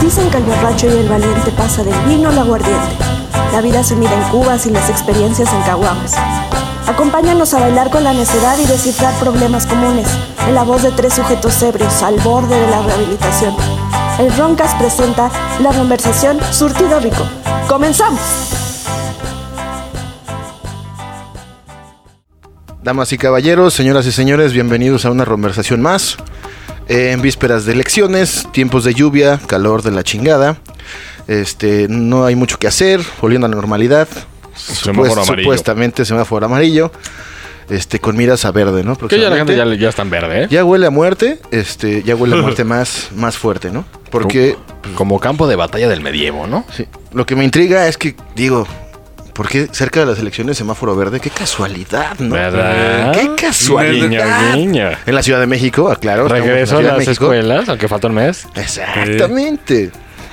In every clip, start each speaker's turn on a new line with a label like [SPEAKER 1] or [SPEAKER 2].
[SPEAKER 1] Dicen que el borracho y el valiente pasa del vino al aguardiente. La vida se mide en cubas y las experiencias en caguamas. Acompáñanos a bailar con la necedad y descifrar problemas comunes en la voz de tres sujetos ebrios al borde de la rehabilitación. El Roncas presenta la conversación Surtido Rico. ¡Comenzamos!
[SPEAKER 2] Damas y caballeros, señoras y señores, bienvenidos a una conversación más. Eh, En vísperas de elecciones, tiempos de lluvia, calor de la chingada. Este, no hay mucho que hacer, volviendo a la normalidad.
[SPEAKER 3] Semáforo amarillo.
[SPEAKER 2] Supuestamente semáforo amarillo. Este, con miras a verde, ¿no?
[SPEAKER 3] Que ya la gente
[SPEAKER 2] Próximamente.
[SPEAKER 3] ya, le- ya está en verde, ¿eh?
[SPEAKER 2] Ya huele a muerte, este, ya huele a muerte más, más fuerte, ¿no? Porque
[SPEAKER 3] Como campo de batalla del medievo, ¿no?
[SPEAKER 2] sí, lo que me intriga es que, digo, ¿por qué cerca de las elecciones semáforo verde? ¡Qué casualidad, ¿no?
[SPEAKER 3] ¿Verdad?
[SPEAKER 2] ¡Qué casualidad!
[SPEAKER 3] Niño, niño.
[SPEAKER 2] En la Ciudad de México, aclaro. estamos en la
[SPEAKER 3] Regreso a
[SPEAKER 2] Ciudad de
[SPEAKER 3] las
[SPEAKER 2] México.
[SPEAKER 3] escuelas, aunque falta un mes.
[SPEAKER 2] Exactamente.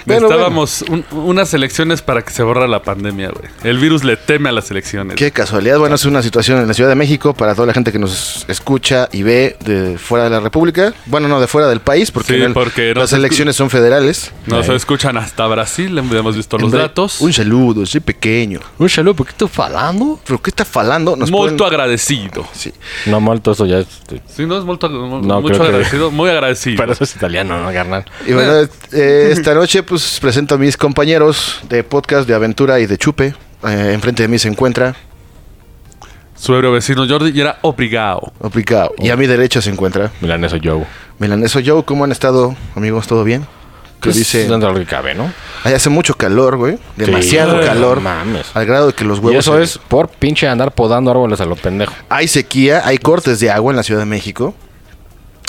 [SPEAKER 2] Bueno,
[SPEAKER 4] Necesitábamos un- unas elecciones para que se borra la pandemia, güey. El virus le teme a las elecciones.
[SPEAKER 2] bueno, qué casualidad. Bueno, es una situación en la Ciudad de México para toda la gente que nos escucha y ve de fuera de la República. Bueno, no, de fuera del país, porque,
[SPEAKER 4] Sí,
[SPEAKER 2] en el-
[SPEAKER 4] porque no
[SPEAKER 2] las
[SPEAKER 4] se escu-
[SPEAKER 2] elecciones son federales.
[SPEAKER 4] Nos escuchan hasta Brasil, hemos visto los
[SPEAKER 2] Hombre,
[SPEAKER 4] datos.
[SPEAKER 2] Un saludo, soy pequeño.
[SPEAKER 3] Un saludo, ¿por qué estás falando?
[SPEAKER 2] ¿Pero qué está falando? Nos
[SPEAKER 4] Molto
[SPEAKER 2] pueden-
[SPEAKER 4] agradecido.
[SPEAKER 2] Sí.
[SPEAKER 3] No, molto, eso ya es...
[SPEAKER 4] Sí, no es molto, mu-
[SPEAKER 3] No,
[SPEAKER 4] mucho
[SPEAKER 3] creo que-
[SPEAKER 4] agradecido, muy agradecido.
[SPEAKER 3] Pero eso es italiano, ¿no, carnal?
[SPEAKER 2] Y
[SPEAKER 4] Ah.
[SPEAKER 2] bueno, eh, esta noche pues presento a mis compañeros de podcast de aventura y de chupe. Eh, enfrente de mí se encuentra
[SPEAKER 4] Su ebrio vecino Jordi y era obrigado.
[SPEAKER 2] Oplicao. Y a mi derecha se encuentra
[SPEAKER 3] Milaneso Joe.
[SPEAKER 2] Milaneso Joe. ¿Cómo han estado, amigos? ¿Todo bien? Que
[SPEAKER 3] Pues,
[SPEAKER 2] dice...
[SPEAKER 3] Dentro de lo que cabe, ¿no?
[SPEAKER 2] Ay, hace mucho calor, güey. Demasiado
[SPEAKER 3] Sí.
[SPEAKER 2] calor.
[SPEAKER 3] No mames.
[SPEAKER 2] Al grado de que los
[SPEAKER 3] Y
[SPEAKER 2] huevos.
[SPEAKER 3] eso es por pinche andar podando árboles a lo pendejo.
[SPEAKER 2] Hay sequía, hay cortes de agua en la Ciudad de México.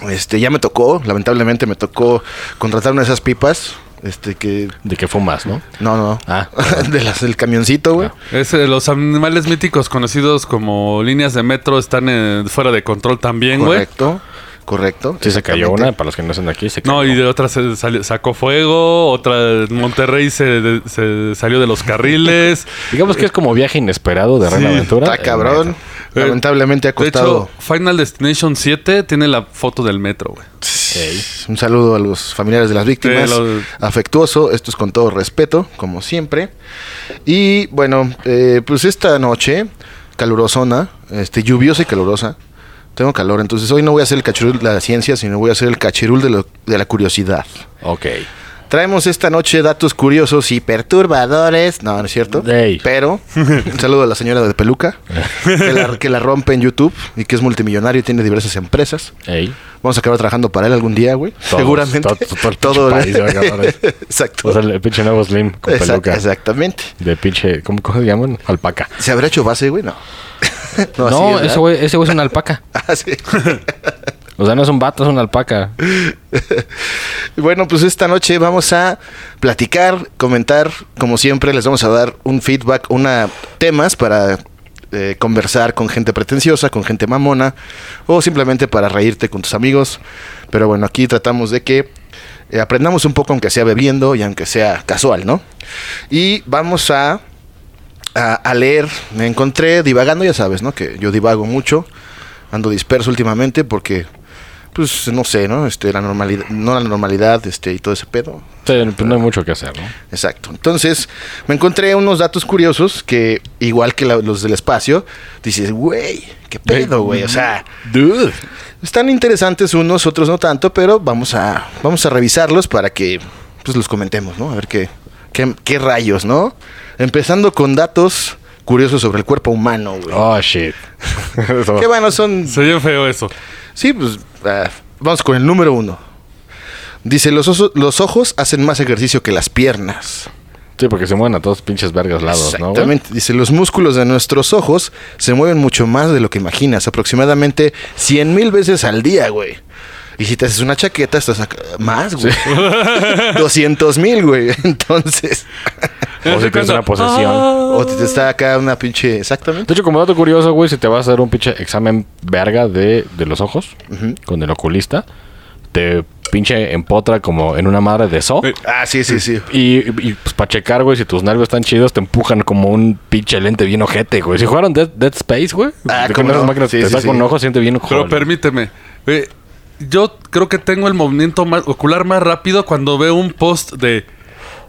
[SPEAKER 2] Este, ya me tocó, lamentablemente me tocó contratar una de esas pipas. Este, que.
[SPEAKER 3] De que fumas, ¿no?
[SPEAKER 2] No, no.
[SPEAKER 3] Ah.
[SPEAKER 2] de las del camioncito, güey.
[SPEAKER 4] Es, eh, los animales míticos conocidos como líneas de metro están eh, fuera de control también, güey.
[SPEAKER 2] Correcto. Correcto.
[SPEAKER 3] Sí se cayó
[SPEAKER 2] exactamente.
[SPEAKER 3] una, para los que no están aquí, se cayó.
[SPEAKER 4] No, y de otra se salió- sacó fuego, otra en Monterrey se, de- se salió de los carriles.
[SPEAKER 3] Digamos que es como viaje inesperado de Reina Aventura.
[SPEAKER 2] Está cabrón.
[SPEAKER 3] Eh,
[SPEAKER 2] Lamentablemente ha
[SPEAKER 4] De
[SPEAKER 2] costado.
[SPEAKER 4] hecho, Final Destination 7 tiene la foto del metro, güey.
[SPEAKER 3] Ey.
[SPEAKER 2] Un saludo a los familiares de las víctimas.
[SPEAKER 4] Sí, los-
[SPEAKER 2] Afectuoso, esto es con todo respeto, como siempre. Y bueno, eh, pues esta noche, calurosona, este, lluviosa y calurosa. Tengo calor, entonces hoy no voy a hacer el cachirul de la ciencia, sino voy a hacer el cachirul de, lo- de la curiosidad.
[SPEAKER 3] Ok.
[SPEAKER 2] Traemos esta noche datos curiosos y perturbadores. No, no es cierto.
[SPEAKER 3] Ey.
[SPEAKER 2] Pero, un saludo a la señora de peluca, que la, que la rompe en YouTube y que es multimillonario y tiene diversas empresas.
[SPEAKER 3] Ey.
[SPEAKER 2] Vamos a acabar trabajando para él algún día, güey.
[SPEAKER 3] Todos,
[SPEAKER 2] Seguramente.
[SPEAKER 3] to- to- todo el pinche país va a acabar ahí.
[SPEAKER 2] Exacto.
[SPEAKER 3] O sea, el pinche nuevo Slim con
[SPEAKER 2] Exact-
[SPEAKER 3] peluca.
[SPEAKER 2] Exactamente.
[SPEAKER 3] De pinche, ¿cómo, cómo se llaman? Alpaca.
[SPEAKER 2] ¿Se habrá hecho base, güey? No. así es,
[SPEAKER 3] No, ese
[SPEAKER 2] ¿verdad?
[SPEAKER 3] güey ese güey es una alpaca.
[SPEAKER 2] Ah, sí.
[SPEAKER 3] O sea, no es un vato, es una alpaca.
[SPEAKER 2] Bueno, pues esta noche vamos a platicar, comentar, como siempre, les vamos a dar un feedback, una temas para eh, conversar con gente pretenciosa, con gente mamona, o simplemente para reírte con tus amigos. Pero bueno, aquí tratamos de que eh, aprendamos un poco, aunque sea bebiendo y aunque sea casual, ¿no? Y vamos a, a, a leer. Me encontré divagando, ya sabes, ¿no? Que yo divago mucho, ando disperso últimamente porque pues no sé, ¿no? Este, la normalidad, no la normalidad, este, y todo ese pedo.
[SPEAKER 3] Sí, pues no hay mucho que hacer, ¿no?
[SPEAKER 2] Exacto. Entonces, me encontré unos datos curiosos que, igual que la- los del espacio, dices, güey, qué pedo, güey. O sea,
[SPEAKER 3] Dude.
[SPEAKER 2] están interesantes unos, otros no tanto, pero vamos a, vamos a revisarlos para que, pues, los comentemos, ¿no? A ver qué, qué, qué rayos, ¿no? Empezando con datos curiosos sobre el cuerpo humano, güey.
[SPEAKER 3] Oh, shit. Eso.
[SPEAKER 2] Qué bueno, son
[SPEAKER 4] Se oye feo eso.
[SPEAKER 2] Sí, pues ah, vamos con el número uno. Dice, los, oso- los ojos hacen más ejercicio que las piernas.
[SPEAKER 3] Sí, porque se mueven a todos pinches vergas lados, ¿no? güey?
[SPEAKER 2] Exactamente. Dice, los músculos de nuestros ojos se mueven mucho más de lo que imaginas, aproximadamente 100 mil veces al día, güey. Y si te haces una chaqueta, estás acá- más, güey. 200 mil, güey. Entonces,
[SPEAKER 3] O si tienes una posesión.
[SPEAKER 2] o te, te está acá una pinche... Exactamente.
[SPEAKER 3] De hecho, como dato curioso, güey, si te vas a hacer un pinche examen verga de, de los ojos con el oculista, te pinche empotra como en una madre de zoo.
[SPEAKER 4] Sí.
[SPEAKER 2] Ah, sí, sí, sí.
[SPEAKER 3] Y, y, pues para checar, güey, si tus nervios están chidos, te empujan como un pinche lente bien ojete, güey. Si jugaron Dead, Dead Space, güey,
[SPEAKER 2] Ah,
[SPEAKER 3] de
[SPEAKER 2] cómo
[SPEAKER 3] con esas
[SPEAKER 2] no.
[SPEAKER 3] máquinas
[SPEAKER 2] Sí,
[SPEAKER 3] te
[SPEAKER 2] sí,
[SPEAKER 3] saca
[SPEAKER 2] sí.
[SPEAKER 3] un ojo, siente bien ojo.
[SPEAKER 4] Pero permíteme. eh, yo creo que tengo el movimiento más- ocular más rápido cuando veo un post de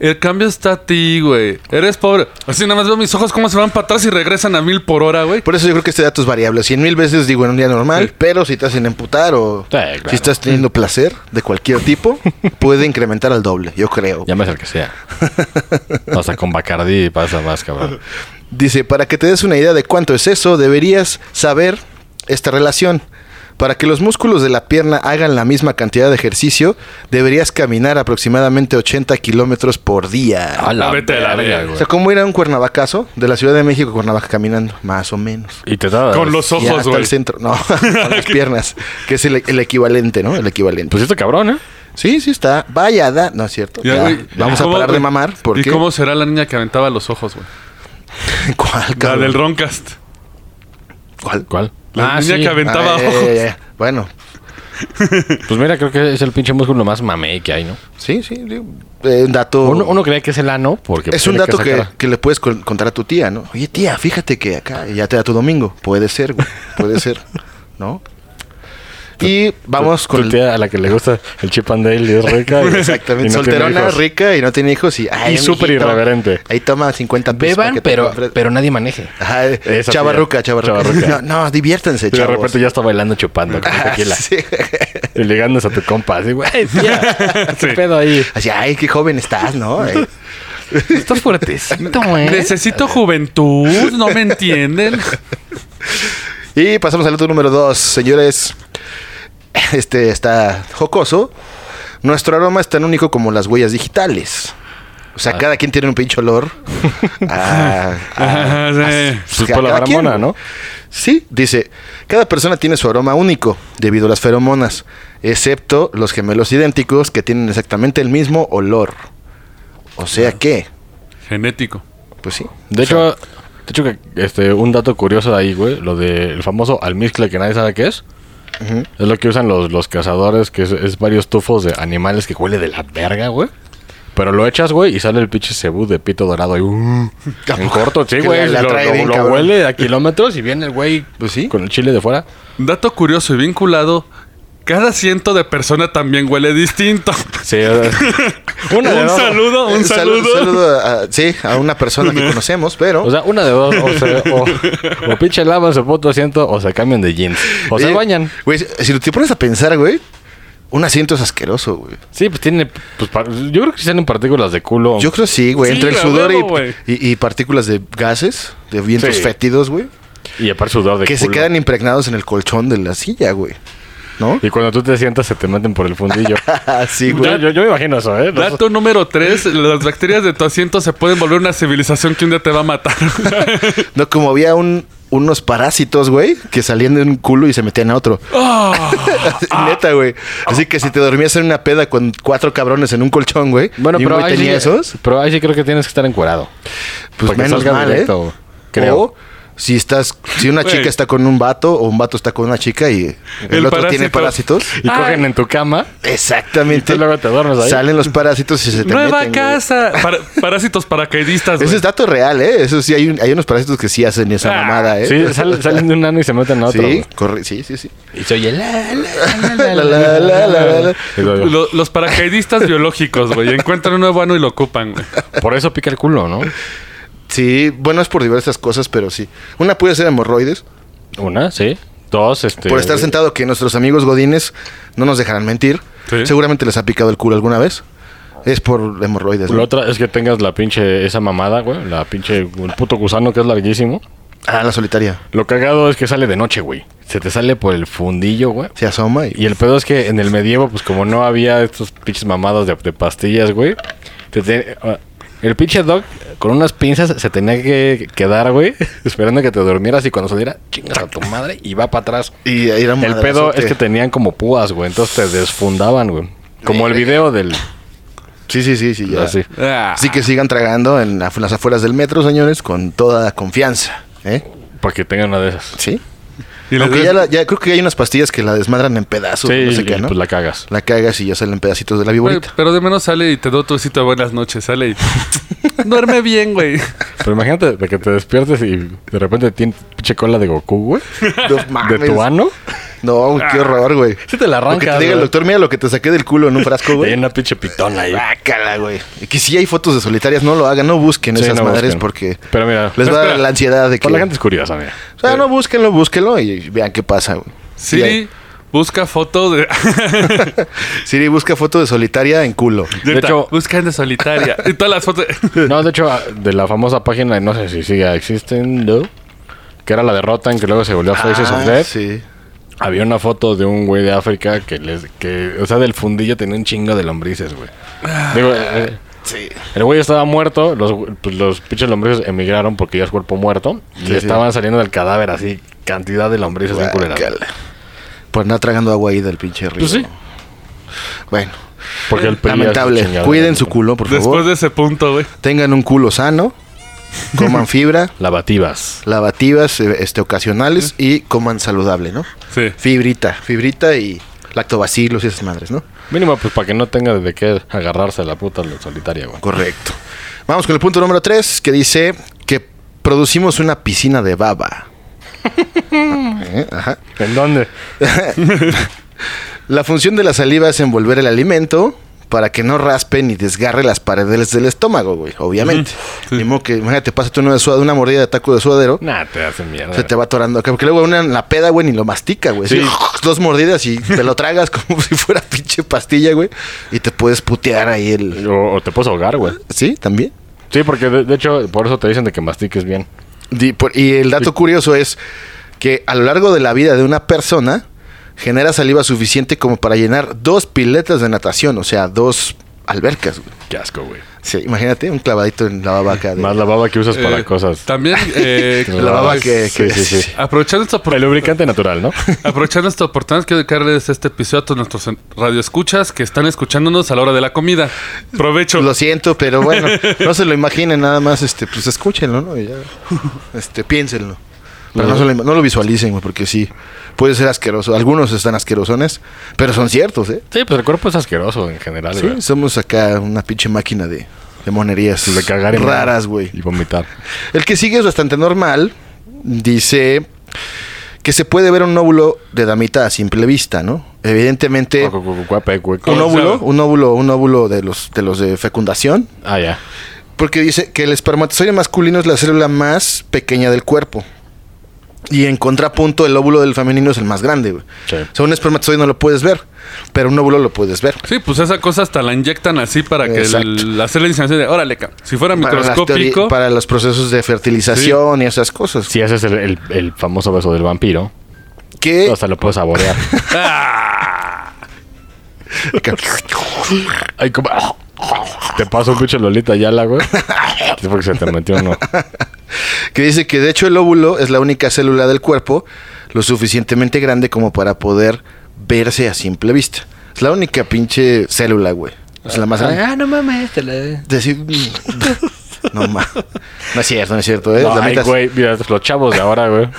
[SPEAKER 4] El cambio está a ti, güey. Eres pobre. Así nada más veo mis ojos cómo se van para atrás y regresan a mil por hora, güey.
[SPEAKER 2] Por eso yo creo que este dato es variable. Cien mil veces digo en un día normal,
[SPEAKER 4] Sí.
[SPEAKER 2] pero si te hacen emputar o
[SPEAKER 3] Sí, claro. Mm.
[SPEAKER 2] si estás teniendo placer de cualquier tipo, puede incrementar al doble, yo creo.
[SPEAKER 3] Llámese al que sea. Pasa con Bacardi y pasa más, cabrón.
[SPEAKER 2] Dice, para que te des una idea de cuánto es eso, deberías saber esta relación. Para que los músculos de la pierna hagan la misma cantidad de ejercicio, deberías caminar aproximadamente 80 kilómetros por día.
[SPEAKER 3] Ah, A la
[SPEAKER 4] Vete a Ah, la
[SPEAKER 3] verga,
[SPEAKER 4] verga.
[SPEAKER 3] güey.
[SPEAKER 2] O sea, ¿cómo ir a un cuernavacazo de la Ciudad de México a Cuernavaca caminando? Más o menos.
[SPEAKER 3] Y te da.
[SPEAKER 4] Con los
[SPEAKER 2] Y
[SPEAKER 4] ojos,
[SPEAKER 2] hasta
[SPEAKER 4] güey.
[SPEAKER 2] el centro, no, con las piernas, que es el, el equivalente, ¿no? El equivalente.
[SPEAKER 3] Pues este cabrón, ¿eh?
[SPEAKER 2] Sí, sí está. Vaya, da- no es cierto.
[SPEAKER 4] Ya,
[SPEAKER 2] Ya,
[SPEAKER 4] güey.
[SPEAKER 2] Vamos a
[SPEAKER 4] ¿Cómo,
[SPEAKER 2] parar de
[SPEAKER 4] güey?
[SPEAKER 2] mamar porque...
[SPEAKER 4] ¿Y cómo será la niña que aventaba los ojos, güey?
[SPEAKER 2] ¿Cuál,
[SPEAKER 4] La
[SPEAKER 2] cabrón?
[SPEAKER 4] del Roncast.
[SPEAKER 2] ¿Cuál?
[SPEAKER 3] ¿Cuál?
[SPEAKER 4] La niña que
[SPEAKER 2] Ah,
[SPEAKER 4] aventaba
[SPEAKER 2] ya, ya,
[SPEAKER 4] ojos.
[SPEAKER 2] ya, ya. Bueno,
[SPEAKER 3] Pues mira, creo que es el pinche músculo más mamey que hay, ¿no?
[SPEAKER 2] sí, sí. digo, eh, un dato...
[SPEAKER 3] Uno, uno cree que es el ano porque...
[SPEAKER 2] es un
[SPEAKER 3] tiene
[SPEAKER 2] dato que,
[SPEAKER 3] sacar-
[SPEAKER 2] que le puedes con- contar a tu tía, ¿no? Oye, tía, fíjate que acá ya te da tu domingo. Puede ser, güey. Puede ser, ¿no? Y vamos con...
[SPEAKER 3] Tu
[SPEAKER 2] el-
[SPEAKER 3] tía a la que le gusta el chip and dale y es rica. y-
[SPEAKER 2] Exactamente.
[SPEAKER 3] y no tiene
[SPEAKER 2] Solterona,
[SPEAKER 3] hijos.
[SPEAKER 2] rica y no tiene hijos y... ay,
[SPEAKER 3] Y súper
[SPEAKER 2] mijito,
[SPEAKER 3] irreverente.
[SPEAKER 2] Ahí toma 50 pesos. para pues, que
[SPEAKER 3] Beban,
[SPEAKER 2] te
[SPEAKER 3] pero,
[SPEAKER 2] compres-
[SPEAKER 3] pero nadie maneje.
[SPEAKER 2] Ajá,
[SPEAKER 3] Esa
[SPEAKER 2] chavarruca,
[SPEAKER 3] tía.
[SPEAKER 2] chavarruca.
[SPEAKER 3] Chavarruca.
[SPEAKER 2] No, no, diviértanse,
[SPEAKER 3] Y de
[SPEAKER 2] chavos.
[SPEAKER 3] repente ya está bailando chupando con
[SPEAKER 2] Ah,
[SPEAKER 3] tequila.
[SPEAKER 2] sí.
[SPEAKER 3] Y ligándose a tu compa. Así, güey, tía, ¿qué
[SPEAKER 4] Sí.
[SPEAKER 3] pedo ahí?
[SPEAKER 2] Así, ay, qué joven estás, ¿no? Eh,
[SPEAKER 3] Estás fuertecito, ¿eh? güey.
[SPEAKER 4] Necesito juventud, ¿no me entienden?
[SPEAKER 2] Y pasamos al dato número dos, señores. Este está jocoso. Nuestro aroma es tan único como las huellas digitales. O
[SPEAKER 3] Ah.
[SPEAKER 2] sea, cada quien tiene un pinche olor. Ah,
[SPEAKER 4] Ajá, sí.
[SPEAKER 3] Pues por la
[SPEAKER 2] Cada quien,
[SPEAKER 3] barbona, ¿no?
[SPEAKER 2] Sí, dice, cada persona tiene su aroma único debido a las feromonas, excepto los gemelos idénticos que tienen exactamente el mismo olor. O sea que,
[SPEAKER 4] Genético.
[SPEAKER 2] pues sí.
[SPEAKER 3] De hecho, de hecho que, este, un dato curioso de ahí, güey, lo del famoso almizcle que nadie sabe qué es. Es lo que usan los, los cazadores, que es, es varios tufos de animales que huele de la verga, güey. Pero lo echas, güey, y sale el pinche cebú de pito dorado ahí. uh, en corto, sí,
[SPEAKER 2] Que
[SPEAKER 3] güey.
[SPEAKER 2] la- la
[SPEAKER 3] Lo,
[SPEAKER 2] trae
[SPEAKER 3] lo-
[SPEAKER 2] bien,
[SPEAKER 3] lo
[SPEAKER 2] cabrón.
[SPEAKER 3] huele a kilómetros y viene el güey
[SPEAKER 2] Pues sí.
[SPEAKER 3] con el chile de fuera.
[SPEAKER 4] Dato curioso y vinculado. Cada ciento de persona también huele distinto.
[SPEAKER 3] Sí, eh, una de
[SPEAKER 4] un
[SPEAKER 3] dos.
[SPEAKER 4] saludo, un
[SPEAKER 2] Eh, Salu-
[SPEAKER 4] saludo.
[SPEAKER 2] saludo a, a- sí, a una persona que conocemos, pero...
[SPEAKER 3] O sea, una de dos. O, se, o, o pinche lavan su puto asiento o se cambian de jeans. O se
[SPEAKER 2] Eh,
[SPEAKER 3] bañan.
[SPEAKER 2] Güey, si te pones a pensar, güey, un asiento es asqueroso, güey.
[SPEAKER 3] Sí, pues tiene. Pues, par- yo creo que salen partículas de culo.
[SPEAKER 2] Yo creo sí, güey.
[SPEAKER 4] Sí,
[SPEAKER 2] Entre el
[SPEAKER 4] a
[SPEAKER 2] sudor
[SPEAKER 4] huevo, güey.
[SPEAKER 2] y, y- y partículas de gases, de vientos
[SPEAKER 3] Sí.
[SPEAKER 2] fétidos, güey,
[SPEAKER 3] Y aparte sudor de
[SPEAKER 2] que se
[SPEAKER 3] culo.
[SPEAKER 2] quedan impregnados en el colchón de la silla, güey. ¿No?
[SPEAKER 3] Y cuando tú te sientas, se te meten por el fundillo.
[SPEAKER 2] Así,
[SPEAKER 3] yo,
[SPEAKER 2] güey.
[SPEAKER 3] yo, yo me imagino eso, ¿eh? No-
[SPEAKER 4] Dato número 3. Las bacterias de tu asiento se pueden volver una civilización que un día te va a matar.
[SPEAKER 2] No, como había un- unos parásitos, güey, que salían de un culo y se metían a otro.
[SPEAKER 4] Ah.
[SPEAKER 2] Neta, güey. Así que si te dormías en una peda con cuatro cabrones en un colchón, güey,
[SPEAKER 3] bueno,
[SPEAKER 2] y un
[SPEAKER 3] pero
[SPEAKER 2] güey
[SPEAKER 3] ahí,
[SPEAKER 2] tenía
[SPEAKER 3] sí,
[SPEAKER 2] esos,
[SPEAKER 3] pero ahí sí creo que tienes que estar encuerado.
[SPEAKER 2] pues
[SPEAKER 3] Para que
[SPEAKER 2] menos
[SPEAKER 3] salga
[SPEAKER 2] mal,
[SPEAKER 3] directo,
[SPEAKER 2] ¿eh?
[SPEAKER 3] creo.
[SPEAKER 2] O si estás, si una
[SPEAKER 4] Güey.
[SPEAKER 2] chica está con un vato o un vato está con una chica y el,
[SPEAKER 4] El
[SPEAKER 2] otro tiene
[SPEAKER 4] parásito.
[SPEAKER 2] parásitos.
[SPEAKER 3] Y cogen en tu cama.
[SPEAKER 2] Exactamente.
[SPEAKER 3] Y tú luego te duermes ahí.
[SPEAKER 2] Salen los parásitos y se te
[SPEAKER 4] Nueva
[SPEAKER 2] meten, güey.
[SPEAKER 4] casa. Para- parásitos paracaidistas.
[SPEAKER 2] Ese
[SPEAKER 4] güey.
[SPEAKER 2] es dato real, ¿eh? Eso sí, hay, un- hay unos parásitos que sí hacen esa
[SPEAKER 4] Ah,
[SPEAKER 2] mamada, ¿eh?
[SPEAKER 3] Sí, sal- salen de un ano y se meten a otro.
[SPEAKER 2] Sí, corre- sí, sí, sí.
[SPEAKER 3] Y se oye la,
[SPEAKER 2] La, la, la, la, la, la.
[SPEAKER 3] Y luego,
[SPEAKER 4] Lo- los paracaidistas biológicos, güey. Encuentran un nuevo ano y lo ocupan, güey.
[SPEAKER 3] Por eso pica el culo, ¿no?
[SPEAKER 2] Sí, bueno, es por diversas cosas, pero sí. Una puede ser hemorroides,
[SPEAKER 3] Una, sí. Dos, este.
[SPEAKER 2] por estar sentado, que nuestros amigos godines no nos dejarán mentir.
[SPEAKER 4] Sí.
[SPEAKER 2] Seguramente les ha picado el culo alguna vez. Es por hemorroides.
[SPEAKER 3] La
[SPEAKER 2] ¿no?
[SPEAKER 3] otra es que tengas la pinche. Esa mamada, güey. La pinche. El puto gusano que es larguísimo.
[SPEAKER 2] Ah, la solitaria.
[SPEAKER 3] Lo cagado es que sale de noche, güey. Se te sale por el fundillo, güey.
[SPEAKER 2] Se asoma y...
[SPEAKER 3] Y el pedo es que en el medievo, pues como no había estos pinches mamadas de, de pastillas, güey. te te- ah, el pinche dog con unas pinzas se tenía que quedar, güey. Esperando que te durmieras y cuando saliera, chingas a tu madre y va para atrás.
[SPEAKER 2] Y ahí era un
[SPEAKER 3] El pedo
[SPEAKER 2] madrazote.
[SPEAKER 3] es que tenían como púas, güey. Entonces te desfundaban, güey. Como el video del...
[SPEAKER 2] Sí, sí, sí, sí. ya.
[SPEAKER 3] Así.
[SPEAKER 4] Ah.
[SPEAKER 2] Así que sigan tragando en af- las afueras del metro, señores, con toda confianza. ¿Eh?
[SPEAKER 3] Para que tengan una de esas.
[SPEAKER 2] Sí.
[SPEAKER 4] Y les
[SPEAKER 2] Aunque
[SPEAKER 4] des-
[SPEAKER 2] ya, la- ya creo que hay unas pastillas que la desmadran en pedazos.
[SPEAKER 3] Sí,
[SPEAKER 2] no sé
[SPEAKER 3] y
[SPEAKER 2] qué, ¿no?
[SPEAKER 3] pues la cagas.
[SPEAKER 2] La cagas y ya salen pedacitos de la
[SPEAKER 4] Güey,
[SPEAKER 2] viborita.
[SPEAKER 4] pero de menos sale y te doy tu besito de buenas noches. Sale y... Duerme bien, güey.
[SPEAKER 3] Pero imagínate de que te despiertes y de repente tienes pinche cola de Goku, güey.
[SPEAKER 2] No mames.
[SPEAKER 3] De tu ano.
[SPEAKER 2] No, qué horror, güey.
[SPEAKER 3] Ah, Sí te la
[SPEAKER 2] Lo que
[SPEAKER 3] arrancas,
[SPEAKER 2] te diga el
[SPEAKER 3] güey.
[SPEAKER 2] doctor, mira lo que te saqué del culo en un frasco,
[SPEAKER 3] Hay
[SPEAKER 2] güey.
[SPEAKER 3] una pinche pitona ahí.
[SPEAKER 2] Bácala, güey. Y Que si hay fotos de solitarias, no lo hagan, no busquen
[SPEAKER 3] Sí,
[SPEAKER 2] esas
[SPEAKER 3] no
[SPEAKER 2] madres
[SPEAKER 3] busquen.
[SPEAKER 2] porque
[SPEAKER 3] Pero mira,
[SPEAKER 2] les va a dar
[SPEAKER 4] espera.
[SPEAKER 2] la ansiedad de que.
[SPEAKER 3] Pues la gente es curiosa, mira.
[SPEAKER 2] O sea, no búsquenlo, búsquenlo y vean qué pasa, güey. Y ahí-
[SPEAKER 4] Siri, busca foto de.
[SPEAKER 2] Siri busca foto de solitaria en culo.
[SPEAKER 4] de
[SPEAKER 3] hecho-
[SPEAKER 4] hecho,
[SPEAKER 2] pues,
[SPEAKER 4] busca en de solitaria. Y todas las fotos.
[SPEAKER 3] No, de hecho, ah, de la famosa página, no sé si sigue existiendo, que era la derrota en que luego se volvió Faces
[SPEAKER 2] Ah,
[SPEAKER 3] of Death.
[SPEAKER 2] Sí.
[SPEAKER 3] Había una foto de un güey de África que les. que O sea, del fundillo tenía un chingo de lombrices, güey. Digo,
[SPEAKER 2] Ah.
[SPEAKER 3] eh,
[SPEAKER 2] Sí.
[SPEAKER 3] el güey estaba muerto, los, pues, los pinches lombrices emigraron porque ya es cuerpo muerto. y
[SPEAKER 2] Sí, sí.
[SPEAKER 3] estaban saliendo del cadáver así, cantidad de lombrices bien culeras.
[SPEAKER 2] Guácala. Por andar tragando agua ahí del pinche río.
[SPEAKER 3] Pues sí.
[SPEAKER 2] Bueno,
[SPEAKER 3] Porque el PRI ya es
[SPEAKER 2] lamentable.
[SPEAKER 3] chingada.
[SPEAKER 2] Cuiden su culo, por favor.
[SPEAKER 4] Después de ese punto, güey.
[SPEAKER 2] Tengan un culo sano. Coman fibra.
[SPEAKER 3] Lavativas.
[SPEAKER 2] lavativas eh, este, ocasionales y coman saludable, ¿no?
[SPEAKER 4] Sí.
[SPEAKER 2] Fibrita, fibrita y lactobacilos y esas madres, ¿no?
[SPEAKER 3] Mínimo, pues para que no tenga de qué agarrarse la puta lo- solitaria, güey.
[SPEAKER 2] Correcto. Vamos con el punto número 3 que dice que producimos una piscina de baba. Eh, ajá.
[SPEAKER 3] ¿En dónde?
[SPEAKER 2] La función de la saliva es envolver el alimento para que no raspe ni desgarre las paredes del estómago, güey, obviamente.
[SPEAKER 4] sí.
[SPEAKER 2] Ni modo que, imagínate, pásate uno de suad- una mordida de taco de suadero.
[SPEAKER 3] Nah, te hacen mierda.
[SPEAKER 2] Se te va atorando acá. Porque luego una en la peda, güey, ni lo mastica, güey.
[SPEAKER 3] Sí.
[SPEAKER 2] Sí, Dos mordidas y te lo tragas como si fuera pinche pastilla, güey. Y te puedes putear ahí el.
[SPEAKER 3] O, o te puedes ahogar, güey.
[SPEAKER 2] Sí, también.
[SPEAKER 3] Sí, porque de, de hecho, por eso te dicen de que mastiques bien.
[SPEAKER 2] Di- por- Y el dato curioso es que a lo largo de la vida de una persona genera saliva suficiente como para llenar dos piletas de natación, o sea, dos albercas, güey.
[SPEAKER 3] Qué asco, güey.
[SPEAKER 2] Sí, imagínate un clavadito en la baba acá. de-
[SPEAKER 3] Más la baba que usas para
[SPEAKER 4] Eh,
[SPEAKER 3] cosas.
[SPEAKER 4] También. eh,
[SPEAKER 2] La baba que.
[SPEAKER 3] Sí,
[SPEAKER 2] que-
[SPEAKER 3] sí, sí.
[SPEAKER 4] Aprovechando esta
[SPEAKER 3] El
[SPEAKER 4] oportunidad.
[SPEAKER 3] lubricante natural, ¿no?
[SPEAKER 4] Aprovechando esta oportunidad, quiero dedicarles este episodio a todos nuestros en- radioescuchas que están escuchándonos a la hora de la comida. Provecho.
[SPEAKER 2] Lo siento, pero bueno, no se lo imaginen nada más, este, pues escúchenlo, ¿no? Y ya, este, piénsenlo. Pero no, se lo, im- no lo visualicen, güey, porque sí, puede ser asqueroso. Algunos están asquerosones, pero son ciertos, ¿eh?
[SPEAKER 3] Sí, pues el cuerpo es asqueroso en general,
[SPEAKER 2] Sí,
[SPEAKER 3] güey. Pues,
[SPEAKER 2] somos acá una pinche máquina de, de monerías
[SPEAKER 3] De cagar y
[SPEAKER 2] raras, güey.
[SPEAKER 3] Y vomitar.
[SPEAKER 2] El que sigue es bastante normal. Dice que se puede ver un óvulo de damita a simple vista, ¿no? Evidentemente,
[SPEAKER 3] Cu- cu- cu- cuape, güey.
[SPEAKER 2] un
[SPEAKER 4] no.
[SPEAKER 2] óvulo, un óvulo, un óvulo de los de los de fecundación,
[SPEAKER 3] Ah, ya.
[SPEAKER 2] Porque dice que el espermatozoide masculino es la célula más pequeña del cuerpo. Y en contrapunto, el óvulo del femenino es el más grande, güey.
[SPEAKER 3] Sí.
[SPEAKER 2] O sea, un espermatozoide no lo puedes ver, pero un óvulo lo puedes ver.
[SPEAKER 4] Sí, pues esa cosa hasta la inyectan así para que
[SPEAKER 2] Exacto.
[SPEAKER 4] el, hacer la inseminación de, órale, cabrón". si fuera
[SPEAKER 2] Para, las teori-
[SPEAKER 4] microscópico,
[SPEAKER 2] para los procesos de fertilización y esas cosas.
[SPEAKER 3] Si haces el, el- el famoso beso del vampiro,
[SPEAKER 2] Que...
[SPEAKER 3] hasta lo puedes saborear. Ay, como... Te paso un pinche Lolita Yala, güey. Es porque se te metió uno.
[SPEAKER 2] que dice que de hecho el óvulo es la única célula del cuerpo lo suficientemente grande como para poder verse a simple vista. Es la única pinche célula, güey. Es la más grande.
[SPEAKER 5] Ah, no mames, te la...
[SPEAKER 2] Decir. No, ma. no es cierto, no es cierto. ¿eh?
[SPEAKER 3] No,
[SPEAKER 2] La
[SPEAKER 3] ay,
[SPEAKER 2] neta es-
[SPEAKER 3] güey, mira, los chavos de ahora, güey.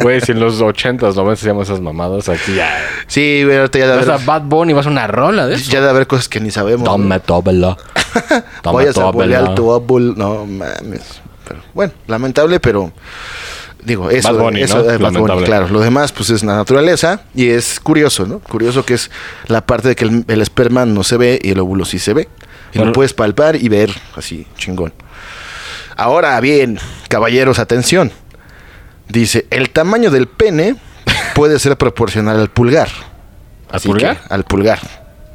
[SPEAKER 3] Güey, si en los 80s, 90 se llaman esas mamadas, aquí ya.
[SPEAKER 2] Sí, güey, ahorita ya de
[SPEAKER 5] Vas a
[SPEAKER 2] haber,
[SPEAKER 5] Bad Bunny, vas a una rola de eso.
[SPEAKER 2] ya de haber cosas que ni sabemos. ¿no?
[SPEAKER 3] Dame tóbela.
[SPEAKER 2] Voy a saborear tu óvulo. No mames. Pero, bueno, lamentable, pero. Digo, eso.
[SPEAKER 3] Bad Bunny,
[SPEAKER 2] eso,
[SPEAKER 3] ¿no?
[SPEAKER 2] eh, Bad Bunny,
[SPEAKER 3] Lamentable.
[SPEAKER 2] claro. Lo demás, pues es la naturaleza. Y es curioso, ¿no? Curioso que es la parte de que el, el esperma no se ve y el óvulo sí se ve. Y
[SPEAKER 3] Bueno.
[SPEAKER 2] lo puedes palpar y ver así, chingón. Ahora bien, caballeros, atención. Dice: el tamaño del pene puede ser proporcional al pulgar.
[SPEAKER 3] ¿Al
[SPEAKER 2] Así que,
[SPEAKER 3] pulgar?
[SPEAKER 2] al pulgar.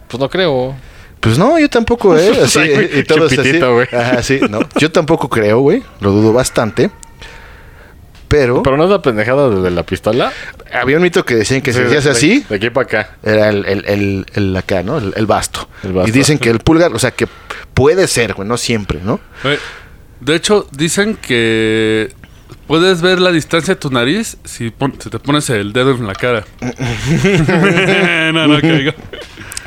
[SPEAKER 3] Pues no creo.
[SPEAKER 2] Pues no, yo tampoco, ¿eh? Así,
[SPEAKER 3] Ay, güey,
[SPEAKER 2] y todos
[SPEAKER 3] chupitito,
[SPEAKER 2] así.
[SPEAKER 3] güey.
[SPEAKER 2] Ajá, sí, no. Yo tampoco creo, güey. Lo dudo bastante. Pero,
[SPEAKER 3] Pero no es la pendejada desde la pistola.
[SPEAKER 2] había un mito que decían que si
[SPEAKER 3] Sí,
[SPEAKER 2] hacías
[SPEAKER 3] de-
[SPEAKER 2] así,
[SPEAKER 3] De aquí para acá.
[SPEAKER 2] era el, el, el, el acá, ¿no? El, el basto.
[SPEAKER 3] El basto.
[SPEAKER 2] Y dicen que el pulgar, o sea, que puede ser, güey, no siempre, ¿no?
[SPEAKER 4] Eh, de hecho, dicen que puedes ver la distancia de tu nariz si, pon- si te pones el dedo en la cara. no, no, que diga.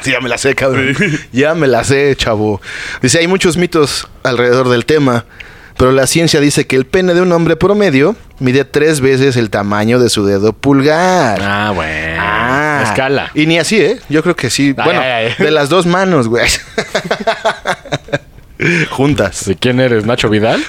[SPEAKER 2] Sí, ya me la sé, cabrón. Ya me la sé, chavo. Dice, hay muchos mitos alrededor del tema, pero la ciencia dice que el pene de un hombre promedio mide tres veces el tamaño de su dedo pulgar.
[SPEAKER 3] Ah, bueno.
[SPEAKER 2] Ah.
[SPEAKER 3] Escala.
[SPEAKER 2] Y ni así, ¿eh? Yo creo que sí.
[SPEAKER 3] Ay,
[SPEAKER 2] bueno,
[SPEAKER 3] ay, ay.
[SPEAKER 2] de las dos manos, güey. Juntas.
[SPEAKER 3] ¿De quién eres? ¿Nacho Vidal?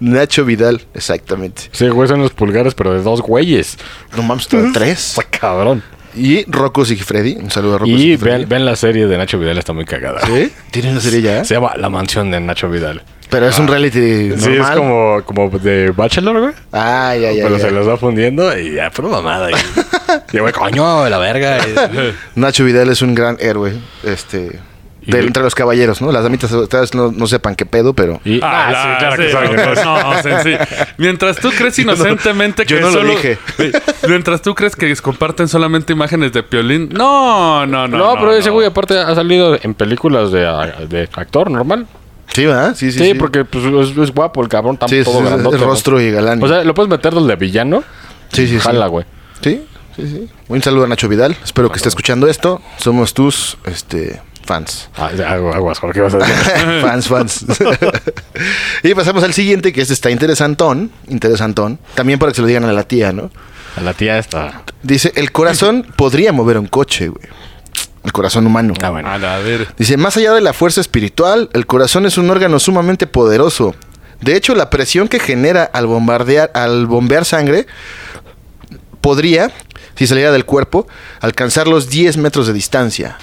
[SPEAKER 2] Nacho Vidal, exactamente.
[SPEAKER 3] Sí, güey, son los pulgares, pero de dos güeyes.
[SPEAKER 2] No mames, todo tres.
[SPEAKER 3] Está cabrón.
[SPEAKER 2] Y Rocco Sigifredi. Un saludo a Rocco
[SPEAKER 3] Y
[SPEAKER 2] Sigifredi.
[SPEAKER 3] vean, vean la serie de Nacho Vidal, está muy cagada.
[SPEAKER 2] ¿Sí? ¿Tiene una serie ya?
[SPEAKER 3] Se llama La Mansión de Nacho Vidal.
[SPEAKER 2] Pero es un reality normal.
[SPEAKER 3] Ah. Sí, es como, como de Bachelor, güey.
[SPEAKER 2] Ah, ya, ya.
[SPEAKER 3] pero
[SPEAKER 2] ya.
[SPEAKER 3] se los va fundiendo y ya, puro mamada. Y, y güey, coño, la verga. y-
[SPEAKER 2] Nacho Vidal es un gran héroe. Este.
[SPEAKER 3] Y-
[SPEAKER 2] de- entre los caballeros, ¿no? Las damitas tal vez no, no sepan qué pedo, pero.
[SPEAKER 3] y-
[SPEAKER 4] Ah,
[SPEAKER 3] ah,
[SPEAKER 4] la-
[SPEAKER 3] sí, claro que
[SPEAKER 4] sí,
[SPEAKER 3] saben,
[SPEAKER 4] no,
[SPEAKER 3] entonces.
[SPEAKER 4] no, o sea, sí. Mientras tú crees inocentemente
[SPEAKER 2] yo
[SPEAKER 4] que
[SPEAKER 2] no lo
[SPEAKER 4] solo-
[SPEAKER 2] dije.
[SPEAKER 4] Sí, Mientras tú crees que comparten solamente imágenes de Piolín. No, no, no.
[SPEAKER 3] No, pero ese güey aparte ha salido en películas de, ah, de actor normal.
[SPEAKER 2] Sí, ¿verdad? Sí, sí.
[SPEAKER 3] Sí, porque pues, es, es guapo el cabrón, tan
[SPEAKER 2] Sí, es-
[SPEAKER 3] todo
[SPEAKER 2] es- es
[SPEAKER 3] grandote. ¿no?
[SPEAKER 2] rostro y galán.
[SPEAKER 3] O sea, lo puedes meter donde villano.
[SPEAKER 2] sí, sí, sí.
[SPEAKER 3] Jala, güey.
[SPEAKER 2] Sí, sí, sí. Un saludo a Nacho Vidal. Espero que esté escuchando esto. Somos tus este, fans.
[SPEAKER 3] Ah, agu- aguas, Jorge, vas a decir.
[SPEAKER 2] fans, fans. y pasamos al siguiente, que este está interesantón. Interesantón. También para que se lo digan a la tía, ¿no?
[SPEAKER 3] A la tía esta.
[SPEAKER 2] Dice, el corazón podría mover un coche, güey. El corazón humano.
[SPEAKER 3] Ah, bueno.
[SPEAKER 4] A la ver.
[SPEAKER 2] Dice, más allá de la fuerza espiritual, el corazón es un órgano sumamente poderoso. De hecho, la presión que genera al bombardear, al bombear sangre, podría, si saliera del cuerpo, alcanzar los 10 metros de distancia.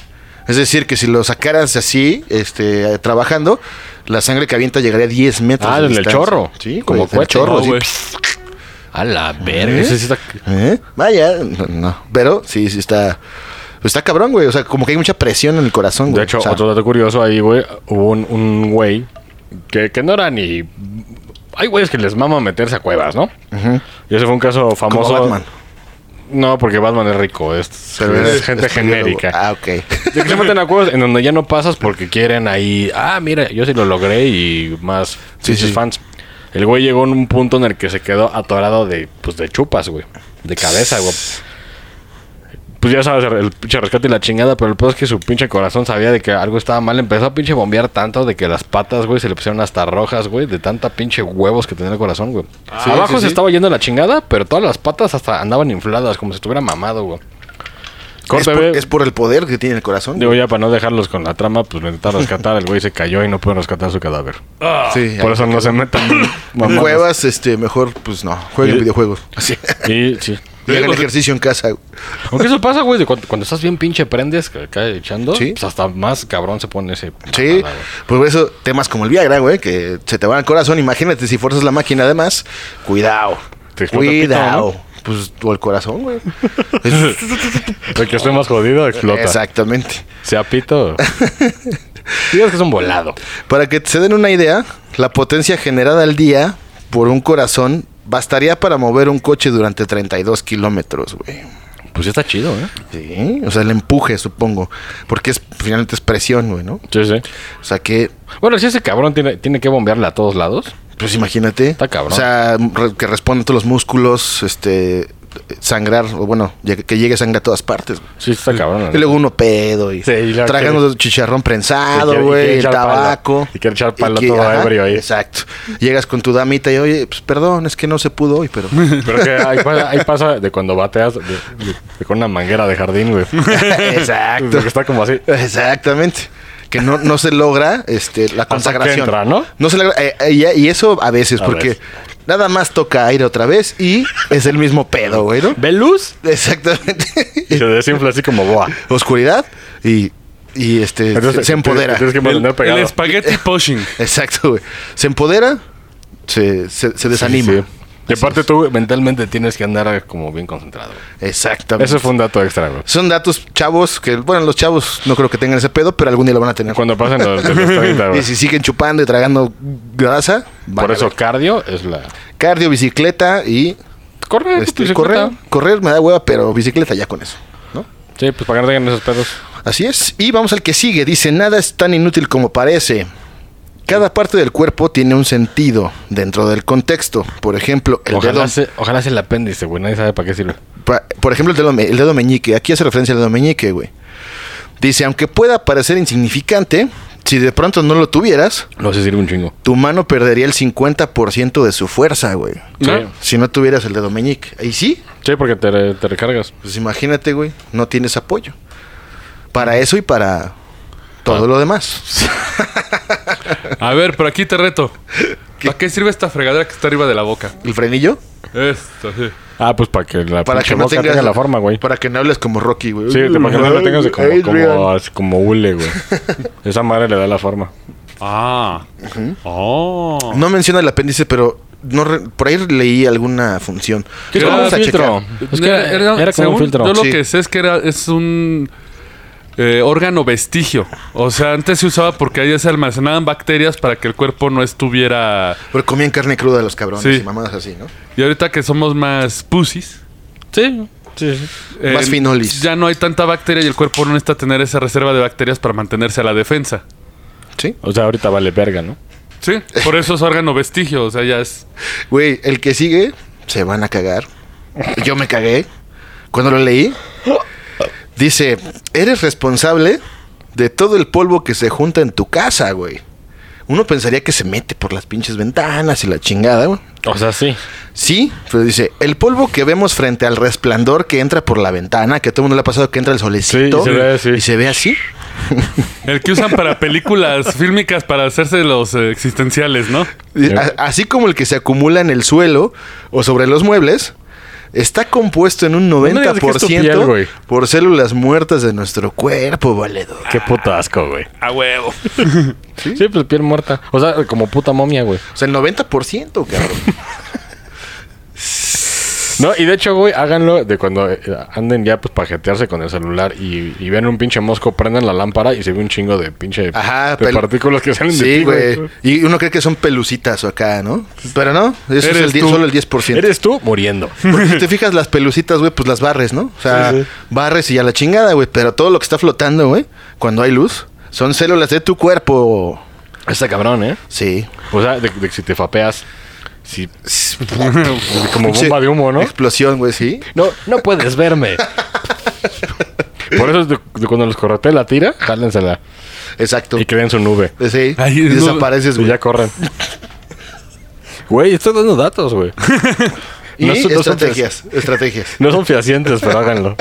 [SPEAKER 2] Es decir, que si lo sacaras así, este, trabajando, la sangre que avienta llegaría a 10 metros
[SPEAKER 3] Ah,
[SPEAKER 2] de
[SPEAKER 3] en el
[SPEAKER 2] distancia.
[SPEAKER 3] chorro.
[SPEAKER 2] Sí,
[SPEAKER 3] Como
[SPEAKER 2] como
[SPEAKER 3] cohete,
[SPEAKER 2] chorro.
[SPEAKER 3] ¿no,
[SPEAKER 2] así,
[SPEAKER 4] güey?
[SPEAKER 5] A la verga.
[SPEAKER 3] Ese sí está-
[SPEAKER 2] ¿Eh? Vaya, no, no. Pero sí, sí está... Está cabrón, güey. O sea, como que hay mucha presión en el corazón, güey.
[SPEAKER 3] De hecho,
[SPEAKER 2] O sea,
[SPEAKER 3] otro dato curioso ahí, güey. Hubo un, un güey que, que no era ni. Hay güeyes que les mama meterse a cuevas, ¿no? Y ese fue un caso
[SPEAKER 2] como
[SPEAKER 3] famoso.
[SPEAKER 2] Batman.
[SPEAKER 3] No, porque Batman es rico. Es,
[SPEAKER 2] Pero
[SPEAKER 3] es
[SPEAKER 2] eres-
[SPEAKER 3] gente
[SPEAKER 2] eres
[SPEAKER 3] genérica.
[SPEAKER 2] biólogo. Ah, ok.
[SPEAKER 3] De que se meten a cuevas en donde ya no pasas porque quieren ahí. Ah, mira, yo sí lo logré y más
[SPEAKER 2] Sí,
[SPEAKER 3] sí,
[SPEAKER 2] sí.
[SPEAKER 3] fans. El güey llegó en un punto en el que se quedó atorado de, pues, de chupas, güey. De cabeza, güey. Pues ya sabes, el pinche rescate y la chingada, pero el peor es que su pinche corazón sabía de que algo estaba mal. Empezó a pinche bombear tanto de que las patas, güey, se le pusieron hasta rojas, güey, de tanta pinche huevos que tenía el corazón, güey.
[SPEAKER 2] Ah, Sí,
[SPEAKER 3] Abajo
[SPEAKER 2] sí,
[SPEAKER 3] se
[SPEAKER 2] sí.
[SPEAKER 3] estaba yendo la chingada, pero todas las patas hasta andaban infladas, como si estuviera mamado, güey.
[SPEAKER 2] Es
[SPEAKER 3] Corte,
[SPEAKER 2] por,
[SPEAKER 3] güey.
[SPEAKER 2] es por el poder que tiene el corazón.
[SPEAKER 3] Digo, ya para no dejarlos con la trama, pues lo intentaron rescatar. El güey se cayó y no pueden rescatar su cadáver.
[SPEAKER 2] sí,
[SPEAKER 3] Por eso no se metan en
[SPEAKER 2] Ah. en
[SPEAKER 3] mamadas.
[SPEAKER 2] cuevas, este, mejor, pues no, jueguen
[SPEAKER 3] Y-
[SPEAKER 2] videojuegos. Así.
[SPEAKER 3] Y sí.
[SPEAKER 2] Y hagan
[SPEAKER 4] o sea-
[SPEAKER 2] ejercicio en casa. güey.
[SPEAKER 3] Aunque eso pasa, güey, de cuando, cuando estás bien pinche prendes, que cae echando,
[SPEAKER 2] Sí.
[SPEAKER 3] pues hasta más cabrón se pone ese.
[SPEAKER 2] Sí,
[SPEAKER 3] mamada, güey.
[SPEAKER 2] pues por eso temas como el Viagra, güey, que se te va al corazón. Imagínate si fuerzas la máquina, además, cuidado.
[SPEAKER 3] Te explota el pito,
[SPEAKER 2] Cuidado. Pues, o el corazón, güey. Es-
[SPEAKER 3] El que esté más jodido explota.
[SPEAKER 2] Exactamente.
[SPEAKER 3] Se apito. Digas que es un volado.
[SPEAKER 2] Para que se den una idea, la potencia generada al día por un corazón bastaría para mover un coche durante 32 kilómetros, güey.
[SPEAKER 3] Pues ya está chido, ¿eh?
[SPEAKER 2] Sí, o sea, el empuje, supongo. Porque es, finalmente es presión, güey, ¿no?
[SPEAKER 3] Sí, sí.
[SPEAKER 2] O sea que,
[SPEAKER 3] Bueno, si ese cabrón tiene, tiene que bombearle a todos lados.
[SPEAKER 2] pues imagínate.
[SPEAKER 3] Está cabrón.
[SPEAKER 2] O sea, re- que respondan todos los músculos, este, sangrar, o bueno, lleg- que llegue sangre a todas partes. güey.
[SPEAKER 3] Sí, está cabrón. la
[SPEAKER 2] Y luego uno pedo y,
[SPEAKER 3] Sí, y luego
[SPEAKER 2] tragando chicharrón
[SPEAKER 3] y
[SPEAKER 2] prensado,
[SPEAKER 3] quiere- y quiere
[SPEAKER 2] güey, el
[SPEAKER 3] echar palo.
[SPEAKER 2] tabaco.
[SPEAKER 3] Y quiere echar
[SPEAKER 2] Y
[SPEAKER 3] palo
[SPEAKER 2] que-
[SPEAKER 3] todo
[SPEAKER 2] ajá,
[SPEAKER 3] ebrio ahí.
[SPEAKER 2] Exacto. Llegas con tu damita y, oye, pues perdón, es que no se pudo hoy, pero...
[SPEAKER 3] Pero que ahí pasa, ahí pasa de cuando bateas de- de- de con una manguera de jardín, güey.
[SPEAKER 2] Exacto.
[SPEAKER 3] Que está como así.
[SPEAKER 2] Exactamente. Que no, no se logra este, la consagración.
[SPEAKER 3] que entra, ¿no?
[SPEAKER 2] se logra. eh, eh, y, y eso a veces,
[SPEAKER 3] A
[SPEAKER 2] porque
[SPEAKER 3] veces.
[SPEAKER 2] nada más toca aire otra vez y es el mismo pedo, güey, ¿no?
[SPEAKER 3] ¿Ve luz? Y se
[SPEAKER 2] Exactamente.
[SPEAKER 3] desinfla así como boa.
[SPEAKER 2] Oscuridad y, y este, se, se empodera.
[SPEAKER 3] Tienes que
[SPEAKER 4] El,
[SPEAKER 3] mantener pegado.
[SPEAKER 4] el spaghetti pushing.
[SPEAKER 2] Exacto, güey. Se empodera, se, se, se desanima.
[SPEAKER 3] Sí, sí. Y aparte tú mentalmente tienes que andar como bien concentrado. güey.
[SPEAKER 2] Exactamente.
[SPEAKER 3] Ese fue un dato extra, güey.
[SPEAKER 2] Son datos chavos que, bueno, los chavos no creo que tengan ese pedo, pero algún día lo van a tener.
[SPEAKER 3] Cuando pasen los, de los 30, güey.
[SPEAKER 2] Y si siguen chupando y tragando grasa, van
[SPEAKER 3] Por
[SPEAKER 2] a
[SPEAKER 3] eso
[SPEAKER 2] ver.
[SPEAKER 3] cardio es la...
[SPEAKER 2] cardio, bicicleta y
[SPEAKER 3] Corre, tu
[SPEAKER 2] este,
[SPEAKER 3] bicicleta.
[SPEAKER 2] correr. Correr me da hueva, pero bicicleta ya con eso. ¿no?
[SPEAKER 3] Sí, pues para que no tengan esos pedos.
[SPEAKER 2] Así es. Y vamos al que sigue. Dice, nada es tan inútil como parece. Cada parte del cuerpo tiene un sentido dentro del contexto. Por ejemplo, el dedo,
[SPEAKER 3] Ojalá, se, ojalá sea el apéndice, güey. Nadie sabe para qué sirve.
[SPEAKER 2] pa- por ejemplo, el dedo, me- el dedo meñique. Aquí hace referencia al dedo meñique, güey. Dice, aunque pueda parecer insignificante, si de pronto no lo tuvieras,
[SPEAKER 3] No se sirve un chingo.
[SPEAKER 2] tu mano perdería el 50% de su fuerza, güey.
[SPEAKER 4] ¿no?
[SPEAKER 3] Sí.
[SPEAKER 2] Si no tuvieras el dedo meñique. Y sí,
[SPEAKER 3] Sí, porque te, re- te recargas.
[SPEAKER 2] Pues imagínate, güey, no tienes apoyo. Para eso y para todo lo demás.
[SPEAKER 4] A ver, pero aquí te reto. ¿Para qué sirve esta fregadera que está arriba de la boca?
[SPEAKER 2] ¿El frenillo?
[SPEAKER 4] Esto, sí.
[SPEAKER 3] Ah, pues para que la
[SPEAKER 2] Para
[SPEAKER 3] pinche
[SPEAKER 2] que no
[SPEAKER 3] boca
[SPEAKER 2] tengas
[SPEAKER 3] tenga la forma, güey.
[SPEAKER 2] Para que no hables como Rocky, güey.
[SPEAKER 3] Sí, te imaginas que lo tengas de como,
[SPEAKER 2] Adrian.
[SPEAKER 3] como, así como hule, güey. Esa madre le da la forma.
[SPEAKER 4] Ah. Oh.
[SPEAKER 2] No menciona el apéndice, pero no re- por ahí leí alguna función.
[SPEAKER 4] Sí,
[SPEAKER 2] Lo
[SPEAKER 4] como
[SPEAKER 2] vamos
[SPEAKER 4] un
[SPEAKER 2] a
[SPEAKER 3] filtro.
[SPEAKER 2] checar.
[SPEAKER 3] Es que era- era como
[SPEAKER 4] según
[SPEAKER 3] un filtro.
[SPEAKER 4] Yo lo
[SPEAKER 2] Sí.
[SPEAKER 4] que sé es que era, es un eh, órgano vestigio. O sea, antes se usaba porque ahí se almacenaban bacterias para que el cuerpo no estuviera.
[SPEAKER 2] Pero comían carne cruda los cabrones
[SPEAKER 4] Sí.
[SPEAKER 2] y mamadas así, ¿no?
[SPEAKER 4] Y ahorita que somos más pussies.
[SPEAKER 3] Sí, sí, sí.
[SPEAKER 4] eh,
[SPEAKER 2] Más finolis.
[SPEAKER 4] Ya no hay tanta bacteria y el cuerpo no necesita tener esa reserva de bacterias para mantenerse a la defensa.
[SPEAKER 2] Sí.
[SPEAKER 3] O sea, ahorita vale verga, ¿no?
[SPEAKER 4] Sí, por eso es órgano vestigio. O sea, ya es.
[SPEAKER 2] Güey, el que sigue, se van a cagar. Yo me cagué cuando lo leí. Dice, eres responsable de todo el polvo que se junta en tu casa, güey. Uno pensaría que se mete por las pinches ventanas y la chingada, güey.
[SPEAKER 3] O sea, sí.
[SPEAKER 2] Sí, pero dice, el polvo que vemos frente al resplandor que entra por la ventana, que a todo el mundo le ha pasado que entra el solecito
[SPEAKER 3] Sí, y se ve así.
[SPEAKER 2] y se ve así.
[SPEAKER 4] El que usan para películas fílmicas para hacerse los eh, existenciales, ¿no?
[SPEAKER 2] Y a- Así como el que se acumula en el suelo o sobre los muebles, está compuesto en un
[SPEAKER 3] me digas que es tu piel,
[SPEAKER 2] 90%
[SPEAKER 3] güey.
[SPEAKER 2] por células muertas de nuestro cuerpo, valedor.
[SPEAKER 3] Qué puto asco, güey.
[SPEAKER 4] A huevo.
[SPEAKER 3] ¿Sí? pues piel muerta. O sea, como puta momia, güey.
[SPEAKER 2] O sea, el 90%, cabrón.
[SPEAKER 3] No, y de hecho, güey, háganlo de cuando eh, anden ya, pues, pajetearse con el celular y, y ven un pinche mosco, prendan la lámpara y se ve un chingo de pinche
[SPEAKER 2] Ajá,
[SPEAKER 3] de
[SPEAKER 2] pel-
[SPEAKER 3] partículas que salen de
[SPEAKER 2] Sí,
[SPEAKER 3] ti,
[SPEAKER 2] güey. Y uno cree que son pelucitas o acá, ¿no? Pero no, eso es
[SPEAKER 4] Eres
[SPEAKER 2] el die-
[SPEAKER 4] tú.
[SPEAKER 2] solo el 10%.
[SPEAKER 3] Eres tú muriendo.
[SPEAKER 2] Porque si te fijas, las pelucitas, güey, pues las barres, ¿no? O sea,
[SPEAKER 3] Sí, sí.
[SPEAKER 2] barres y a la chingada, güey. Pero todo lo que está flotando, güey, cuando hay luz, son células de tu cuerpo.
[SPEAKER 3] Está cabrón, ¿eh?
[SPEAKER 2] Sí.
[SPEAKER 3] O sea, de, de que si te fapeas, si... como
[SPEAKER 2] Pinche
[SPEAKER 3] bomba de humo, ¿no?
[SPEAKER 2] Explosión, güey, sí.
[SPEAKER 3] No, no puedes verme. Por eso es de, de cuando los correte la tira, jálensela
[SPEAKER 2] Exacto.
[SPEAKER 3] y creen su nube.
[SPEAKER 2] Sí.
[SPEAKER 4] Ay,
[SPEAKER 2] y
[SPEAKER 4] no. pues
[SPEAKER 2] desapareces,
[SPEAKER 3] Y
[SPEAKER 2] güey.
[SPEAKER 3] ya corren. Güey, estoy dando datos, güey.
[SPEAKER 2] Y
[SPEAKER 3] No son- no son
[SPEAKER 2] estrategias, estrategias.
[SPEAKER 3] No son fehacientes, pero háganlo.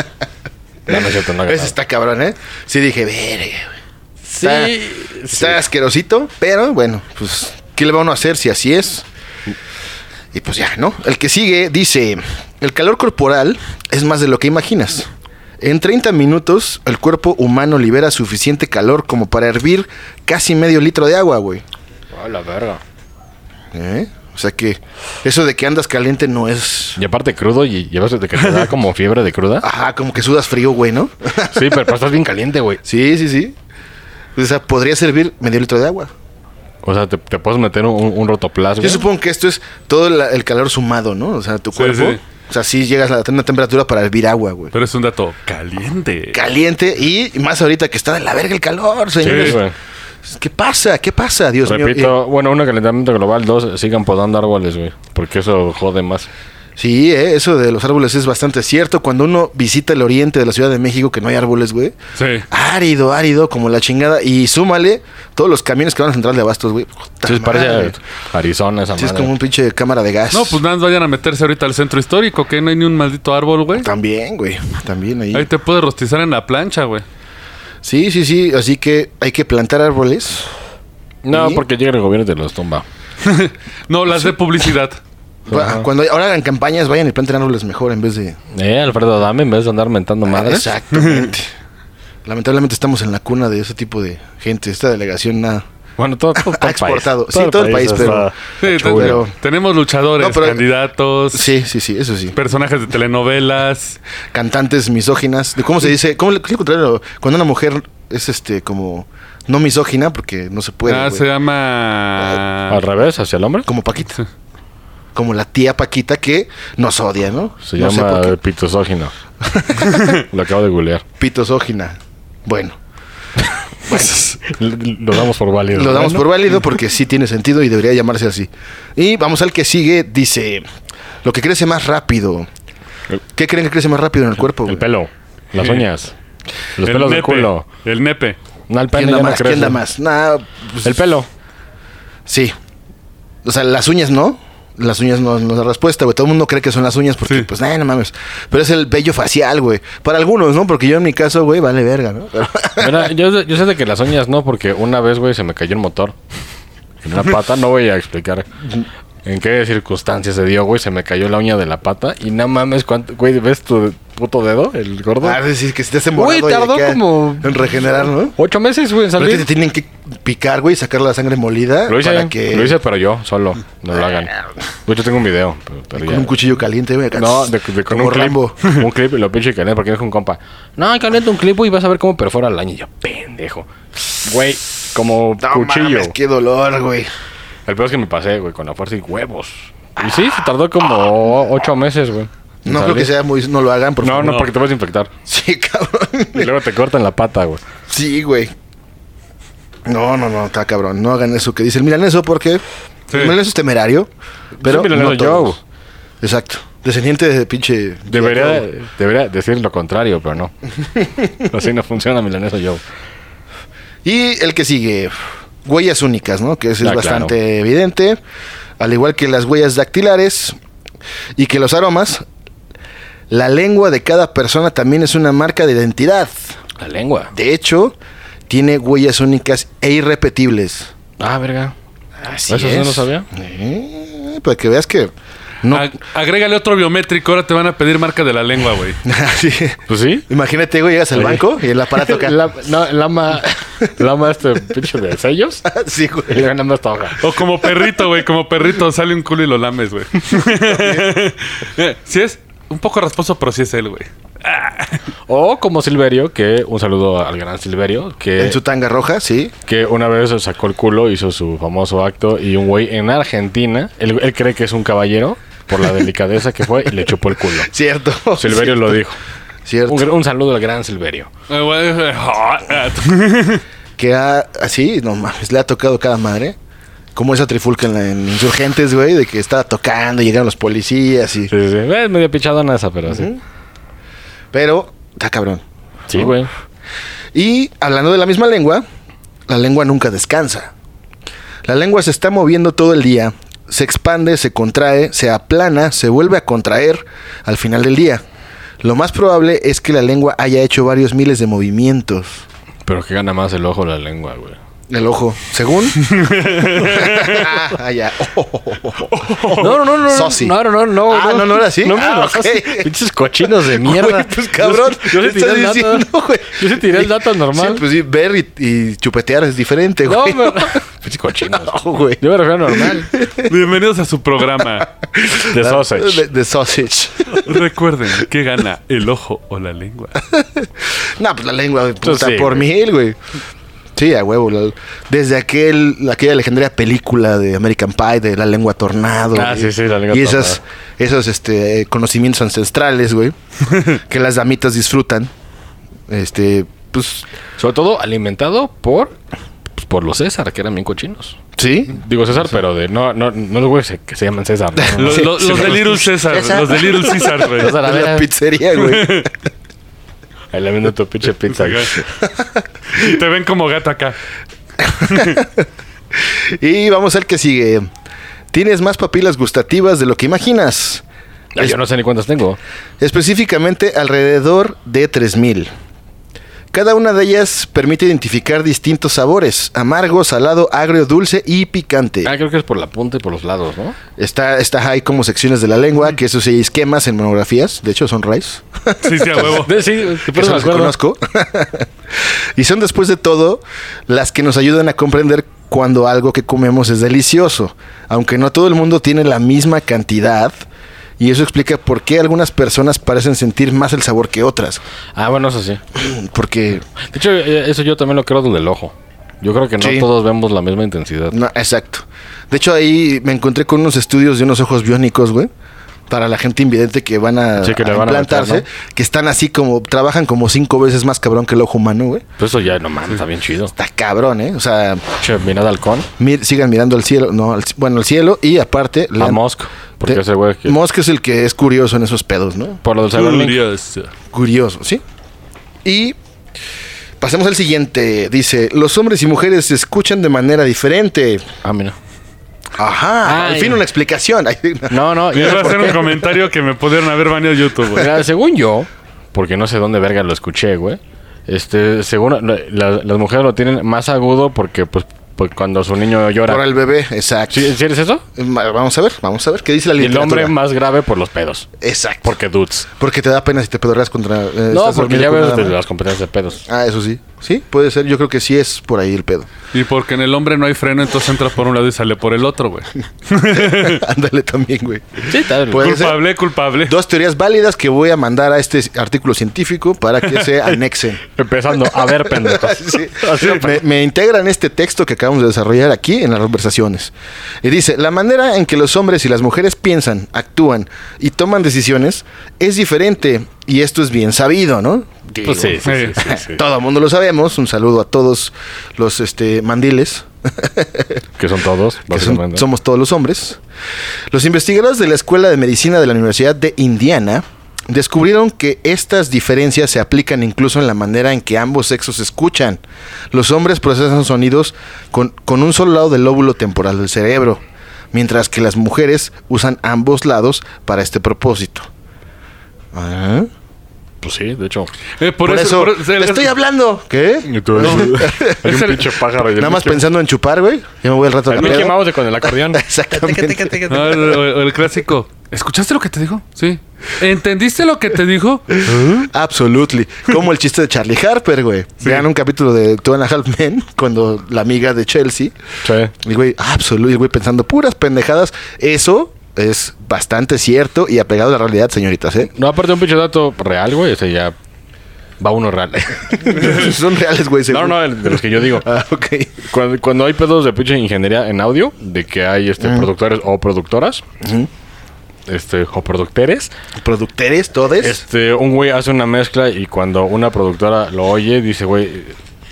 [SPEAKER 3] No, no es cierto, no hagan
[SPEAKER 2] Ese
[SPEAKER 3] nada.
[SPEAKER 2] está cabrón, ¿eh? Sí dije, verga, güey.
[SPEAKER 3] Sí,
[SPEAKER 2] Está,
[SPEAKER 3] sí.
[SPEAKER 2] está asquerosito, pero bueno, pues, ¿qué le va uno a hacer si así es? Y pues ya, ¿no? El que sigue dice, el calor corporal es más de lo que imaginas. En 30 minutos, el cuerpo humano libera suficiente calor como para hervir casi medio litro de agua, güey.
[SPEAKER 3] A la verga.
[SPEAKER 2] ¿Eh? O sea que eso de que andas caliente no es...
[SPEAKER 3] Y aparte crudo y llevas de que te da como fiebre de cruda.
[SPEAKER 2] Ajá, como que sudas frío, güey, ¿no?
[SPEAKER 3] Sí, pero, pero estás bien caliente, güey.
[SPEAKER 2] Sí, sí, sí. O sea, podría servir medio litro de agua.
[SPEAKER 3] O sea, te, te puedes meter un, un rotoplasma.
[SPEAKER 2] Yo supongo que esto es todo la- el calor sumado, ¿no? O sea, tu
[SPEAKER 4] Sí,
[SPEAKER 2] cuerpo.
[SPEAKER 4] sí.
[SPEAKER 2] O sea, sí llegas a una temperatura para hervir agua, güey.
[SPEAKER 4] Pero es un dato caliente.
[SPEAKER 2] Caliente y más ahorita que está de la verga el calor,
[SPEAKER 3] Sí,
[SPEAKER 2] señores. Pues,
[SPEAKER 3] güey.
[SPEAKER 2] ¿Qué pasa? ¿Qué pasa? Dios mío.
[SPEAKER 3] Repito, bueno, uno calentamiento global, dos, sigan podando árboles, güey. Porque eso jode más.
[SPEAKER 2] Eh, sí, eh, eso de los árboles es bastante cierto. Cuando uno visita el oriente de la Ciudad de México, que no hay árboles, güey.
[SPEAKER 4] Sí.
[SPEAKER 2] Árido, árido, como la chingada. Y súmale todos los camiones que van a Central de Abastos, güey. Puta
[SPEAKER 3] Sí, parece
[SPEAKER 2] madre.
[SPEAKER 3] Arizona esa
[SPEAKER 2] Sí, es
[SPEAKER 3] madre.
[SPEAKER 2] como un pinche cámara de gas.
[SPEAKER 4] No, pues nada, más vayan a meterse ahorita al centro histórico, que no hay ni un maldito árbol, güey.
[SPEAKER 2] También, güey. También ahí.
[SPEAKER 4] Ahí te puedes rostizar en la plancha, güey.
[SPEAKER 2] Sí, sí, sí. Así que hay que plantar árboles.
[SPEAKER 3] No,
[SPEAKER 2] ¿Y?
[SPEAKER 3] porque llega el gobierno y te los tumba.
[SPEAKER 4] No, las de publicidad.
[SPEAKER 2] Va- Cuando ahora hagan campañas, vayan y planten árboles mejor en vez de.
[SPEAKER 3] Eh, Alfredo, dame en vez de andar
[SPEAKER 2] Ah,
[SPEAKER 3] mentando madres.
[SPEAKER 2] Exactamente. Lamentablemente estamos en la cuna de ese tipo de gente. Esta delegación nada.
[SPEAKER 3] Bueno, todo,
[SPEAKER 2] Ha
[SPEAKER 3] todo, todo el país.
[SPEAKER 2] exportado. Sí, todo el país, pero-
[SPEAKER 4] Sí, te-
[SPEAKER 3] está-
[SPEAKER 2] pero-
[SPEAKER 4] Tenemos luchadores,
[SPEAKER 2] No, pero-
[SPEAKER 4] candidatos,
[SPEAKER 2] Sí, sí, sí, eso sí.
[SPEAKER 4] personajes de telenovelas.
[SPEAKER 2] Cantantes misóginas. ¿De ¿Cómo se dice? ¿Cómo le- qué es lo contrario? Cuando una mujer es este como no misógina porque no se puede.
[SPEAKER 4] ah,
[SPEAKER 2] güey.
[SPEAKER 4] se llama.
[SPEAKER 3] Al revés, hacia el hombre.
[SPEAKER 2] Como Paquita. Como la tía Paquita que nos odia, ¿no?
[SPEAKER 3] Se
[SPEAKER 2] No sé
[SPEAKER 3] llama
[SPEAKER 2] por qué.
[SPEAKER 3] eh, pitosógino. Lo acabo de googlear.
[SPEAKER 2] Pitosógina. Bueno,
[SPEAKER 3] L- Lo damos por válido.
[SPEAKER 2] Lo damos por válido porque sí tiene sentido y debería llamarse así. Y vamos al que sigue, dice, lo que crece más rápido. ¿Qué creen que crece más rápido en el cuerpo?
[SPEAKER 3] El
[SPEAKER 2] güey?
[SPEAKER 3] pelo, las
[SPEAKER 4] Sí.
[SPEAKER 3] uñas, los
[SPEAKER 4] el
[SPEAKER 3] pelos
[SPEAKER 4] nepe,
[SPEAKER 3] del culo.
[SPEAKER 4] El nepe.
[SPEAKER 3] No, el pelo
[SPEAKER 2] ¿Quién da
[SPEAKER 3] ya no
[SPEAKER 2] más?
[SPEAKER 3] crece.
[SPEAKER 2] ¿Quién da más? Nah, pues,
[SPEAKER 3] El pelo.
[SPEAKER 2] Sí. O sea, las uñas no. Las uñas no, no es la respuesta, güey. Todo el mundo cree que son las uñas porque,
[SPEAKER 4] Sí.
[SPEAKER 2] pues, nah, no mames. Pero es el vello facial, güey. Para algunos, ¿no? Porque yo en mi caso, güey, vale verga, ¿no? Pero-
[SPEAKER 3] Mira, yo, yo sé de que las uñas no, porque una vez, güey, se me cayó el motor. en una pata. No voy a explicar en qué circunstancias se dio, güey. Se me cayó la uña de la pata. Y no mames, cuánto- güey, ¿ves tu puto dedo, el gordo?
[SPEAKER 2] Ah, sí, sí, que si te has
[SPEAKER 3] Güey,
[SPEAKER 2] embolado y
[SPEAKER 3] tardó
[SPEAKER 2] acá
[SPEAKER 3] como-
[SPEAKER 2] En regenerar, ¿no?
[SPEAKER 3] Ocho meses, güey, en
[SPEAKER 2] Pero es que
[SPEAKER 3] salir.
[SPEAKER 2] te tienen que picar, güey, y sacar la sangre molida
[SPEAKER 3] Lo hice,
[SPEAKER 2] para que...
[SPEAKER 3] lo hice, pero yo, solo. No lo hagan. De hecho, tengo un video. Pero, pero
[SPEAKER 2] Con
[SPEAKER 3] ya.
[SPEAKER 2] un cuchillo caliente, güey. acá,
[SPEAKER 3] No, de, de- con
[SPEAKER 2] como
[SPEAKER 3] un clip.
[SPEAKER 2] Rambo.
[SPEAKER 3] Un clip y lo pinche caliente porque dijo un compa. No, caliente un clip y vas a ver cómo perfora el año. Y yo, pendejo. Güey, como
[SPEAKER 2] No
[SPEAKER 3] cuchillo.
[SPEAKER 2] mames, qué dolor, güey.
[SPEAKER 3] El peor es que me pasé, güey, con la fuerza y huevos. Y sí, se tardó como ocho meses, güey. en
[SPEAKER 2] No creo
[SPEAKER 3] salir.
[SPEAKER 2] que sea muy... No lo hagan, por
[SPEAKER 3] No,
[SPEAKER 2] favor.
[SPEAKER 3] no, porque te vas a infectar.
[SPEAKER 2] Sí, cabrón.
[SPEAKER 3] Y luego te cortan la pata, güey.
[SPEAKER 2] Sí, güey. No, no, no, está cabrón. No hagan eso que dice el milaneso porque
[SPEAKER 4] Sí.
[SPEAKER 2] el milaneso es temerario, pero
[SPEAKER 3] Sí, milaneso
[SPEAKER 2] no
[SPEAKER 3] yo.
[SPEAKER 2] todos. Exacto. Descendiente de pinche...
[SPEAKER 3] Debería,
[SPEAKER 2] Yo.
[SPEAKER 3] debería decir lo contrario, pero no. Así no funciona Milaneso Joe.
[SPEAKER 2] Y el que sigue, huellas únicas, ¿no? Que ese es
[SPEAKER 3] Ah, claro.
[SPEAKER 2] bastante evidente. Al igual que las huellas dactilares y que los aromas, la lengua de cada persona también es una marca de identidad.
[SPEAKER 3] La lengua.
[SPEAKER 2] De hecho, tiene huellas únicas e irrepetibles.
[SPEAKER 3] Ah, verga.
[SPEAKER 2] Así
[SPEAKER 3] ¿Eso sí no lo sabía? Ah.
[SPEAKER 2] Eh, para que veas que no.
[SPEAKER 4] Ag- agrégale otro biométrico, ahora te van a pedir marca de la lengua, güey.
[SPEAKER 2] Sí.
[SPEAKER 3] Pues sí.
[SPEAKER 2] Imagínate, güey, llegas al
[SPEAKER 3] Oye.
[SPEAKER 2] banco y el aparato acá.
[SPEAKER 3] La, no, el ama, el ama este pinche de sellos.
[SPEAKER 2] Sí, güey.
[SPEAKER 3] Y le van dando esta hoja.
[SPEAKER 4] O como perrito, güey, como perrito, sale un culo y lo lames, güey. si es un poco rasposo, pero sí es él, güey.
[SPEAKER 3] O como Silverio, que un saludo al gran Silverio, que,
[SPEAKER 2] En su tanga roja, sí.
[SPEAKER 3] que una vez sacó el culo, hizo su famoso acto y un güey en Argentina, él, él cree que es un caballero por la delicadeza que fue y le chupó el culo.
[SPEAKER 2] Cierto.
[SPEAKER 3] Silverio lo dijo.
[SPEAKER 2] Cierto.
[SPEAKER 3] Un, un saludo al gran Silverio.
[SPEAKER 4] Eh, güey, ah,
[SPEAKER 2] que ha, así, no mames, le ha tocado cada madre. Como esa trifulca en, la- en Insurgentes, güey, de que estaba tocando, llegaron los policías y...
[SPEAKER 3] Sí, sí, sí. Eh, Es medio pichadona esa, pero sí.
[SPEAKER 2] Pero, está cabrón.
[SPEAKER 3] Sí, güey.
[SPEAKER 2] Y hablando de la misma lengua, la lengua nunca descansa. La lengua se está moviendo todo el día, se expande, se contrae, se aplana, se vuelve a contraer al final del día. Lo más probable es que la lengua haya hecho varios miles de movimientos.
[SPEAKER 3] Pero que gana más el ojo o la lengua, güey.
[SPEAKER 2] El ojo, según. ah, ya.
[SPEAKER 3] No, no, no, no.
[SPEAKER 2] Sosi.
[SPEAKER 3] No, no, no, no.
[SPEAKER 2] Ah, no, no era así.
[SPEAKER 3] No, me
[SPEAKER 2] Ah,
[SPEAKER 3] lo
[SPEAKER 2] ok.
[SPEAKER 3] hagas. Pinches cochinos de mierda.
[SPEAKER 2] Güey, pues cabrón,
[SPEAKER 3] Yo, yo le
[SPEAKER 2] ¿qué estás
[SPEAKER 3] tiré el dato.
[SPEAKER 2] diciendo, güey?
[SPEAKER 3] Yo le tiré el dato
[SPEAKER 2] Sí,
[SPEAKER 3] normal.
[SPEAKER 2] pues sí, ver y, y chupetear es diferente,
[SPEAKER 3] no,
[SPEAKER 2] güey.
[SPEAKER 3] me... Pinches cochinos.
[SPEAKER 2] No, güey.
[SPEAKER 3] Yo me refiero a normal.
[SPEAKER 4] Bienvenidos a su programa.
[SPEAKER 3] De
[SPEAKER 2] De,
[SPEAKER 3] sausage.
[SPEAKER 2] de sausage.
[SPEAKER 4] Recuerden que gana el ojo o la lengua.
[SPEAKER 2] no, pues la lengua de puta
[SPEAKER 3] sí,
[SPEAKER 2] por
[SPEAKER 3] güey.
[SPEAKER 2] mil, güey. Sí, a huevo. la- desde aquel, aquella legendaria película de American Pie de la lengua tornado.
[SPEAKER 3] Ah,
[SPEAKER 2] güey.
[SPEAKER 3] sí, sí, la lengua
[SPEAKER 2] Y esas,
[SPEAKER 3] tornado.
[SPEAKER 2] esos este, conocimientos ancestrales, güey, que las damitas disfrutan. Este, pues,
[SPEAKER 3] Sobre todo alimentado por... pues, por los César, que eran bien cochinos.
[SPEAKER 2] sí,
[SPEAKER 3] Digo César, pero de... No, no, no los güeyes se- que se llaman César. ¿no?
[SPEAKER 4] Lo-
[SPEAKER 2] Sí,
[SPEAKER 4] lo-
[SPEAKER 2] sí,
[SPEAKER 4] los
[SPEAKER 2] sí.
[SPEAKER 4] de Little César,
[SPEAKER 2] César.
[SPEAKER 4] los de Little César, güey.
[SPEAKER 3] César, a
[SPEAKER 2] de la
[SPEAKER 3] ver,
[SPEAKER 2] pizzería, güey.
[SPEAKER 3] ahí le vendo tu pinche pizza. güey.
[SPEAKER 4] Y te ven como gato acá.
[SPEAKER 2] Y vamos al que sigue. Tienes más papilas gustativas de lo que imaginas.
[SPEAKER 3] Ay, Yo no sé ni cuántas tengo.
[SPEAKER 2] Específicamente alrededor de 3000. Cada una de ellas permite identificar distintos sabores: amargo, salado, agrio, dulce y picante.
[SPEAKER 3] Ah, creo que es por la punta y por los lados, ¿no?
[SPEAKER 2] Está, está hay como secciones de la
[SPEAKER 3] Mm.
[SPEAKER 2] lengua, que eso sí hay esquemas en monografías. De hecho, son raíz.
[SPEAKER 4] Sí, sí, a huevo.
[SPEAKER 3] De- Sí, que
[SPEAKER 2] que
[SPEAKER 3] por eso
[SPEAKER 2] son
[SPEAKER 3] me
[SPEAKER 2] las que conozco.
[SPEAKER 3] acuerdo.
[SPEAKER 2] y son después de todo las que nos ayudan a comprender cuando algo que comemos es delicioso, aunque no todo el mundo tiene la misma cantidad. Y eso explica por qué algunas personas parecen sentir más el sabor que otras.
[SPEAKER 3] Ah, bueno, eso sí.
[SPEAKER 2] Porque,
[SPEAKER 3] De hecho, eh, eso yo también lo creo del del ojo. Yo creo que no
[SPEAKER 2] Sí.
[SPEAKER 3] todos vemos la misma intensidad.
[SPEAKER 2] no, exacto. De hecho, ahí me encontré con unos estudios de unos ojos biónicos, güey. Para la gente invidente que van a,
[SPEAKER 3] Sí, que le
[SPEAKER 2] a
[SPEAKER 3] van a meter,
[SPEAKER 2] implantarse, que están así como, trabajan como cinco veces más cabrón que el ojo humano, güey.
[SPEAKER 3] Pero Pues eso ya, no mames, está bien chido.
[SPEAKER 2] Está cabrón, ¿eh? O sea,
[SPEAKER 3] Che, mirada halcón.
[SPEAKER 2] Mir- sigan mirando al cielo, no, al, ci- bueno, al cielo y aparte
[SPEAKER 3] A
[SPEAKER 2] lean-
[SPEAKER 3] Mosk. Porque
[SPEAKER 2] te-
[SPEAKER 3] ese güey que...
[SPEAKER 2] Musk es el que es curioso en esos pedos, ¿no?
[SPEAKER 3] Por lo del Cyberlink.
[SPEAKER 4] Curioso.
[SPEAKER 2] Curioso, ¿sí? Y pasemos al siguiente. Dice, los hombres y mujeres se escuchan de manera diferente.
[SPEAKER 3] Ah, mira.
[SPEAKER 2] Ajá, al
[SPEAKER 3] Ay.
[SPEAKER 2] fin una explicación. Ay, no.
[SPEAKER 3] No, no.
[SPEAKER 4] Iba a
[SPEAKER 3] yo-
[SPEAKER 4] hacer un comentario que me pudieron haber baneado YouTube, güey.
[SPEAKER 3] mira, según yo, porque no sé dónde verga lo escuché, güey. Este, según la- las mujeres lo tienen más agudo porque, pues, pues, cuando su niño llora.
[SPEAKER 2] Por el bebé, exacto.
[SPEAKER 3] ¿Sí, sí eres eso?
[SPEAKER 2] Ma- Vamos a ver, vamos a ver. ¿Qué dice la
[SPEAKER 3] Y el
[SPEAKER 2] literatura?
[SPEAKER 3] hombre más grave por los pedos.
[SPEAKER 2] Exacto.
[SPEAKER 3] Porque dudes.
[SPEAKER 2] Porque te da pena si te pedorreas contra... eh,
[SPEAKER 3] No,
[SPEAKER 2] estás
[SPEAKER 3] porque
[SPEAKER 2] dormido
[SPEAKER 3] ya
[SPEAKER 2] con
[SPEAKER 3] ves
[SPEAKER 2] nada
[SPEAKER 3] de
[SPEAKER 2] más.
[SPEAKER 3] las competencias de pedos.
[SPEAKER 2] Ah, eso sí. Sí, puede ser. Yo creo que sí es por ahí el pedo.
[SPEAKER 4] Y porque en el hombre no hay freno, entonces entra por un lado y sale por el otro, güey.
[SPEAKER 2] Ándale también, güey.
[SPEAKER 3] Sí, tal.
[SPEAKER 2] Puede ser.
[SPEAKER 4] Culpable, culpable.
[SPEAKER 2] Dos teorías válidas que voy a mandar a este artículo científico para que se anexen.
[SPEAKER 3] Empezando, a ver, pendejos.
[SPEAKER 2] Sí.
[SPEAKER 3] Así,
[SPEAKER 2] me,
[SPEAKER 3] pues,
[SPEAKER 2] me integran este texto que acabamos de desarrollar aquí en las conversaciones. Y dice, la manera en que los hombres y las mujeres piensan, actúan y toman decisiones es diferente y esto es bien sabido, ¿no?
[SPEAKER 3] pues sí, sí, sí, sí, sí.
[SPEAKER 2] Todo el mundo lo sabemos. Un saludo a todos los este, mandiles.
[SPEAKER 3] Que son todos,
[SPEAKER 2] que son-
[SPEAKER 3] básicamente.
[SPEAKER 2] somos todos los hombres. Los investigadores de la Escuela de Medicina de la Universidad de Indiana descubrieron que estas diferencias se aplican incluso en la manera en que ambos sexos escuchan. Los hombres procesan sonidos con, con un solo lado del lóbulo temporal del cerebro, mientras que las mujeres usan ambos lados para este propósito. Ah,
[SPEAKER 3] Pues sí, de hecho.
[SPEAKER 4] Eh, por,
[SPEAKER 2] Por, eso,
[SPEAKER 4] eso, por eso-
[SPEAKER 2] le estoy hablando. ¿Qué?
[SPEAKER 3] Y tú Hay un
[SPEAKER 4] el-
[SPEAKER 3] pinche pájaro. y el
[SPEAKER 2] Nada más
[SPEAKER 3] pinche-
[SPEAKER 2] pensando en chupar, güey. Ya me voy al rato a la
[SPEAKER 3] El Mickey
[SPEAKER 2] peda.
[SPEAKER 3] Mouse de con el acordeón.
[SPEAKER 2] Exactamente.
[SPEAKER 4] No, el, Ah, el- el clásico. ¿Escuchaste lo que te dijo? Sí. ¿Entendiste lo que te dijo?
[SPEAKER 2] Absolutely. Como el chiste de Charlie Harper, güey. Vean un capítulo de Two and a Half Men cuando la amiga de Chelsea,
[SPEAKER 3] Sí.
[SPEAKER 2] el güey, ah, absolutely, el güey pensando puras pendejadas. Eso es bastante cierto y apegado a la realidad, señoritas, ¿eh?
[SPEAKER 3] No, aparte un pinche dato real, güey. Ese ya va uno real.
[SPEAKER 2] Son reales, güey.
[SPEAKER 3] no,
[SPEAKER 2] seguro.
[SPEAKER 3] no, el- de los que yo digo.
[SPEAKER 2] Ah, ok.
[SPEAKER 3] Cuando, cuando hay pedos de pinche ingeniería en audio, de que hay este productores o productoras, este, o productores,
[SPEAKER 2] Productores, todes.
[SPEAKER 3] este, un güey hace una mezcla y cuando una productora lo oye, dice, güey,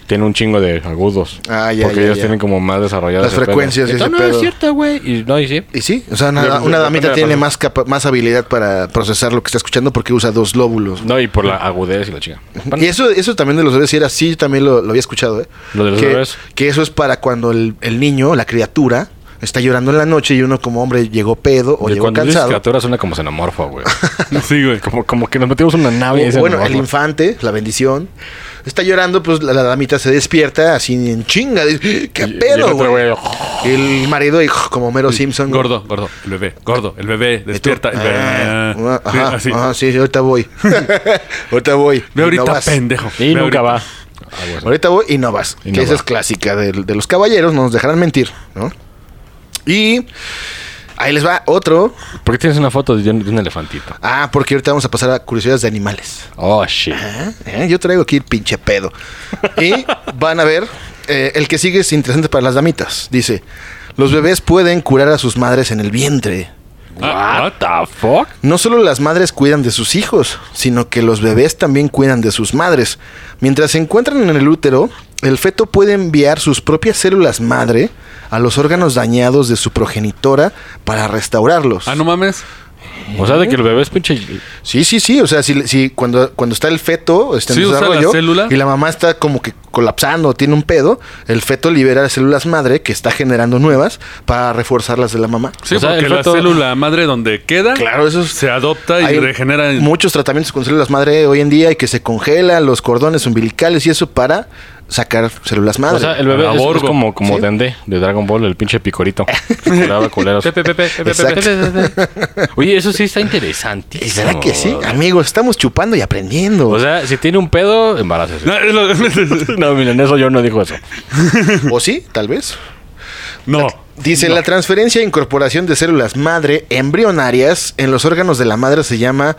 [SPEAKER 3] tiene un chingo de agudos.
[SPEAKER 2] Ah, ya,
[SPEAKER 3] porque
[SPEAKER 2] ya,
[SPEAKER 3] ellos
[SPEAKER 2] ya.
[SPEAKER 3] tienen como más desarrolladas
[SPEAKER 2] Las
[SPEAKER 3] ese pedo.
[SPEAKER 2] frecuencias y ese
[SPEAKER 3] Entonces, no,
[SPEAKER 2] pedo.
[SPEAKER 3] es cierto, güey. Y no, y sí.
[SPEAKER 2] Y sí, o sea, una,
[SPEAKER 3] Yo-
[SPEAKER 2] una damita
[SPEAKER 3] yo- depende de la
[SPEAKER 2] tiene
[SPEAKER 3] persona.
[SPEAKER 2] más, capa- más habilidad para procesar lo que está escuchando porque usa dos lóbulos.
[SPEAKER 3] No, y por la agudez y la chinga.
[SPEAKER 2] Y eso, eso también de los bebés, sí era así, yo también lo, lo había escuchado, ¿eh?
[SPEAKER 3] Lo de los
[SPEAKER 2] que,
[SPEAKER 3] bebés.
[SPEAKER 2] Que eso es para cuando el, el niño, la criatura, está llorando en la noche y uno como hombre llegó pedo o
[SPEAKER 3] Y
[SPEAKER 2] llegó
[SPEAKER 3] cuando dices
[SPEAKER 2] cansado.
[SPEAKER 3] criatura suena como xenomorfo, güey.
[SPEAKER 4] Sí, güey.
[SPEAKER 3] como, como que nos metimos en una nave. y
[SPEAKER 2] O,
[SPEAKER 3] ese
[SPEAKER 2] bueno, el
[SPEAKER 3] xenomorfo.
[SPEAKER 2] infante, la bendición, está llorando, pues la, la damita se despierta así en chinga. dice, "¡Ah, ¿Qué
[SPEAKER 3] Y- y el
[SPEAKER 2] pedo,
[SPEAKER 3] otro
[SPEAKER 2] güey?
[SPEAKER 3] güey, oh,
[SPEAKER 2] El marido, hijo, como Mero Simpson. güey.
[SPEAKER 4] Gordo, gordo. El bebé, gordo. El bebé,
[SPEAKER 2] Y tú,
[SPEAKER 4] despierta. el
[SPEAKER 3] eh,
[SPEAKER 4] bebé.
[SPEAKER 2] ah, ah,
[SPEAKER 4] Sí,
[SPEAKER 2] ajá,
[SPEAKER 4] así.
[SPEAKER 2] ajá, sí, sí, ahorita voy. ahorita voy.
[SPEAKER 4] Ve ahorita,
[SPEAKER 2] Y no vas.
[SPEAKER 4] pendejo.
[SPEAKER 3] Y
[SPEAKER 4] Ve
[SPEAKER 3] nunca
[SPEAKER 4] ahorita.
[SPEAKER 3] va. Ah,
[SPEAKER 2] Ahorita voy y no vas.
[SPEAKER 3] Y
[SPEAKER 2] que
[SPEAKER 3] no
[SPEAKER 2] esa
[SPEAKER 3] va.
[SPEAKER 2] es clásica del- de, los caballeros, no nos dejarán mentir, ¿no? Y ahí les va otro.
[SPEAKER 3] ¿Por qué tienes una foto de un, de un elefantito?
[SPEAKER 2] Ah, porque ahorita vamos a pasar a curiosidades de animales.
[SPEAKER 3] Oh, shit.
[SPEAKER 2] ¿Eh? ¿Eh? Yo traigo aquí el pinche pedo. Y van a ver, eh, el que sigue es interesante para las damitas. Dice, los bebés pueden curar a sus madres en el vientre.
[SPEAKER 4] Ah,
[SPEAKER 3] the fuck?
[SPEAKER 2] No solo las madres cuidan de sus hijos, sino que los bebés también cuidan de sus madres. Mientras se encuentran en el útero, el feto puede enviar sus propias células madre a los órganos dañados de su progenitora para restaurarlos.
[SPEAKER 4] ah, no mames.
[SPEAKER 3] O sea, de que el bebé es pinche.
[SPEAKER 2] Sí, sí, sí. O sea, si, si cuando, cuando está el feto está en
[SPEAKER 4] Sí, usa la
[SPEAKER 2] desarrollo,
[SPEAKER 4] célula.
[SPEAKER 2] y la mamá está como que colapsando, tiene un pedo, el feto libera las células madre que está generando nuevas para reforzar las de la mamá.
[SPEAKER 4] Sí,
[SPEAKER 3] O sea,
[SPEAKER 4] porque
[SPEAKER 3] el
[SPEAKER 4] la
[SPEAKER 3] feto-
[SPEAKER 4] célula madre donde queda
[SPEAKER 2] Claro, eso es-
[SPEAKER 4] se adopta y
[SPEAKER 2] Hay
[SPEAKER 4] regenera. en-
[SPEAKER 2] muchos tratamientos con células madre hoy en día y que se congelan los cordones umbilicales y eso para sacar células madre.
[SPEAKER 3] O sea, el bebé es- es,
[SPEAKER 4] Aborgo.
[SPEAKER 3] como, como
[SPEAKER 2] Sí.
[SPEAKER 3] Dende de Dragon Ball, el pinche picorito. Curaba culeros.
[SPEAKER 5] Pepe, pepe, pepe,
[SPEAKER 2] Exacto.
[SPEAKER 5] pepe, pepe. Oye, eso sí está interesante.
[SPEAKER 2] ¿Y será que sí? Amigos, estamos chupando y aprendiendo.
[SPEAKER 3] O sea, si tiene un pedo, embarácese.
[SPEAKER 4] No, es lo-
[SPEAKER 3] No, miren, eso yo no dijo eso.
[SPEAKER 2] o sí, tal vez.
[SPEAKER 4] no.
[SPEAKER 2] Dice, la transferencia e incorporación de células madre embrionarias en los órganos de la madre se llama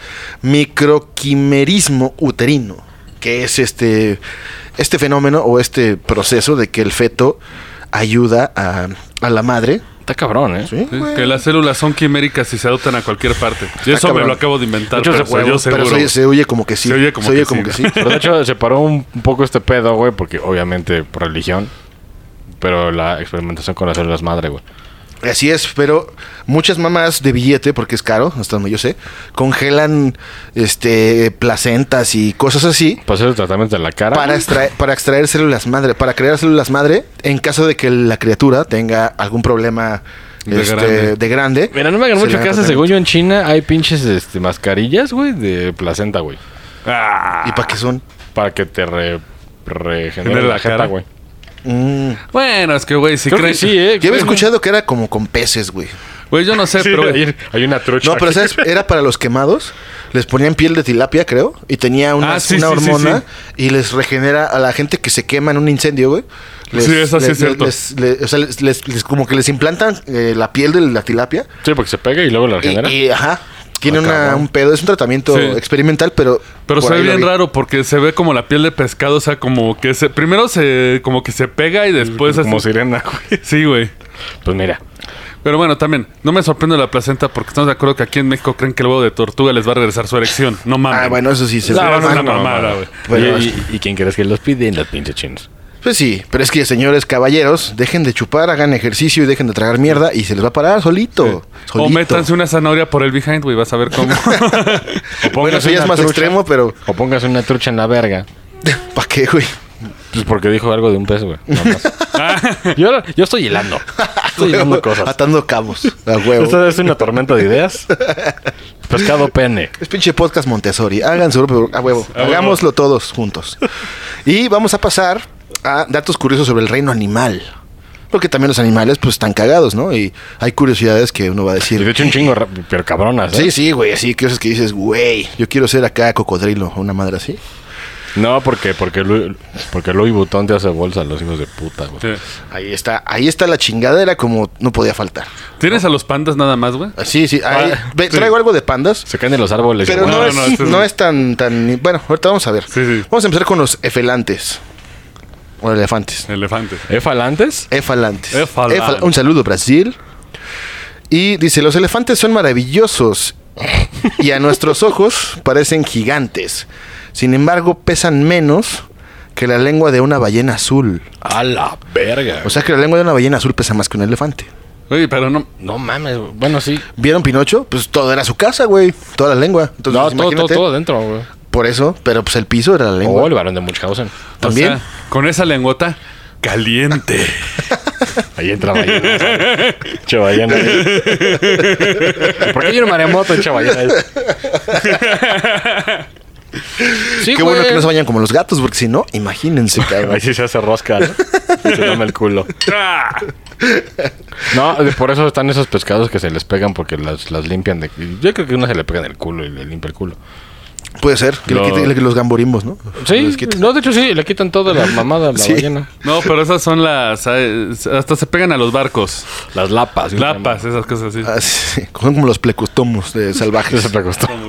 [SPEAKER 2] microquimerismo uterino, que es este, este fenómeno o este proceso de que el feto ayuda a, a la madre.
[SPEAKER 3] Está cabrón, ¿eh?
[SPEAKER 2] ¿sí?
[SPEAKER 4] Sí, Que las células son quiméricas y se adoptan a cualquier parte. Yo eso
[SPEAKER 2] cabrón.
[SPEAKER 4] me lo acabo de inventar,
[SPEAKER 3] Muchos
[SPEAKER 4] pero
[SPEAKER 3] de
[SPEAKER 4] soy yo
[SPEAKER 3] huevos,
[SPEAKER 2] Pero
[SPEAKER 4] seguro.
[SPEAKER 2] se, se oye como que sí.
[SPEAKER 4] Se oye como que sí.
[SPEAKER 3] Pero de hecho, se paró un, un poco este pedo, güey, porque obviamente por religión. Pero la experimentación con las células madre, güey.
[SPEAKER 2] Así es, pero muchas mamás de billete, porque es caro, hasta donde yo sé, congelan este placentas y cosas así
[SPEAKER 3] Para hacer el tratamiento de la cara.
[SPEAKER 2] para extraer, para extraer células madre, para crear células madre en caso de que la criatura tenga algún problema
[SPEAKER 4] De
[SPEAKER 2] este,
[SPEAKER 4] grande.
[SPEAKER 2] de grande.
[SPEAKER 3] Mira, no me hagan
[SPEAKER 2] Se
[SPEAKER 3] mucho
[SPEAKER 2] le da
[SPEAKER 3] caso.
[SPEAKER 2] tratamiento.
[SPEAKER 3] Según yo, en China hay pinches este, mascarillas, güey, de placenta, güey.
[SPEAKER 4] Ah,
[SPEAKER 2] ¿Y para qué son?
[SPEAKER 3] Para que te re, regenere
[SPEAKER 4] Genere
[SPEAKER 3] la,
[SPEAKER 4] la
[SPEAKER 3] jeta,
[SPEAKER 4] cara.
[SPEAKER 3] güey.
[SPEAKER 4] Bueno, es que, güey, si
[SPEAKER 3] Creo que
[SPEAKER 4] creen...
[SPEAKER 3] sí, ¿eh?
[SPEAKER 2] Yo había escuchado que era como con peces, güey.
[SPEAKER 4] Güey, yo no sé,
[SPEAKER 3] Sí,
[SPEAKER 4] pero...
[SPEAKER 3] hay, hay una trucha.
[SPEAKER 2] No, pero
[SPEAKER 3] aquí.
[SPEAKER 2] ¿sabes? Era para los quemados. Les ponían piel de tilapia, creo. Y tenía una,
[SPEAKER 4] Ah, sí,
[SPEAKER 2] una
[SPEAKER 4] sí, sí,
[SPEAKER 2] hormona. Y les regenera a la gente que se quema en un incendio, güey. Les-
[SPEAKER 4] Sí, eso sí
[SPEAKER 2] les-
[SPEAKER 4] es cierto.
[SPEAKER 2] les- les- o sea, les- les- les- como que les implantan eh, la piel de la tilapia.
[SPEAKER 3] Sí, porque se pega y luego la
[SPEAKER 2] Y,
[SPEAKER 3] regenera.
[SPEAKER 2] y, ajá. Tiene
[SPEAKER 3] Ah,
[SPEAKER 2] una-
[SPEAKER 3] cabrón.
[SPEAKER 2] un pedo. Es un tratamiento
[SPEAKER 4] Sí.
[SPEAKER 2] experimental, pero.
[SPEAKER 4] Pero
[SPEAKER 2] por
[SPEAKER 4] se ve
[SPEAKER 2] ahí lo
[SPEAKER 4] bien
[SPEAKER 2] vi.
[SPEAKER 4] raro porque se ve como la piel de pescado, o sea, como que se... Primero se... como que se pega y después...
[SPEAKER 3] como
[SPEAKER 4] así-
[SPEAKER 3] sirena, güey.
[SPEAKER 4] Sí, güey.
[SPEAKER 3] Pues mira.
[SPEAKER 4] Pero bueno, también, no me sorprende la placenta porque estamos de acuerdo que aquí en México creen que el huevo de tortuga les va a regresar su erección. No mames.
[SPEAKER 2] Ah, bueno, eso sí se
[SPEAKER 4] No,
[SPEAKER 2] ve
[SPEAKER 4] no,
[SPEAKER 2] mal. Oh,
[SPEAKER 4] no, no. mamada, güey.
[SPEAKER 2] Bueno,
[SPEAKER 3] Oye, y, y quién crees que los piden? Los pinches chinos.
[SPEAKER 2] Pues sí, pero es que señores caballeros, dejen de chupar, hagan ejercicio y dejen de tragar mierda y se les va a parar solito. solito.
[SPEAKER 4] O métanse una zanahoria por el behind, güey, vas a ver cómo.
[SPEAKER 3] O
[SPEAKER 2] Bueno, eso
[SPEAKER 3] póngase
[SPEAKER 2] ya
[SPEAKER 3] una
[SPEAKER 2] es más
[SPEAKER 3] trucha-
[SPEAKER 2] extremo, pero
[SPEAKER 3] O pongas una trucha en la verga.
[SPEAKER 2] ¿para qué, güey?
[SPEAKER 3] Pues porque dijo algo de un pez, güey. nada más. yo, yo estoy hilando. Estoy hilando cosas.
[SPEAKER 2] Atando cabos, a huevo.
[SPEAKER 3] Esta es una tormenta de ideas. Pescado pene.
[SPEAKER 2] Es pinche podcast Montessori. Hagan su propio- a huevo.
[SPEAKER 4] huevo.
[SPEAKER 2] Hagámoslo todos juntos. Y vamos a pasar a datos curiosos sobre el reino animal. Porque también los animales pues están cagados, ¿no? Y hay curiosidades que uno va a
[SPEAKER 3] Y de
[SPEAKER 2] decir.
[SPEAKER 3] hecho un chingo, ra- pero cabronas. ¿eh?
[SPEAKER 2] Sí, sí, güey, así que cosas que dices, güey, yo quiero ser acá cocodrilo o una madre así.
[SPEAKER 3] No, porque, porque, Louis, porque Louis Vuitton te hace bolsa a los hijos de puta, güey.
[SPEAKER 4] Sí.
[SPEAKER 2] Ahí está, ahí está la chingadera como no podía faltar.
[SPEAKER 4] ¿Tienes a los pandas nada más, güey?
[SPEAKER 2] Ah, Sí, sí, ahí-
[SPEAKER 3] Ah,
[SPEAKER 2] ve-
[SPEAKER 3] sí.
[SPEAKER 2] traigo algo de pandas.
[SPEAKER 3] Se caen de los árboles.
[SPEAKER 2] Pero
[SPEAKER 3] güey.
[SPEAKER 2] no,
[SPEAKER 4] No,
[SPEAKER 2] es,
[SPEAKER 4] no,
[SPEAKER 2] no,
[SPEAKER 4] este es-
[SPEAKER 2] es tan, tan... Bueno, ahorita vamos a ver.
[SPEAKER 4] Sí, sí.
[SPEAKER 2] Vamos a empezar con los efelantes. O elefantes.
[SPEAKER 4] Elefantes.
[SPEAKER 3] ¿Eh, falantes?
[SPEAKER 2] Efalantes.
[SPEAKER 4] Efalantes.
[SPEAKER 2] Efal- un saludo, Brasil. Y dice, los elefantes son maravillosos y a nuestros ojos parecen gigantes. Sin embargo, pesan menos que la lengua de una ballena azul.
[SPEAKER 3] A la verga.
[SPEAKER 2] O sea que la lengua de una ballena azul pesa más que un elefante.
[SPEAKER 4] Oye, pero no.
[SPEAKER 3] no mames. güey. Bueno, sí.
[SPEAKER 2] ¿Vieron Pinocho? Pues todo era su casa, güey. Toda la lengua. Entonces,
[SPEAKER 3] no, todo, todo,
[SPEAKER 2] imagínate.
[SPEAKER 3] todo dentro, güey.
[SPEAKER 2] Por eso, pero pues el piso era la lengua.
[SPEAKER 3] O el varón de Munchausen.
[SPEAKER 2] También.
[SPEAKER 4] O sea, con esa lengüota caliente.
[SPEAKER 3] Ahí entra ballena. Che ballena. ¿Por qué hay un maremoto en Che ballena? sí,
[SPEAKER 2] Qué bueno que no se vayan como los gatos, porque si no, imagínense, cabrón.
[SPEAKER 3] Ahí sí se hace rosca, ¿no? Se toma el culo.
[SPEAKER 4] Ah.
[SPEAKER 3] No, de- por eso están esos pescados que se les pegan porque las, las limpian de... Yo creo que una se le pega en el culo y le limpia el culo.
[SPEAKER 2] Puede ser, que le
[SPEAKER 3] No.
[SPEAKER 2] quiten- que los gamborimos, ¿no?
[SPEAKER 3] Sí,
[SPEAKER 2] Les quitan.
[SPEAKER 3] no, de hecho sí, le quitan toda la mamada a la
[SPEAKER 2] Sí.
[SPEAKER 3] ballena.
[SPEAKER 4] No, pero esas son las. eh, Hasta se pegan a los barcos.
[SPEAKER 3] Las lapas.
[SPEAKER 4] Lapas, esas cosas así.
[SPEAKER 2] Ah, sí, son como los plecostomos de salvajes.
[SPEAKER 3] Eso me costó.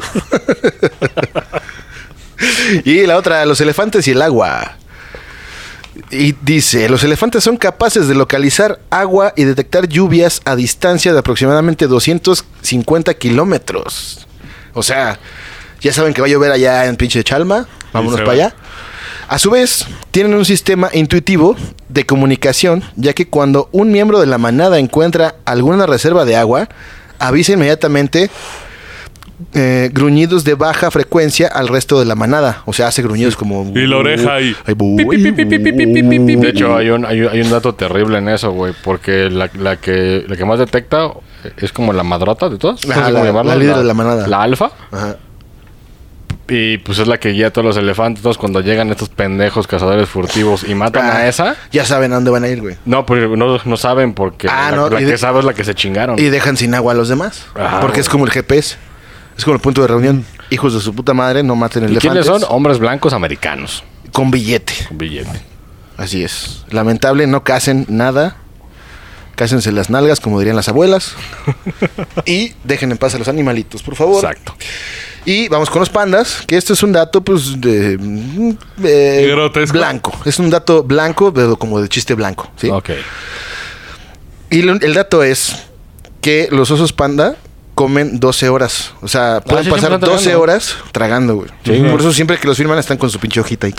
[SPEAKER 2] Y la otra, los elefantes y el agua. Y dice, los elefantes son capaces de localizar agua y detectar lluvias a distancia de aproximadamente 250 kilómetros. O sea, ya saben que va a llover allá en pinche Chalma, vámonos
[SPEAKER 4] se
[SPEAKER 2] para
[SPEAKER 4] va.
[SPEAKER 2] allá. A su vez, tienen un sistema intuitivo de comunicación, ya que cuando un miembro de la manada encuentra alguna reserva de agua, avisa inmediatamente eh, gruñidos de baja frecuencia al resto de la manada. O sea, hace gruñidos como...
[SPEAKER 4] Y la oreja ahí.
[SPEAKER 2] Ay, bu-
[SPEAKER 3] De hecho, hay un, hay, un- hay un dato terrible en eso, güey, porque la, la que, la que más detecta es como la madrota de todas.
[SPEAKER 2] Ah, la- la líder de la manada.
[SPEAKER 3] La alfa.
[SPEAKER 2] Ajá.
[SPEAKER 3] Y pues es la que guía a todos los elefantes. Entonces, cuando llegan estos pendejos cazadores furtivos y matan
[SPEAKER 2] Ah,
[SPEAKER 3] a esa.
[SPEAKER 2] Ya saben a dónde van a ir, güey.
[SPEAKER 3] No, pero no, no saben porque
[SPEAKER 2] Ah,
[SPEAKER 3] la,
[SPEAKER 2] no,
[SPEAKER 3] la
[SPEAKER 2] y
[SPEAKER 3] que
[SPEAKER 2] de-
[SPEAKER 3] sabe es la que se chingaron.
[SPEAKER 2] Y dejan sin agua a los demás.
[SPEAKER 3] Ah,
[SPEAKER 2] porque es
[SPEAKER 3] güey.
[SPEAKER 2] como el GPS. Es como el punto de reunión. Hijos de su puta madre, no maten
[SPEAKER 3] Mm. ¿Y
[SPEAKER 2] elefantes.
[SPEAKER 3] quiénes son? Hombres blancos americanos.
[SPEAKER 2] Con billete.
[SPEAKER 3] Con billete.
[SPEAKER 2] Así es. Lamentable, no casen nada. Cásense las nalgas, como dirían las abuelas. y dejen en paz a los animalitos, por favor.
[SPEAKER 3] Exacto.
[SPEAKER 2] Y vamos con los pandas, que esto es un dato, pues, de. mm, eh,
[SPEAKER 4] Grotesco.
[SPEAKER 2] Blanco. Es un dato blanco, pero como de chiste blanco. ¿sí?
[SPEAKER 3] Ok.
[SPEAKER 2] Y lo- el dato es que los osos panda comen 12 horas. O sea, pueden
[SPEAKER 3] Ah, sí,
[SPEAKER 2] pasar
[SPEAKER 3] siempre
[SPEAKER 2] 12
[SPEAKER 3] están tragando.
[SPEAKER 2] horas tragando, güey. Por eso siempre que los firman están con su pinche hojita ahí.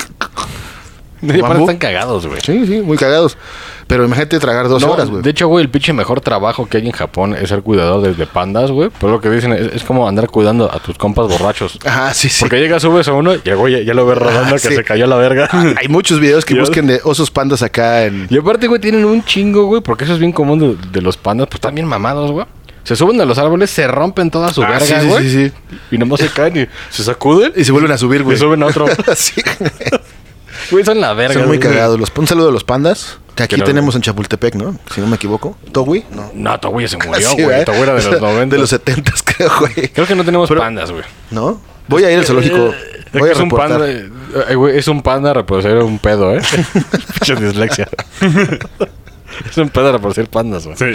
[SPEAKER 3] Y aparte
[SPEAKER 2] Bambú.
[SPEAKER 3] están cagados, güey.
[SPEAKER 2] Sí, sí, muy cagados. Pero imagínate tragar 12
[SPEAKER 3] No,
[SPEAKER 2] horas, güey.
[SPEAKER 3] de hecho, güey, el pinche mejor trabajo que hay en Japón es ser cuidador de, de pandas, güey. Pero lo que dicen es, es como andar cuidando a tus compas borrachos.
[SPEAKER 2] Ajá, sí, sí.
[SPEAKER 3] Porque llegas, subes a uno y el güey ya, ya lo ves rodando
[SPEAKER 2] Ah,
[SPEAKER 3] que
[SPEAKER 2] sí.
[SPEAKER 3] se cayó a la verga.
[SPEAKER 2] Ah, Hay muchos videos que
[SPEAKER 3] Yo-
[SPEAKER 2] busquen de osos pandas acá en...
[SPEAKER 3] Y aparte, güey, tienen un chingo, güey, porque eso es bien común de, de los pandas, pues están bien mamados, güey. Se suben a los árboles, se rompen toda su
[SPEAKER 2] Ah,
[SPEAKER 3] verga,
[SPEAKER 2] sí, sí,
[SPEAKER 3] güey.
[SPEAKER 2] sí, sí.
[SPEAKER 3] Y nomás se caen y se sacuden
[SPEAKER 2] Y se vuelven a subir,
[SPEAKER 3] y
[SPEAKER 2] güey.
[SPEAKER 3] suben a otro.
[SPEAKER 2] Sí.
[SPEAKER 3] Güey, son la verga.
[SPEAKER 2] Son muy
[SPEAKER 3] güey.
[SPEAKER 2] cagados. Los, un saludo a los pandas. Que aquí
[SPEAKER 3] Creo-
[SPEAKER 2] tenemos en Chapultepec, ¿no? Si no me equivoco. ¿Togui? No.
[SPEAKER 3] No, Togüey se murió,
[SPEAKER 2] Sí,
[SPEAKER 3] güey.
[SPEAKER 2] ¿verdad?
[SPEAKER 3] Togüey era de
[SPEAKER 2] O sea,
[SPEAKER 3] los 90.
[SPEAKER 2] De los 70, creo, güey.
[SPEAKER 3] Creo que no tenemos pandas, güey.
[SPEAKER 2] ¿No? Voy a ir al zoológico. Voy a
[SPEAKER 3] Eh, es un
[SPEAKER 2] reportar.
[SPEAKER 3] panda, eh, güey, es un panda reproducir un pedo, ¿eh? Pinche dislexia. es un pedo reproducir pandas, güey.
[SPEAKER 4] Sí.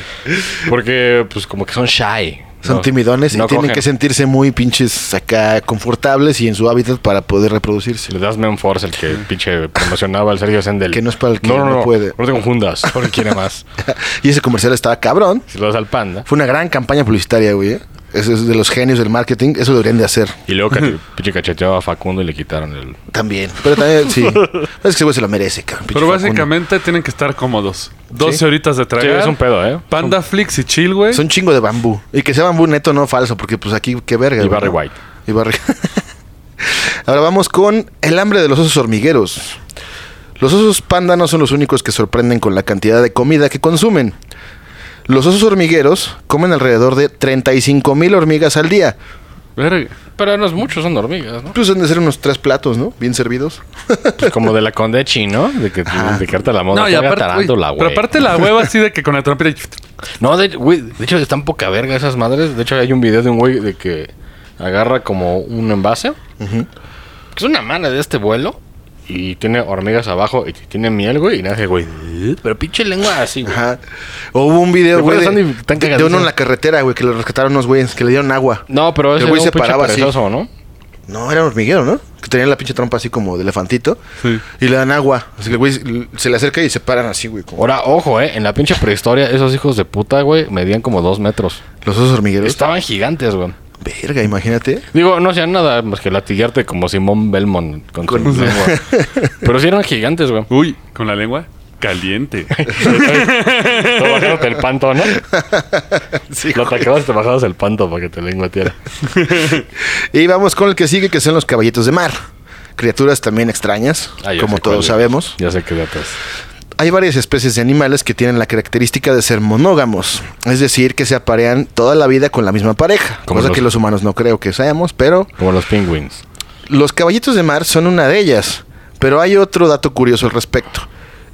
[SPEAKER 3] Porque, pues, como que son shy.
[SPEAKER 2] Son
[SPEAKER 3] ¿no?
[SPEAKER 2] timidones y
[SPEAKER 3] No
[SPEAKER 2] tienen
[SPEAKER 3] cogen.
[SPEAKER 2] que sentirse muy pinches acá confortables y en su hábitat para poder reproducirse.
[SPEAKER 3] Le das Menforce, el que pinche promocionaba al Sergio Sendel.
[SPEAKER 2] Que no es para el que
[SPEAKER 3] no, no,
[SPEAKER 2] no
[SPEAKER 3] no
[SPEAKER 2] puede.
[SPEAKER 3] No te confundas, porque quiere más.
[SPEAKER 2] Y ese comercial estaba cabrón.
[SPEAKER 3] Si lo das al panda.
[SPEAKER 2] Fue una gran campaña publicitaria, güey. ¿eh? Eso es de los genios del marketing. Eso lo deberían de hacer
[SPEAKER 3] Y luego cach- pinche cacheteaba a Facundo y le quitaron el.
[SPEAKER 2] también. Pero también, sí. Es que ese güey se lo merece, cabrón. Pinche
[SPEAKER 4] Pero
[SPEAKER 2] Facundo.
[SPEAKER 4] básicamente tienen que estar cómodos. 12
[SPEAKER 2] Sí.
[SPEAKER 4] horitas de
[SPEAKER 3] Sí,
[SPEAKER 4] tragar.
[SPEAKER 3] es un pedo, ¿eh?
[SPEAKER 4] Panda Flix y chill, güey.
[SPEAKER 2] Son chingo de bambú. Y que sea bambú neto, no falso, porque pues aquí, qué verga.
[SPEAKER 3] Y
[SPEAKER 2] güey,
[SPEAKER 3] Barry
[SPEAKER 2] ¿no?
[SPEAKER 3] White.
[SPEAKER 2] Y Barry- Ahora vamos con el hambre de los osos hormigueros. Los osos panda no son los únicos que sorprenden con la cantidad de comida que consumen. Los osos hormigueros comen alrededor de 35 mil hormigas al día.
[SPEAKER 4] Verga.
[SPEAKER 5] Pero no es mucho, son hormigas, ¿no?
[SPEAKER 2] Pues han de ser unos tres platos, ¿no? Bien servidos.
[SPEAKER 3] Pues como de la Condechi, ¿no? De que de que harta la moda.
[SPEAKER 4] No, y
[SPEAKER 3] te haga
[SPEAKER 4] aparte, güey,
[SPEAKER 3] tarántula, güey.
[SPEAKER 4] pero aparte la hueva así de que con la trompeta
[SPEAKER 3] No, de, güey, de hecho están poca verga esas madres. De hecho hay un video de un güey de que agarra como un envase. Que es una mala de este vuelo. Y tiene hormigas abajo y tiene miel, güey. Y nada, güey. Pero pinche lengua así, güey.
[SPEAKER 2] Ajá. O hubo un video,
[SPEAKER 3] ¿Te
[SPEAKER 2] güey, de,
[SPEAKER 3] acuerdas, Andy? Tan
[SPEAKER 2] de- de
[SPEAKER 3] cagadizo.
[SPEAKER 2] uno en la carretera, güey, que lo rescataron unos güeyes, que le dieron agua.
[SPEAKER 3] No, pero ese
[SPEAKER 2] El güey
[SPEAKER 3] era un
[SPEAKER 2] se
[SPEAKER 3] pinche
[SPEAKER 2] paraba así.
[SPEAKER 3] perezoso, ¿no?
[SPEAKER 2] No, era un hormiguero, ¿no? Que tenían la pinche trompa así como de elefantito.
[SPEAKER 4] Sí.
[SPEAKER 2] Y le dan agua. Así que el güey se le acerca y se paran así, güey. como-
[SPEAKER 3] Ahora, ojo, eh. En la pinche prehistoria, esos hijos de puta, güey, medían como dos metros.
[SPEAKER 2] Los osos hormigueros.
[SPEAKER 3] Estaban gigantes, güey.
[SPEAKER 2] Verga, imagínate.
[SPEAKER 3] Digo, no hacían nada más que latigarte como Simón Belmont con,
[SPEAKER 2] Con-
[SPEAKER 3] su lengua. Pero sí eran gigantes, güey.
[SPEAKER 4] Uy, con la lengua caliente.
[SPEAKER 3] pues Tú bajándote el panto, ¿no?
[SPEAKER 2] Sí,
[SPEAKER 3] Lo
[SPEAKER 2] güey.
[SPEAKER 3] atacabas, te bajabas el panto para que te lengua tierra.
[SPEAKER 2] y vamos con el que sigue, que son los caballitos de mar. Criaturas también extrañas,
[SPEAKER 3] Ah, ya
[SPEAKER 2] como
[SPEAKER 3] sé cuál
[SPEAKER 2] todos
[SPEAKER 3] es.
[SPEAKER 2] sabemos.
[SPEAKER 3] Ya sé que datos.
[SPEAKER 2] Hay varias especies de animales que tienen la característica de ser monógamos, es decir, que se aparean toda la vida con la misma pareja,
[SPEAKER 3] Como
[SPEAKER 2] cosa
[SPEAKER 3] los-
[SPEAKER 2] que los humanos no creo que seamos, pero
[SPEAKER 3] Como los penguins.
[SPEAKER 2] los caballitos de mar son una de ellas. Pero hay otro dato curioso al respecto.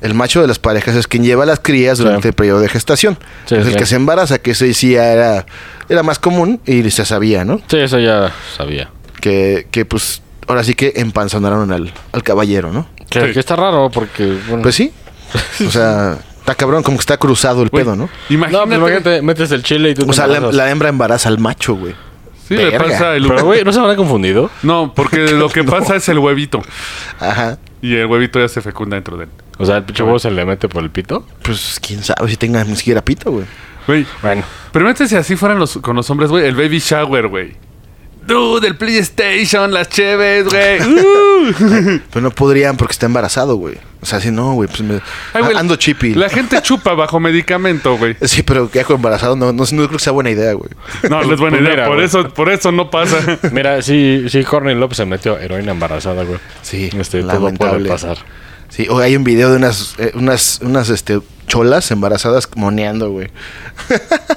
[SPEAKER 2] El macho de las parejas es quien lleva a las crías
[SPEAKER 3] Sí.
[SPEAKER 2] durante el periodo de gestación.
[SPEAKER 3] Sí,
[SPEAKER 2] es el
[SPEAKER 3] sí.
[SPEAKER 2] que se embaraza, que ese sí ya era, era más común y se sabía, ¿no?
[SPEAKER 3] Sí, eso ya sabía.
[SPEAKER 2] Que, que pues ahora sí que empanzonaron al, al caballero, ¿no?
[SPEAKER 3] Que,
[SPEAKER 4] Sí.
[SPEAKER 3] que está raro porque... Bueno,
[SPEAKER 2] Pues sí. O sea, está cabrón como que está cruzado el
[SPEAKER 4] Güey,
[SPEAKER 2] pedo, ¿no?
[SPEAKER 3] no,
[SPEAKER 4] Imagínate.
[SPEAKER 3] pues imagínate, metes el chile y tú te
[SPEAKER 2] O sea, la,
[SPEAKER 3] embarazas.
[SPEAKER 2] la hembra embaraza al macho, güey.
[SPEAKER 4] sí, le
[SPEAKER 2] Verga.
[SPEAKER 4] pasa el
[SPEAKER 3] Pero, güey, ¿no se habrán confundido?
[SPEAKER 4] No, porque lo que pasa es el huevito.
[SPEAKER 2] Ajá.
[SPEAKER 4] Y el huevito ya se fecunda dentro de él.
[SPEAKER 3] O sea, el pinche huevo se le mete por el pito.
[SPEAKER 2] Pues quién sabe si tenga ni siquiera pito, güey.
[SPEAKER 4] Güey,
[SPEAKER 3] Bueno.
[SPEAKER 4] pero imagínate si así fueran los, con los hombres, güey. El baby shower, güey. Dude, el PlayStation, las cheves, güey. Uh.
[SPEAKER 2] Pero no podrían porque está embarazado, güey. O sea, si no, güey, pues me...
[SPEAKER 4] Ay, güey,
[SPEAKER 2] Ah, ando chippy.
[SPEAKER 4] La gente chupa bajo medicamento, güey.
[SPEAKER 2] Sí, pero ya con embarazado no, no, no creo que sea buena idea, güey.
[SPEAKER 4] No, no es buena
[SPEAKER 3] Pues
[SPEAKER 4] idea.
[SPEAKER 3] mira,
[SPEAKER 4] Por
[SPEAKER 3] güey.
[SPEAKER 4] eso, por eso no pasa.
[SPEAKER 3] Mira, sí, sí, Corny López se metió heroína embarazada, güey.
[SPEAKER 2] Sí,
[SPEAKER 3] Este, todo
[SPEAKER 2] lamentable.
[SPEAKER 3] puede pasar.
[SPEAKER 2] Sí, o hay un video de unas, eh, unas, unas este, cholas embarazadas moneando, güey.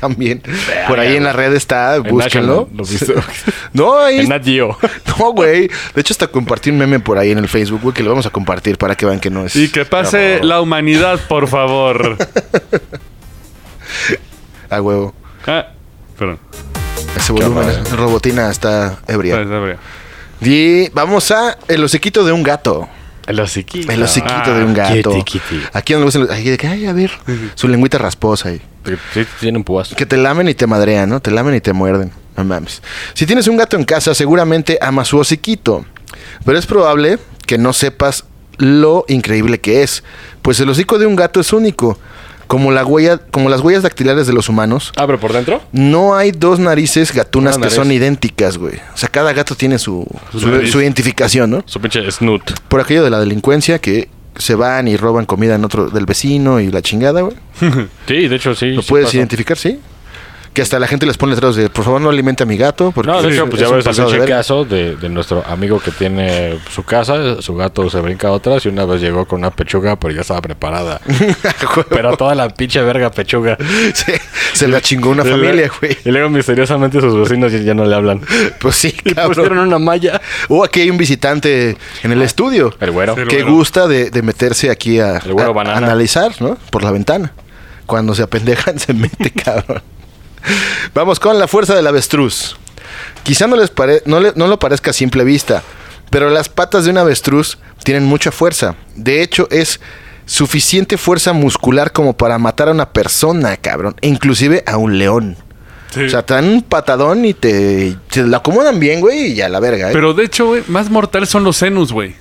[SPEAKER 2] También. Por ahí en la red está, búsquenlo.
[SPEAKER 3] National, ¿lo viste?
[SPEAKER 2] no, ahí.
[SPEAKER 3] En Nat Geo.
[SPEAKER 2] No, güey. De hecho, hasta compartí un meme por ahí en el Facebook, güey, que lo vamos a compartir para que vean que no es.
[SPEAKER 4] Y que pase
[SPEAKER 3] Claro.
[SPEAKER 4] la humanidad, por favor.
[SPEAKER 2] A huevo.
[SPEAKER 4] Ah, perdón.
[SPEAKER 2] Ese volumen,
[SPEAKER 3] horror.
[SPEAKER 2] robotina está ebria.
[SPEAKER 4] Está bien.
[SPEAKER 2] Y vamos a el hociquito de un gato.
[SPEAKER 3] El hociquito.
[SPEAKER 2] El hociquito de un
[SPEAKER 4] Ah,
[SPEAKER 2] gato.
[SPEAKER 3] kitty, kitty.
[SPEAKER 2] Aquí donde gustan los- Ay, de que, ay, a ver. Su lengüita rasposa ahí.
[SPEAKER 3] Sí, sí, tienen púas.
[SPEAKER 2] Que te lamen y te madrean, ¿no? Te lamen y te muerden. No mames. Si tienes un gato en casa, seguramente ama su hociquito. Pero es probable que no sepas lo increíble que es. Pues el hocico de un gato es único. Como, la huella, como las huellas dactilares de los humanos,
[SPEAKER 3] Ah, pero por dentro.
[SPEAKER 2] no hay dos narices gatunas
[SPEAKER 3] Una
[SPEAKER 2] que
[SPEAKER 3] nariz.
[SPEAKER 2] son idénticas, güey. O sea, cada gato tiene su, su-
[SPEAKER 4] nariz.
[SPEAKER 2] su identificación, ¿no?
[SPEAKER 3] Su pinche snoot.
[SPEAKER 2] Por aquello de la delincuencia que se van y roban comida en otro del vecino y la chingada, güey.
[SPEAKER 3] Sí, de hecho, sí.
[SPEAKER 2] Lo
[SPEAKER 3] sí
[SPEAKER 2] puedes
[SPEAKER 3] pasa.
[SPEAKER 2] identificar, sí. Que hasta la gente les pone letreros de, por favor, no alimente a mi gato. Porque
[SPEAKER 3] No, de
[SPEAKER 2] es-
[SPEAKER 3] hecho, pues
[SPEAKER 2] es
[SPEAKER 3] ya
[SPEAKER 2] un
[SPEAKER 3] ves el
[SPEAKER 2] pasado de
[SPEAKER 3] pinche
[SPEAKER 2] verga".
[SPEAKER 3] caso de, de nuestro amigo que tiene su casa, su gato se brinca a otras y una vez llegó con una pechuga, pero ya estaba preparada. pero toda la pinche verga pechuga.
[SPEAKER 2] Sí, se la chingó una familia, güey.
[SPEAKER 3] Y luego misteriosamente sus vecinos ya, ya no le hablan.
[SPEAKER 2] Pues sí,
[SPEAKER 3] Le pusieron
[SPEAKER 2] cabrón.
[SPEAKER 3] una malla.
[SPEAKER 2] Uh, aquí hay un visitante en el estudio.
[SPEAKER 3] Ah, El güero.
[SPEAKER 4] Sí, el
[SPEAKER 2] que
[SPEAKER 4] güero.
[SPEAKER 2] gusta de, de meterse aquí a,
[SPEAKER 3] El güero
[SPEAKER 2] a- a
[SPEAKER 3] banana.
[SPEAKER 2] analizar, ¿no? Por la ventana. Cuando se apendejan, se mete, cabrón. Vamos con la fuerza del avestruz. Quizá no, les pare- no, le- no lo parezca a simple vista, pero las patas de un avestruz tienen mucha fuerza. De hecho, es suficiente fuerza muscular como para matar a una persona, cabrón. E inclusive a un león.
[SPEAKER 4] Sí.
[SPEAKER 2] O sea, te dan un patadón y te, te la acomodan bien, güey, y ya la verga, ¿eh?
[SPEAKER 4] Pero de hecho, güey, más mortales son los Zenus, güey.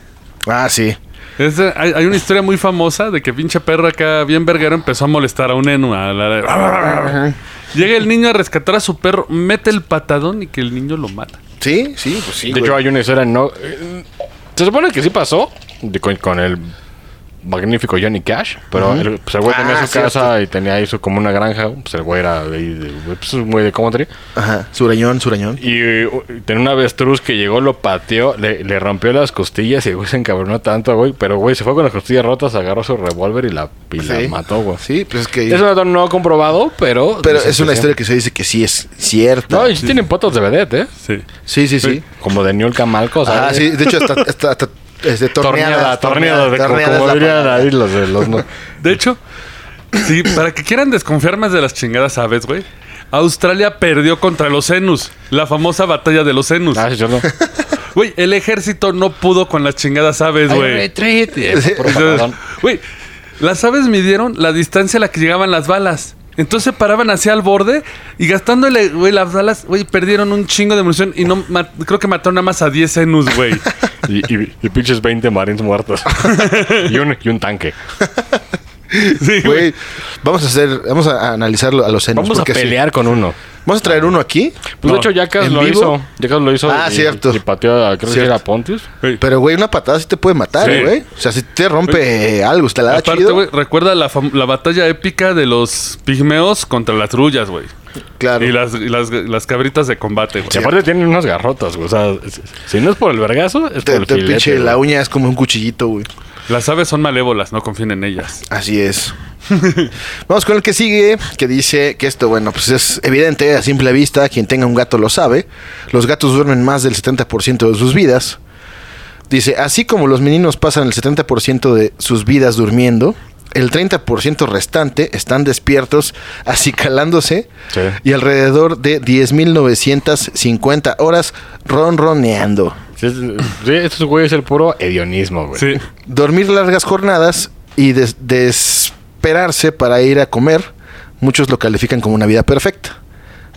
[SPEAKER 2] ah, sí.
[SPEAKER 4] Es de- hay, hay una historia muy famosa de que pinche perro acá, bien verguero, empezó a molestar a un Enu. a la- Llega el niño a rescatar a su perro, mete el patadón y que el niño lo mata.
[SPEAKER 2] Sí, sí, pues sí.
[SPEAKER 3] De
[SPEAKER 2] güey.
[SPEAKER 3] hecho, hay una historia no. eh, Se supone que sí pasó de- con, con el magnífico Johnny Cash, pero el, pues el güey
[SPEAKER 2] Ah,
[SPEAKER 3] tenía su
[SPEAKER 2] cierto.
[SPEAKER 3] casa y tenía ahí su, como una granja. Pues el güey era de, ahí de, pues, un güey de country.
[SPEAKER 2] Ajá, surañón, surañón.
[SPEAKER 3] Y eh, tenía un avestruz que llegó, lo pateó, le, le rompió las costillas y el güey se encabronó tanto, güey. Pero güey se fue con las costillas rotas, agarró su revólver y la, y la
[SPEAKER 2] Sí.
[SPEAKER 3] mató, güey.
[SPEAKER 2] Sí, pues es que...
[SPEAKER 3] Es un dato no comprobado, pero.
[SPEAKER 2] pero eh,
[SPEAKER 3] dicen
[SPEAKER 2] es
[SPEAKER 3] que
[SPEAKER 2] una
[SPEAKER 3] sí.
[SPEAKER 2] historia que se dice que sí es cierta.
[SPEAKER 3] No, y sí tienen fotos de vedette, ¿eh?
[SPEAKER 4] Sí.
[SPEAKER 2] sí, sí, sí.
[SPEAKER 3] Como de Niol Camalco,
[SPEAKER 2] Ah,
[SPEAKER 3] ¿sabes?
[SPEAKER 2] sí, de hecho, hasta... hasta, hasta este, es de
[SPEAKER 3] Torneada,
[SPEAKER 2] torneadas,
[SPEAKER 3] torneada, de-
[SPEAKER 2] torneadas, torneadas
[SPEAKER 3] como
[SPEAKER 2] la
[SPEAKER 3] dirían
[SPEAKER 2] palabra.
[SPEAKER 3] ahí los de los no.
[SPEAKER 4] De hecho, sí, para que quieran desconfiar más de las chingadas aves, güey. Australia perdió contra los Zenus, la famosa batalla de los Zenus.
[SPEAKER 3] Ah, sí, cierto.
[SPEAKER 4] Güey, el ejército no pudo con las chingadas aves, güey. Entonces, Güey, las aves midieron la distancia a la que llegaban las balas. Entonces paraban hacia el borde y gastándole, güey, las balas, güey, perdieron un chingo de munición y no ma- creo que mataron nada más a 10 Zenus, güey.
[SPEAKER 3] Y, y- y pinches 20 marines muertos. y, un, y un tanque.
[SPEAKER 2] Pues
[SPEAKER 4] Sí, güey.
[SPEAKER 2] Güey, vamos a hacer... Vamos a analizar lo- a los enos.
[SPEAKER 3] Vamos a
[SPEAKER 2] porque sí.
[SPEAKER 3] pelear con uno.
[SPEAKER 2] Vamos a traer uno aquí.
[SPEAKER 3] Pues
[SPEAKER 4] No,
[SPEAKER 3] de hecho, Jackas
[SPEAKER 2] ¿en
[SPEAKER 3] lo
[SPEAKER 2] vivo?
[SPEAKER 3] hizo. Jackas lo hizo.
[SPEAKER 2] Ah,
[SPEAKER 3] y,
[SPEAKER 2] cierto.
[SPEAKER 3] Y pateó a, creo que
[SPEAKER 2] Cierto.
[SPEAKER 3] era a Pontius.
[SPEAKER 2] Pero, güey, una patada sí te puede matar,
[SPEAKER 4] Sí.
[SPEAKER 2] güey. O sea, si te rompe algo, te la da
[SPEAKER 4] Aparte,
[SPEAKER 2] chido.
[SPEAKER 4] güey, recuerda la, fam- la batalla épica de los pigmeos contra las trullas, güey.
[SPEAKER 2] Claro.
[SPEAKER 4] Y las, y las, las cabritas de combate, güey.
[SPEAKER 3] Y aparte tienen unas garrotas, güey. O sea, es- si no es por el vergazo, es por
[SPEAKER 2] Te,
[SPEAKER 3] el
[SPEAKER 2] te
[SPEAKER 3] filete,
[SPEAKER 2] pinche
[SPEAKER 3] güey.
[SPEAKER 2] la uña es como un cuchillito, güey.
[SPEAKER 4] Las aves son malévolas, no confíen en ellas.
[SPEAKER 2] Así es. Vamos con el que sigue, que dice que esto, bueno, pues es evidente a simple vista, quien tenga un gato lo sabe. Los gatos duermen más del 70% de sus vidas. Dice, así como los meninos pasan el 70% de sus vidas durmiendo, el 30% restante están despiertos, acicalándose,
[SPEAKER 3] Sí.
[SPEAKER 2] y alrededor de 10.950 horas ronroneando.
[SPEAKER 3] Sí, es- sí, estos güeyes es el puro hedionismo, güey.
[SPEAKER 4] Sí.
[SPEAKER 2] dormir largas jornadas y des- desesperarse para ir a comer, muchos lo califican como una vida perfecta.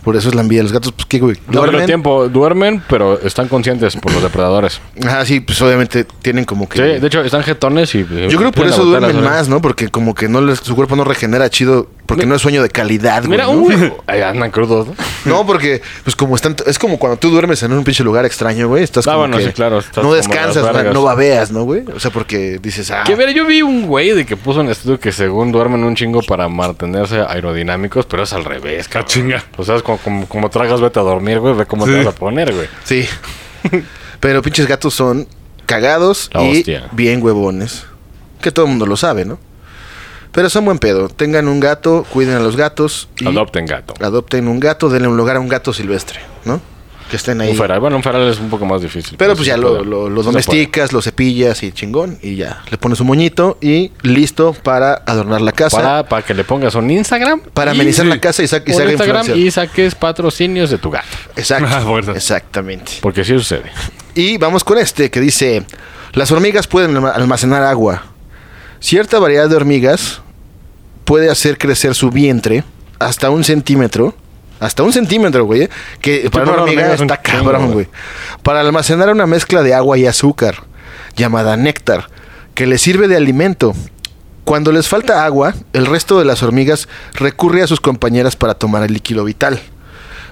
[SPEAKER 2] Por eso es la envidia de los gatos, pues que güey,
[SPEAKER 3] No, pero
[SPEAKER 2] duermen.
[SPEAKER 3] el tiempo duermen, pero están conscientes por los depredadores.
[SPEAKER 2] Ah, sí, pues obviamente tienen como que
[SPEAKER 3] Sí, de hecho, están jetones y... pues,
[SPEAKER 2] Yo creo que por eso duermen más, ¿no? Porque como que no les- su cuerpo no regenera chido, porque no es sueño de calidad, güey,
[SPEAKER 3] Mira,
[SPEAKER 2] ¿no?
[SPEAKER 3] un güey... Ahí andan crudos, ¿no?
[SPEAKER 2] No, porque pues como están es como cuando tú duermes en un pinche lugar extraño, güey, estás
[SPEAKER 3] Ah,
[SPEAKER 2] como
[SPEAKER 3] bueno,
[SPEAKER 2] que
[SPEAKER 3] sí, claro, estás
[SPEAKER 2] no
[SPEAKER 3] como
[SPEAKER 2] descansas,
[SPEAKER 3] las
[SPEAKER 2] no,
[SPEAKER 3] vergas.
[SPEAKER 2] no babeas, ¿no, güey? O sea, porque dices, ah,
[SPEAKER 3] Que ver, yo vi un güey de que puso un estudio que según duermen un chingo para mantenerse aerodinámicos, pero es al revés, cabrón.
[SPEAKER 4] Ah, chinga.
[SPEAKER 3] O sea, es como, como, como tragas, vete a dormir, güey, ve cómo
[SPEAKER 4] Sí.
[SPEAKER 3] te vas a poner, güey.
[SPEAKER 2] Sí. Pero pinches gatos son cagados
[SPEAKER 3] La
[SPEAKER 2] y
[SPEAKER 3] hostia.
[SPEAKER 2] bien huevones. Que todo el mundo lo sabe, ¿no? Pero son buen pedo. Tengan un gato, cuiden a los gatos y
[SPEAKER 3] Adopten gato.
[SPEAKER 2] adopten un gato, denle un lugar a un gato silvestre, ¿no? Que estén ahí.
[SPEAKER 3] Un feral, bueno, un feral es un poco más difícil.
[SPEAKER 2] Pero pues
[SPEAKER 3] sí
[SPEAKER 2] ya
[SPEAKER 3] se
[SPEAKER 2] lo,
[SPEAKER 3] puede.
[SPEAKER 2] lo- lo
[SPEAKER 3] Sí se
[SPEAKER 2] domesticas, lo cepillas y chingón. Y ya, le pones un moñito y listo para adornar la
[SPEAKER 3] puede.
[SPEAKER 2] casa. Para,
[SPEAKER 3] Para, para que le pongas un Instagram. y-
[SPEAKER 2] amenizar la casa y, sa- y
[SPEAKER 3] un
[SPEAKER 2] se haga
[SPEAKER 3] Instagram
[SPEAKER 2] influencer.
[SPEAKER 3] y saques patrocinios de tu gato.
[SPEAKER 4] Ah,
[SPEAKER 2] Exacto.
[SPEAKER 4] fuerza.
[SPEAKER 2] Exactamente.
[SPEAKER 3] Porque sí sucede.
[SPEAKER 2] Y vamos con este que dice, las hormigas pueden alma- almacenar agua. Cierta variedad de hormigas puede hacer crecer su vientre hasta un centímetro. Hasta un centímetro, güey. eh, Que para una
[SPEAKER 3] para una
[SPEAKER 2] hormiga
[SPEAKER 3] hormiga es un
[SPEAKER 2] está
[SPEAKER 3] chingo,
[SPEAKER 2] cabrón,
[SPEAKER 3] güey.
[SPEAKER 2] güey. Para almacenar una mezcla de agua y azúcar, llamada néctar, que les sirve de alimento. Cuando les falta agua, el resto de las hormigas recurre a sus compañeras para tomar el líquido vital.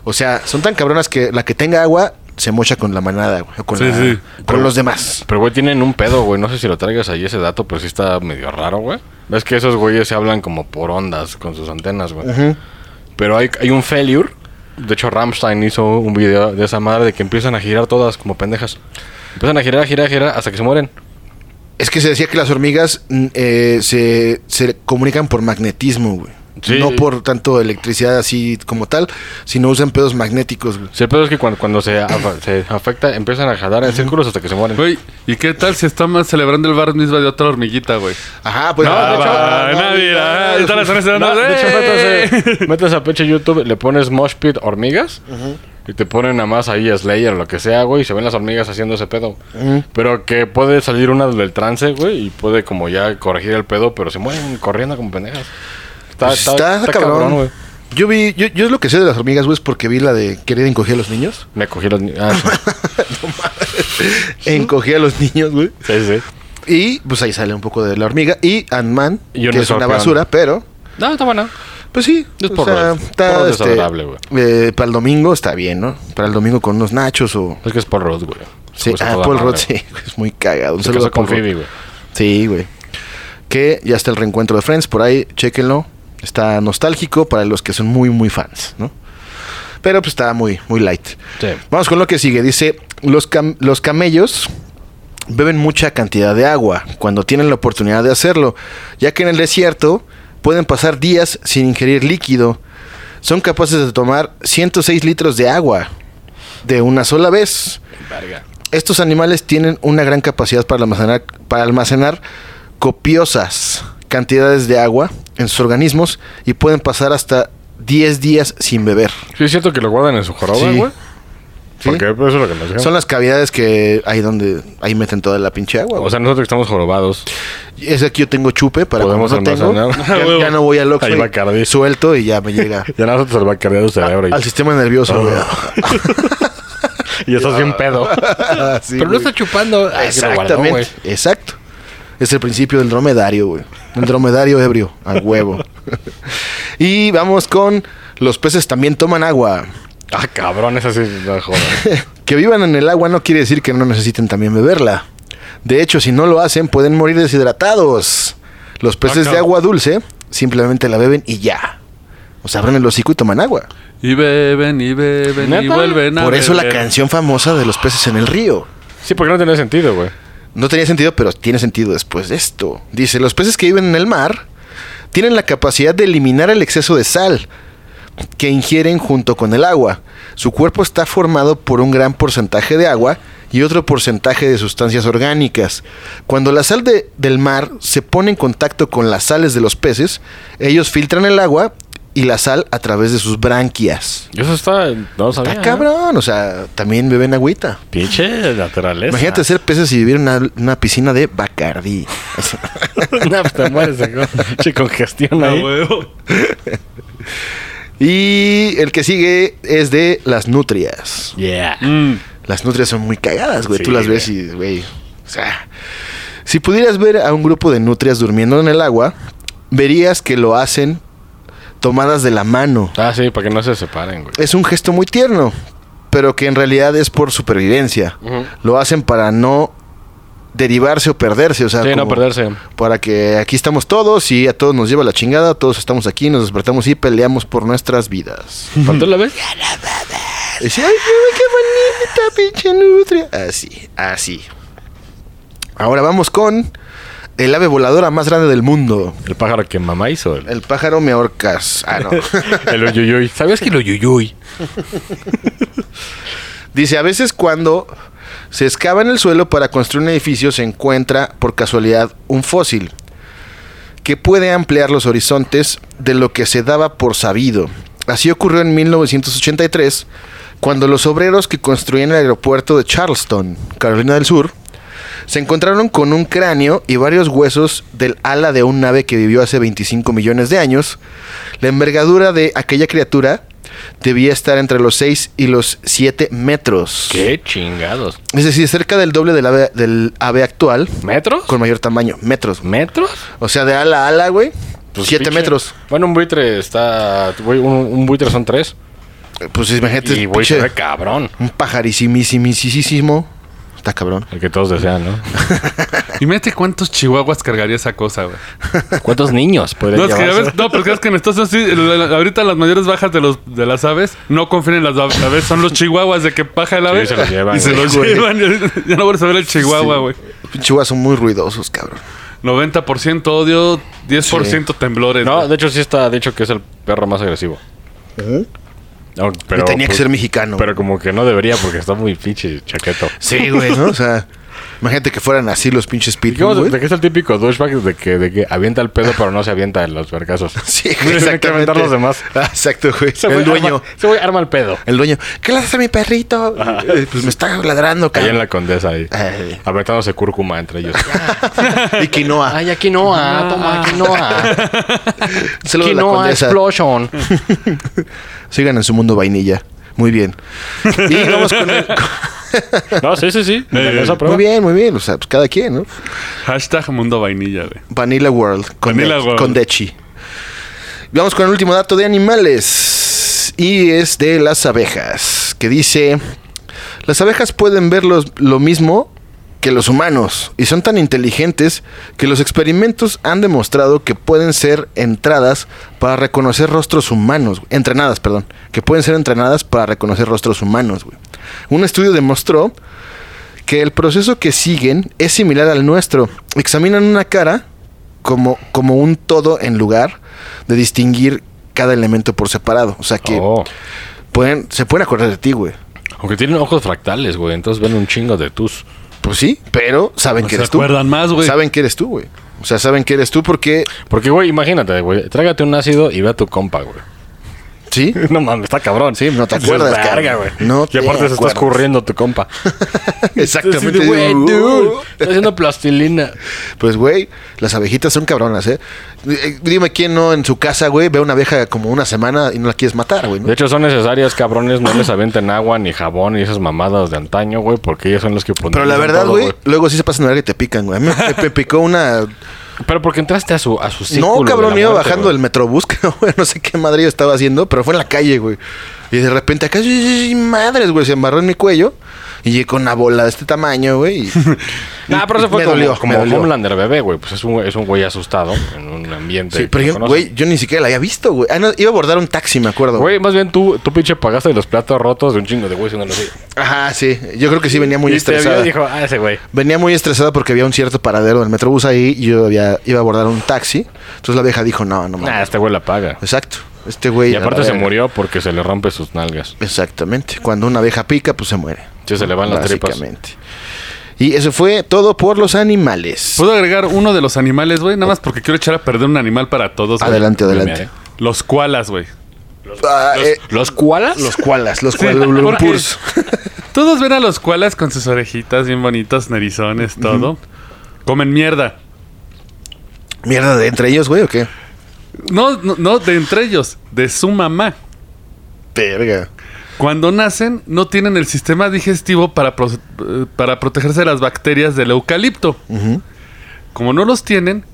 [SPEAKER 2] O sea, son tan cabronas que la que tenga agua se mocha con la manada, güey. o Con,
[SPEAKER 4] Sí,
[SPEAKER 2] la-
[SPEAKER 4] sí.
[SPEAKER 2] con los demás.
[SPEAKER 3] Pero, güey, tienen un pedo, güey. No sé si lo traigas ahí ese dato, pero sí está medio raro, güey. Es que esos güeyes se hablan como por ondas con sus antenas, güey. Pero hay, hay un failure. De hecho, Rammstein hizo un video de esa madre de que empiezan a girar todas como pendejas. Empiezan a girar, a girar, a girar hasta que se mueren.
[SPEAKER 2] Es que se decía que las hormigas mm, eh, se, se comunican por magnetismo, güey.
[SPEAKER 3] Sí.
[SPEAKER 2] No por tanto electricidad así como tal, sino usan pedos magnéticos, güey.
[SPEAKER 3] Sí, el pedo es que cuando, cuando se, afa- se afecta, empiezan a jalar en círculos hasta que se mueren.
[SPEAKER 4] Güey, ¿y qué tal si estamos celebrando el bar misma de otra hormiguita, güey?
[SPEAKER 2] Ajá, pues.
[SPEAKER 3] No, de hecho-
[SPEAKER 4] Ah, Navidad. Están las horas de la
[SPEAKER 3] No, de hecho,
[SPEAKER 2] ¡Eh!
[SPEAKER 4] noche.
[SPEAKER 3] métase, métase a pinche YouTube, le pones Mosh Pit hormigas y te ponen nada más ahí Slayer o lo que sea, güey, y se ven las hormigas haciendo ese pedo. Pero que puede salir una del trance, güey, y puede como ya corregir el pedo, pero se mueren corriendo como pendejas. Está,
[SPEAKER 2] Pues
[SPEAKER 3] está-
[SPEAKER 2] está
[SPEAKER 3] está
[SPEAKER 2] cabrón.
[SPEAKER 3] cabrón, güey.
[SPEAKER 2] Yo vi, yo, yo es lo que sé de las hormigas, güey, es porque vi la de querer encoger a los niños.
[SPEAKER 3] Me cogí los... ni- Ah, sí,
[SPEAKER 2] Encogí a los niños, güey.
[SPEAKER 3] sí, sí.
[SPEAKER 2] Y pues ahí sale un poco de la hormiga. Y Ant-Man,
[SPEAKER 3] Y
[SPEAKER 2] que
[SPEAKER 3] un
[SPEAKER 2] es una
[SPEAKER 3] escorpión.
[SPEAKER 2] basura, pero.
[SPEAKER 5] No, está bueno.
[SPEAKER 2] Pues sí.
[SPEAKER 3] Es
[SPEAKER 2] o
[SPEAKER 3] por
[SPEAKER 2] sea, este,
[SPEAKER 3] lo- por lo desagradable, güey.
[SPEAKER 2] eh, para el domingo está bien, ¿no? Para el domingo con unos nachos o.
[SPEAKER 3] Es que es Paul Rudd, güey. Se
[SPEAKER 2] Sí,
[SPEAKER 3] puso
[SPEAKER 2] ah,
[SPEAKER 3] toda
[SPEAKER 2] Paul
[SPEAKER 3] madre,
[SPEAKER 2] Rudd,
[SPEAKER 3] güey.
[SPEAKER 2] sí, es muy cagado. Un
[SPEAKER 3] Se
[SPEAKER 2] saludo
[SPEAKER 3] casó
[SPEAKER 2] a
[SPEAKER 3] con
[SPEAKER 2] Paul Rudd.
[SPEAKER 3] Phoebe, güey.
[SPEAKER 2] Sí, güey. Que ya está el reencuentro de Friends, por ahí, chéquenlo. Está nostálgico para los que son muy, muy fans, ¿no? Pero pues está muy, muy light.
[SPEAKER 3] Sí.
[SPEAKER 2] Vamos con lo que sigue. Dice, los, cam- los camellos beben mucha cantidad de agua cuando tienen la oportunidad de hacerlo, ya que en el desierto pueden pasar días sin ingerir líquido. Son capaces de tomar 106 litros de agua de una sola vez. Estos animales tienen una gran capacidad para almacenar, para almacenar copiosas cantidades de agua en sus organismos y pueden pasar hasta 10 días sin beber.
[SPEAKER 3] Sí, es cierto que lo guardan en su joroba,
[SPEAKER 2] Sí.
[SPEAKER 3] güey.
[SPEAKER 2] ¿sí?
[SPEAKER 3] Porque pues, eso es lo que nos dijeron.
[SPEAKER 2] Son las cavidades que ahí donde ahí meten toda la pinche agua.
[SPEAKER 3] O sea, nosotros que estamos jorobados.
[SPEAKER 2] güey. es aquí yo tengo chupe para
[SPEAKER 3] Podemos
[SPEAKER 2] cuando no tengo.
[SPEAKER 3] almacenar.
[SPEAKER 2] Ya, ya no voy al Oxxo
[SPEAKER 3] Ahí
[SPEAKER 2] y
[SPEAKER 3] Bacardi.
[SPEAKER 2] suelto y ya me llega
[SPEAKER 3] Ya nada más te va a cargar el cerebro. y-
[SPEAKER 2] al sistema nervioso.
[SPEAKER 5] Ah.
[SPEAKER 2] güey. Ah,
[SPEAKER 3] Y estás bien pedo.
[SPEAKER 2] Sí,
[SPEAKER 5] Pero no
[SPEAKER 2] güey.
[SPEAKER 5] está chupando.
[SPEAKER 3] Ah,
[SPEAKER 5] Ay, se lo guardó,
[SPEAKER 2] Exactamente.
[SPEAKER 5] güey.
[SPEAKER 2] Exacto. Es el principio del dromedario, güey. El dromedario ebrio, a huevo. y vamos con los peces también toman agua.
[SPEAKER 3] Ah, cabrón, esa sí no jodas.
[SPEAKER 2] Que vivan en el agua no quiere decir que no necesiten también beberla. De hecho, si no lo hacen, pueden morir deshidratados. Los peces de
[SPEAKER 4] cabrón.
[SPEAKER 2] agua dulce simplemente la beben y ya. O sea, abren el hocico y toman agua.
[SPEAKER 4] Y beben, y beben, y
[SPEAKER 3] ¿Neta?
[SPEAKER 4] vuelven a
[SPEAKER 2] Por eso la
[SPEAKER 4] beber.
[SPEAKER 2] canción famosa de los peces en el río.
[SPEAKER 3] Sí, porque no tiene sentido, güey.
[SPEAKER 2] No tenía sentido, pero tiene sentido después de esto. Dice, los peces que viven en el mar tienen la capacidad de eliminar el exceso de sal que ingieren junto con el agua. Su cuerpo está formado por un gran porcentaje de agua y otro porcentaje de sustancias orgánicas. Cuando la sal de- del mar se pone en contacto con las sales de los peces, ellos filtran el agua y la sal a través de sus branquias.
[SPEAKER 3] Y Eso está. No lo sabía.
[SPEAKER 2] Está
[SPEAKER 3] ¿eh?
[SPEAKER 2] cabrón, o sea, también beben agüita.
[SPEAKER 3] Pinche naturaleza.
[SPEAKER 2] Imagínate ser peces y vivir en una, una piscina de Bacardí.
[SPEAKER 3] no, pues te mueres de con- che, congestión
[SPEAKER 4] Ah,
[SPEAKER 3] ahí.
[SPEAKER 4] huevo.
[SPEAKER 2] Y el que sigue es de las nutrias.
[SPEAKER 3] Yeah.
[SPEAKER 4] Mm.
[SPEAKER 2] Las nutrias son muy cagadas, güey.
[SPEAKER 3] Sí,
[SPEAKER 2] Tú las ves y, güey. O sea, si pudieras ver a un grupo de nutrias durmiendo en el agua, verías que lo hacen tomadas de la mano.
[SPEAKER 3] Ah, sí, para que no se separen, güey.
[SPEAKER 2] Es un gesto muy tierno, pero que en realidad es por supervivencia. Lo hacen para no derivarse o perderse. O sea,
[SPEAKER 3] Sí, no
[SPEAKER 2] como-
[SPEAKER 3] perderse.
[SPEAKER 2] para que aquí estamos todos y a todos nos lleva la chingada, todos estamos aquí, nos despertamos y peleamos por nuestras vidas.
[SPEAKER 3] ¿Faltó la vez?
[SPEAKER 2] Y dice, ay, qué bonita pinche nutria. Así, así. Ahora vamos con el ave voladora más grande del mundo.
[SPEAKER 3] El pájaro que mamá hizo. El,
[SPEAKER 2] El pájaro me ahorcas. Ah, no.
[SPEAKER 3] el uyuyuy. ¿Sabías que el uyuyuy?
[SPEAKER 2] Dice, a veces cuando se excava en el suelo para construir un edificio se encuentra por casualidad un fósil que puede ampliar los horizontes de lo que se daba por sabido. Así ocurrió en 1983 cuando los obreros que construían el aeropuerto de Charleston, Carolina del Sur, se encontraron con un cráneo y varios huesos del ala de un ave que vivió hace 25 millones de años. La envergadura de aquella criatura debía estar entre los 6 y los 7 metros.
[SPEAKER 3] Qué chingados.
[SPEAKER 2] Es decir, cerca del doble del ave, del ave actual,
[SPEAKER 3] ¿Metros?
[SPEAKER 2] con mayor tamaño, metros. güey.
[SPEAKER 3] ¿Metros?
[SPEAKER 2] O sea, de ala a ala, güey,
[SPEAKER 3] Pues,
[SPEAKER 2] 7
[SPEAKER 3] pinche-
[SPEAKER 2] metros.
[SPEAKER 3] Bueno, un buitre está. güey, Un, un buitre son tres.
[SPEAKER 2] Eh, Pues imagínate,
[SPEAKER 3] y güey,
[SPEAKER 2] pinche-
[SPEAKER 3] se ve cabrón.
[SPEAKER 2] un pajaricimisimisimísimo. Está cabrón.
[SPEAKER 3] El que todos desean, ¿no?
[SPEAKER 4] Imagínate cuántos chihuahuas cargaría esa cosa, güey.
[SPEAKER 5] ¿Cuántos niños
[SPEAKER 4] No,
[SPEAKER 5] podrían
[SPEAKER 4] es que, a
[SPEAKER 5] llevarse?
[SPEAKER 4] ver, no, porque es que en Estados Unidos sí, la- la- ahorita las mayores bajas de los de las aves no confían en las av- aves, son los chihuahuas de que paja el ave
[SPEAKER 3] Sí, se los llevan,
[SPEAKER 4] y se
[SPEAKER 3] güey.
[SPEAKER 4] los
[SPEAKER 2] Güey.
[SPEAKER 4] llevan. Ya, no vuelves a ver el chihuahua, güey.
[SPEAKER 2] Chihuahuas son muy ruidosos, cabrón.
[SPEAKER 4] 90% odio, 10% temblores.
[SPEAKER 3] No,
[SPEAKER 4] güey.
[SPEAKER 3] de hecho sí está dicho que es el perro más agresivo. No,
[SPEAKER 2] Pero,
[SPEAKER 3] pero,
[SPEAKER 2] tenía que
[SPEAKER 3] pues,
[SPEAKER 2] ser mexicano.
[SPEAKER 3] Pero como que no debería porque está muy pinche chaqueto.
[SPEAKER 2] Sí, güey, ¿no? O sea, imagínate que fueran así los pinches pitbulls,
[SPEAKER 3] Digamos,
[SPEAKER 2] güey.
[SPEAKER 3] de que es el típico douchebag de que, de que avienta el pedo pero no se avienta en los vergazos.
[SPEAKER 2] Sí,
[SPEAKER 3] Tiene que aventar los demás.
[SPEAKER 2] Ah, Exacto, güey.
[SPEAKER 3] Ese
[SPEAKER 2] el
[SPEAKER 3] güey
[SPEAKER 2] dueño.
[SPEAKER 3] arma- Ese güey arma el pedo.
[SPEAKER 2] El dueño. ¿Qué le haces a mi perrito? Eh, Pues me está ladrando,
[SPEAKER 3] Allá en
[SPEAKER 2] cabrón.
[SPEAKER 3] la condesa ahí.
[SPEAKER 2] Ay.
[SPEAKER 3] Aventándose cúrcuma entre ellos.
[SPEAKER 2] Y quinoa.
[SPEAKER 5] Ay, aquí no, ah, toma, aquí no. ah.
[SPEAKER 2] Saludos
[SPEAKER 5] Aquí
[SPEAKER 2] a la
[SPEAKER 5] no, ah,
[SPEAKER 2] condesa. Uh.
[SPEAKER 5] explosion.
[SPEAKER 2] Sigan en su mundo vainilla. Muy bien. Y vamos con el-
[SPEAKER 3] No, sí, sí, sí. En esa prueba.
[SPEAKER 2] Muy bien, muy bien. O sea, pues cada quien, ¿no?
[SPEAKER 4] Hashtag mundo vainilla, güey.
[SPEAKER 2] Vanilla World con,
[SPEAKER 4] Vanilla
[SPEAKER 2] de-
[SPEAKER 4] World.
[SPEAKER 2] con Dechi. Vamos con el último dato de animales. Y es de las abejas. Que dice: Las abejas pueden ver los- lo mismo que los humanos. Y son tan inteligentes que los experimentos han demostrado que pueden ser entradas para reconocer rostros humanos. Entrenadas, perdón. Que pueden ser entrenadas para reconocer rostros humanos. güey. Un estudio demostró que el proceso que siguen es similar al nuestro. Examinan una cara como, como un todo en lugar de distinguir cada elemento por separado. O sea que
[SPEAKER 3] Oh.
[SPEAKER 2] pueden, se pueden acordar de ti, güey.
[SPEAKER 3] Aunque tienen ojos fractales, güey. Entonces ven un chingo de tus.
[SPEAKER 2] Pues sí, pero saben
[SPEAKER 4] No
[SPEAKER 2] que
[SPEAKER 4] se
[SPEAKER 2] eres tú.
[SPEAKER 4] acuerdan más, güey.
[SPEAKER 2] Saben que eres tú, güey. O sea, saben que eres tú porque...
[SPEAKER 3] Porque, güey, imagínate, güey. Trágate un ácido y ve a tu compa, güey.
[SPEAKER 2] Sí,
[SPEAKER 3] No mames, está cabrón.
[SPEAKER 2] Sí, no te acuerdas,
[SPEAKER 3] Dices, "Verga,
[SPEAKER 2] cabrón".
[SPEAKER 3] güey.
[SPEAKER 2] No
[SPEAKER 3] y
[SPEAKER 2] te
[SPEAKER 3] aparte se está
[SPEAKER 2] acuerdas.
[SPEAKER 3] escurriendo tu compa.
[SPEAKER 2] exactamente.
[SPEAKER 3] Así de,
[SPEAKER 2] Uh,
[SPEAKER 3] "Güey, Eh, dude, Está haciendo plastilina.
[SPEAKER 2] Pues, güey, las abejitas son cabronas, ¿eh? Eh, Dime quién no en su casa, güey, ve a una abeja como una semana y no la quieres matar, güey. ¿no?
[SPEAKER 3] De hecho, son necesarias, cabrones. No les aventen agua, ni jabón, ni esas mamadas de antaño, güey. Porque ellas son las que ponen.
[SPEAKER 2] Pero la verdad,
[SPEAKER 3] todo,
[SPEAKER 2] güey, luego sí se pasan a ver que te pican, güey. A mí me, me picó una.
[SPEAKER 3] Pero porque entraste a su, a su círculo.
[SPEAKER 2] no,
[SPEAKER 3] de
[SPEAKER 2] cabrón,
[SPEAKER 3] la
[SPEAKER 2] iba
[SPEAKER 3] muerte,
[SPEAKER 2] bajando
[SPEAKER 3] güey.
[SPEAKER 2] del metrobús, cabrón, güey, no sé qué madre yo estaba haciendo, pero fue en la calle, güey. Y de repente acá, sí, sí, madres, güey, se embarró en mi cuello. Y llegué con una bola de este tamaño, güey. y-
[SPEAKER 3] Nah, Ah, pero eso fue
[SPEAKER 2] me
[SPEAKER 3] como,
[SPEAKER 2] dolió,
[SPEAKER 3] como
[SPEAKER 2] me dolió.
[SPEAKER 3] Homelander bebé, güey. Pues es un, es un güey asustado en un ambiente.
[SPEAKER 2] Sí, pero
[SPEAKER 3] que
[SPEAKER 2] yo,
[SPEAKER 3] conoce.
[SPEAKER 2] güey, yo ni siquiera la había visto, güey. Ah, no, iba a abordar un taxi, me acuerdo.
[SPEAKER 3] Güey, más bien tú, tú pinche pagaste los platos rotos de un chingo de güey. no así.
[SPEAKER 2] Ajá, sí. Yo creo que sí venía muy
[SPEAKER 3] y te vio
[SPEAKER 2] estresada.
[SPEAKER 3] y dijo, ah, ese güey.
[SPEAKER 2] Venía muy estresada porque había un cierto paradero del metrobús ahí y yo había, iba a abordar un taxi. Entonces la vieja dijo, no, no mames.
[SPEAKER 3] Nah, este güey la paga.
[SPEAKER 2] Exacto. Este güey.
[SPEAKER 3] Y aparte
[SPEAKER 2] a
[SPEAKER 3] se
[SPEAKER 2] ver,
[SPEAKER 3] murió porque se le rompe sus nalgas.
[SPEAKER 2] Exactamente. Cuando una abeja pica, pues se muere.
[SPEAKER 3] Sí, se le van las tripas.
[SPEAKER 2] Básicamente. Y eso fue todo por los animales.
[SPEAKER 4] ¿Puedo agregar uno de los animales, güey? Nada más porque quiero echar a perder un animal para todos. güey.
[SPEAKER 2] Adelante,
[SPEAKER 3] Me
[SPEAKER 2] adelante.
[SPEAKER 3] mearé.
[SPEAKER 4] Los koalas, güey.
[SPEAKER 2] Ah, eh,
[SPEAKER 3] ¿Los cualas?
[SPEAKER 2] los koalas, los kualulumpurs.
[SPEAKER 4] Todos ven a los koalas con sus orejitas bien bonitos, narizones, todo. Comen mierda.
[SPEAKER 2] Mierda, ¿de entre ellos, güey, o qué?
[SPEAKER 4] No, no, no, de entre ellos, de su mamá.
[SPEAKER 2] Verga.
[SPEAKER 4] Cuando nacen, no tienen el sistema digestivo para, pro- eh, para protegerse de las bacterias del eucalipto. Como no los tienen,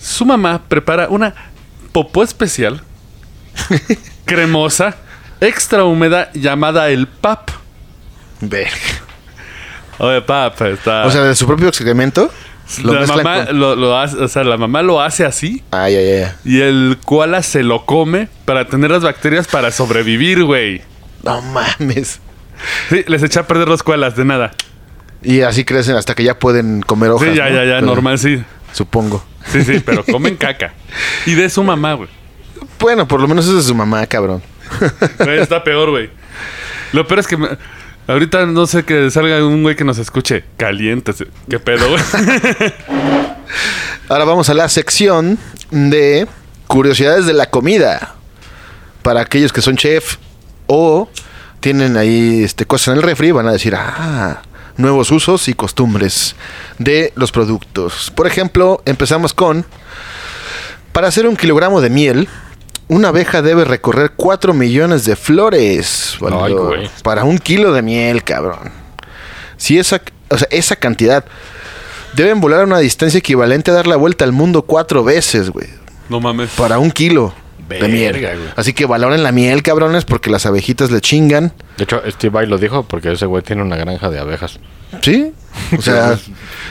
[SPEAKER 4] su mamá prepara una popó especial, cremosa, extra húmeda, llamada el pap.
[SPEAKER 2] Verga.
[SPEAKER 4] Oye, pap, está.
[SPEAKER 2] O sea, de su propio excremento. Lo
[SPEAKER 4] Ah. la
[SPEAKER 2] mezclan
[SPEAKER 4] mamá
[SPEAKER 2] con-
[SPEAKER 4] lo, lo hace, o sea, la mamá lo hace así
[SPEAKER 2] Ay, ay, ay.
[SPEAKER 4] y el koala se lo come para tener las bacterias para sobrevivir, güey.
[SPEAKER 2] No mames.
[SPEAKER 4] Sí, les echa a perder los koalas, de nada.
[SPEAKER 2] Y así crecen hasta que ya pueden comer hojas.
[SPEAKER 4] sí, ya,
[SPEAKER 2] ¿no?
[SPEAKER 4] ya, ya,
[SPEAKER 2] Pero-
[SPEAKER 4] normal, sí.
[SPEAKER 2] Supongo.
[SPEAKER 4] Sí, sí, pero comen caca. Y de su mamá, güey.
[SPEAKER 2] Bueno, por lo menos eso es de su mamá, cabrón.
[SPEAKER 4] Güey, Está peor, güey. Lo peor es que me- ahorita no sé que salga un güey que nos escuche. Calientes. ¿Qué pedo, güey?
[SPEAKER 2] Ahora vamos a la sección de curiosidades de la comida. Para aquellos que son chef o tienen ahí este, cosas en el refri, van a decir, ah, nuevos usos y costumbres de los productos. Por ejemplo, empezamos con, para hacer un kilogramo de miel, una abeja debe recorrer 4 millones de flores. Valero.
[SPEAKER 3] Ay, güey.
[SPEAKER 2] para un kilo de miel, cabrón. Si esa, o sea, esa cantidad Deben volar a una distancia equivalente a dar la vuelta al mundo cuatro veces, güey.
[SPEAKER 4] No mames.
[SPEAKER 2] Para un kilo
[SPEAKER 3] Verga,
[SPEAKER 2] de miel.
[SPEAKER 3] güey.
[SPEAKER 2] Así que valoren la miel, cabrones, porque las abejitas le chingan.
[SPEAKER 3] De hecho, Steve Vai lo dijo porque ese güey tiene una granja de abejas.
[SPEAKER 2] Sí. O sea,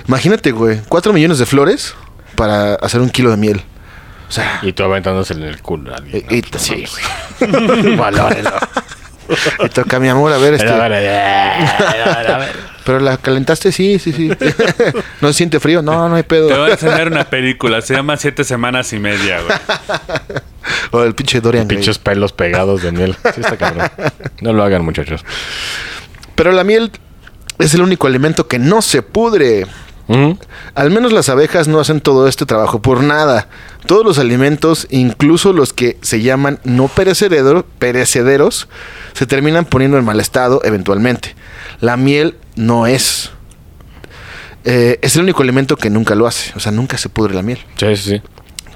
[SPEAKER 2] imagínate, güey. Cuatro millones de flores para hacer un kilo de miel. O sea,
[SPEAKER 3] Y tú aventándosele en el culo a alguien.
[SPEAKER 2] y, y- sí, güey. este- Y toca mi amor, a ver, este.
[SPEAKER 3] "Eh,
[SPEAKER 2] Pero la calentaste, sí, sí, sí. no se siente frío, no, no hay
[SPEAKER 4] Te voy
[SPEAKER 2] pedo.
[SPEAKER 4] a enseñar una película, se llama Siete Semanas y Media, güey.
[SPEAKER 2] O el pinche Dorian Gray.
[SPEAKER 3] Pinches pelos pegados de miel. Sí, está cabrón. No lo hagan, muchachos.
[SPEAKER 2] Pero la miel es el único alimento que no se pudre.
[SPEAKER 3] Ujú.
[SPEAKER 2] Al menos las abejas no hacen todo este trabajo por nada. Todos los alimentos, incluso los que se llaman no perecedero- perecederos, se terminan poniendo en mal estado eventualmente. La miel no es. Eh, es el único alimento que nunca lo hace. O sea, nunca se pudre la miel.
[SPEAKER 3] Sí, sí, sí.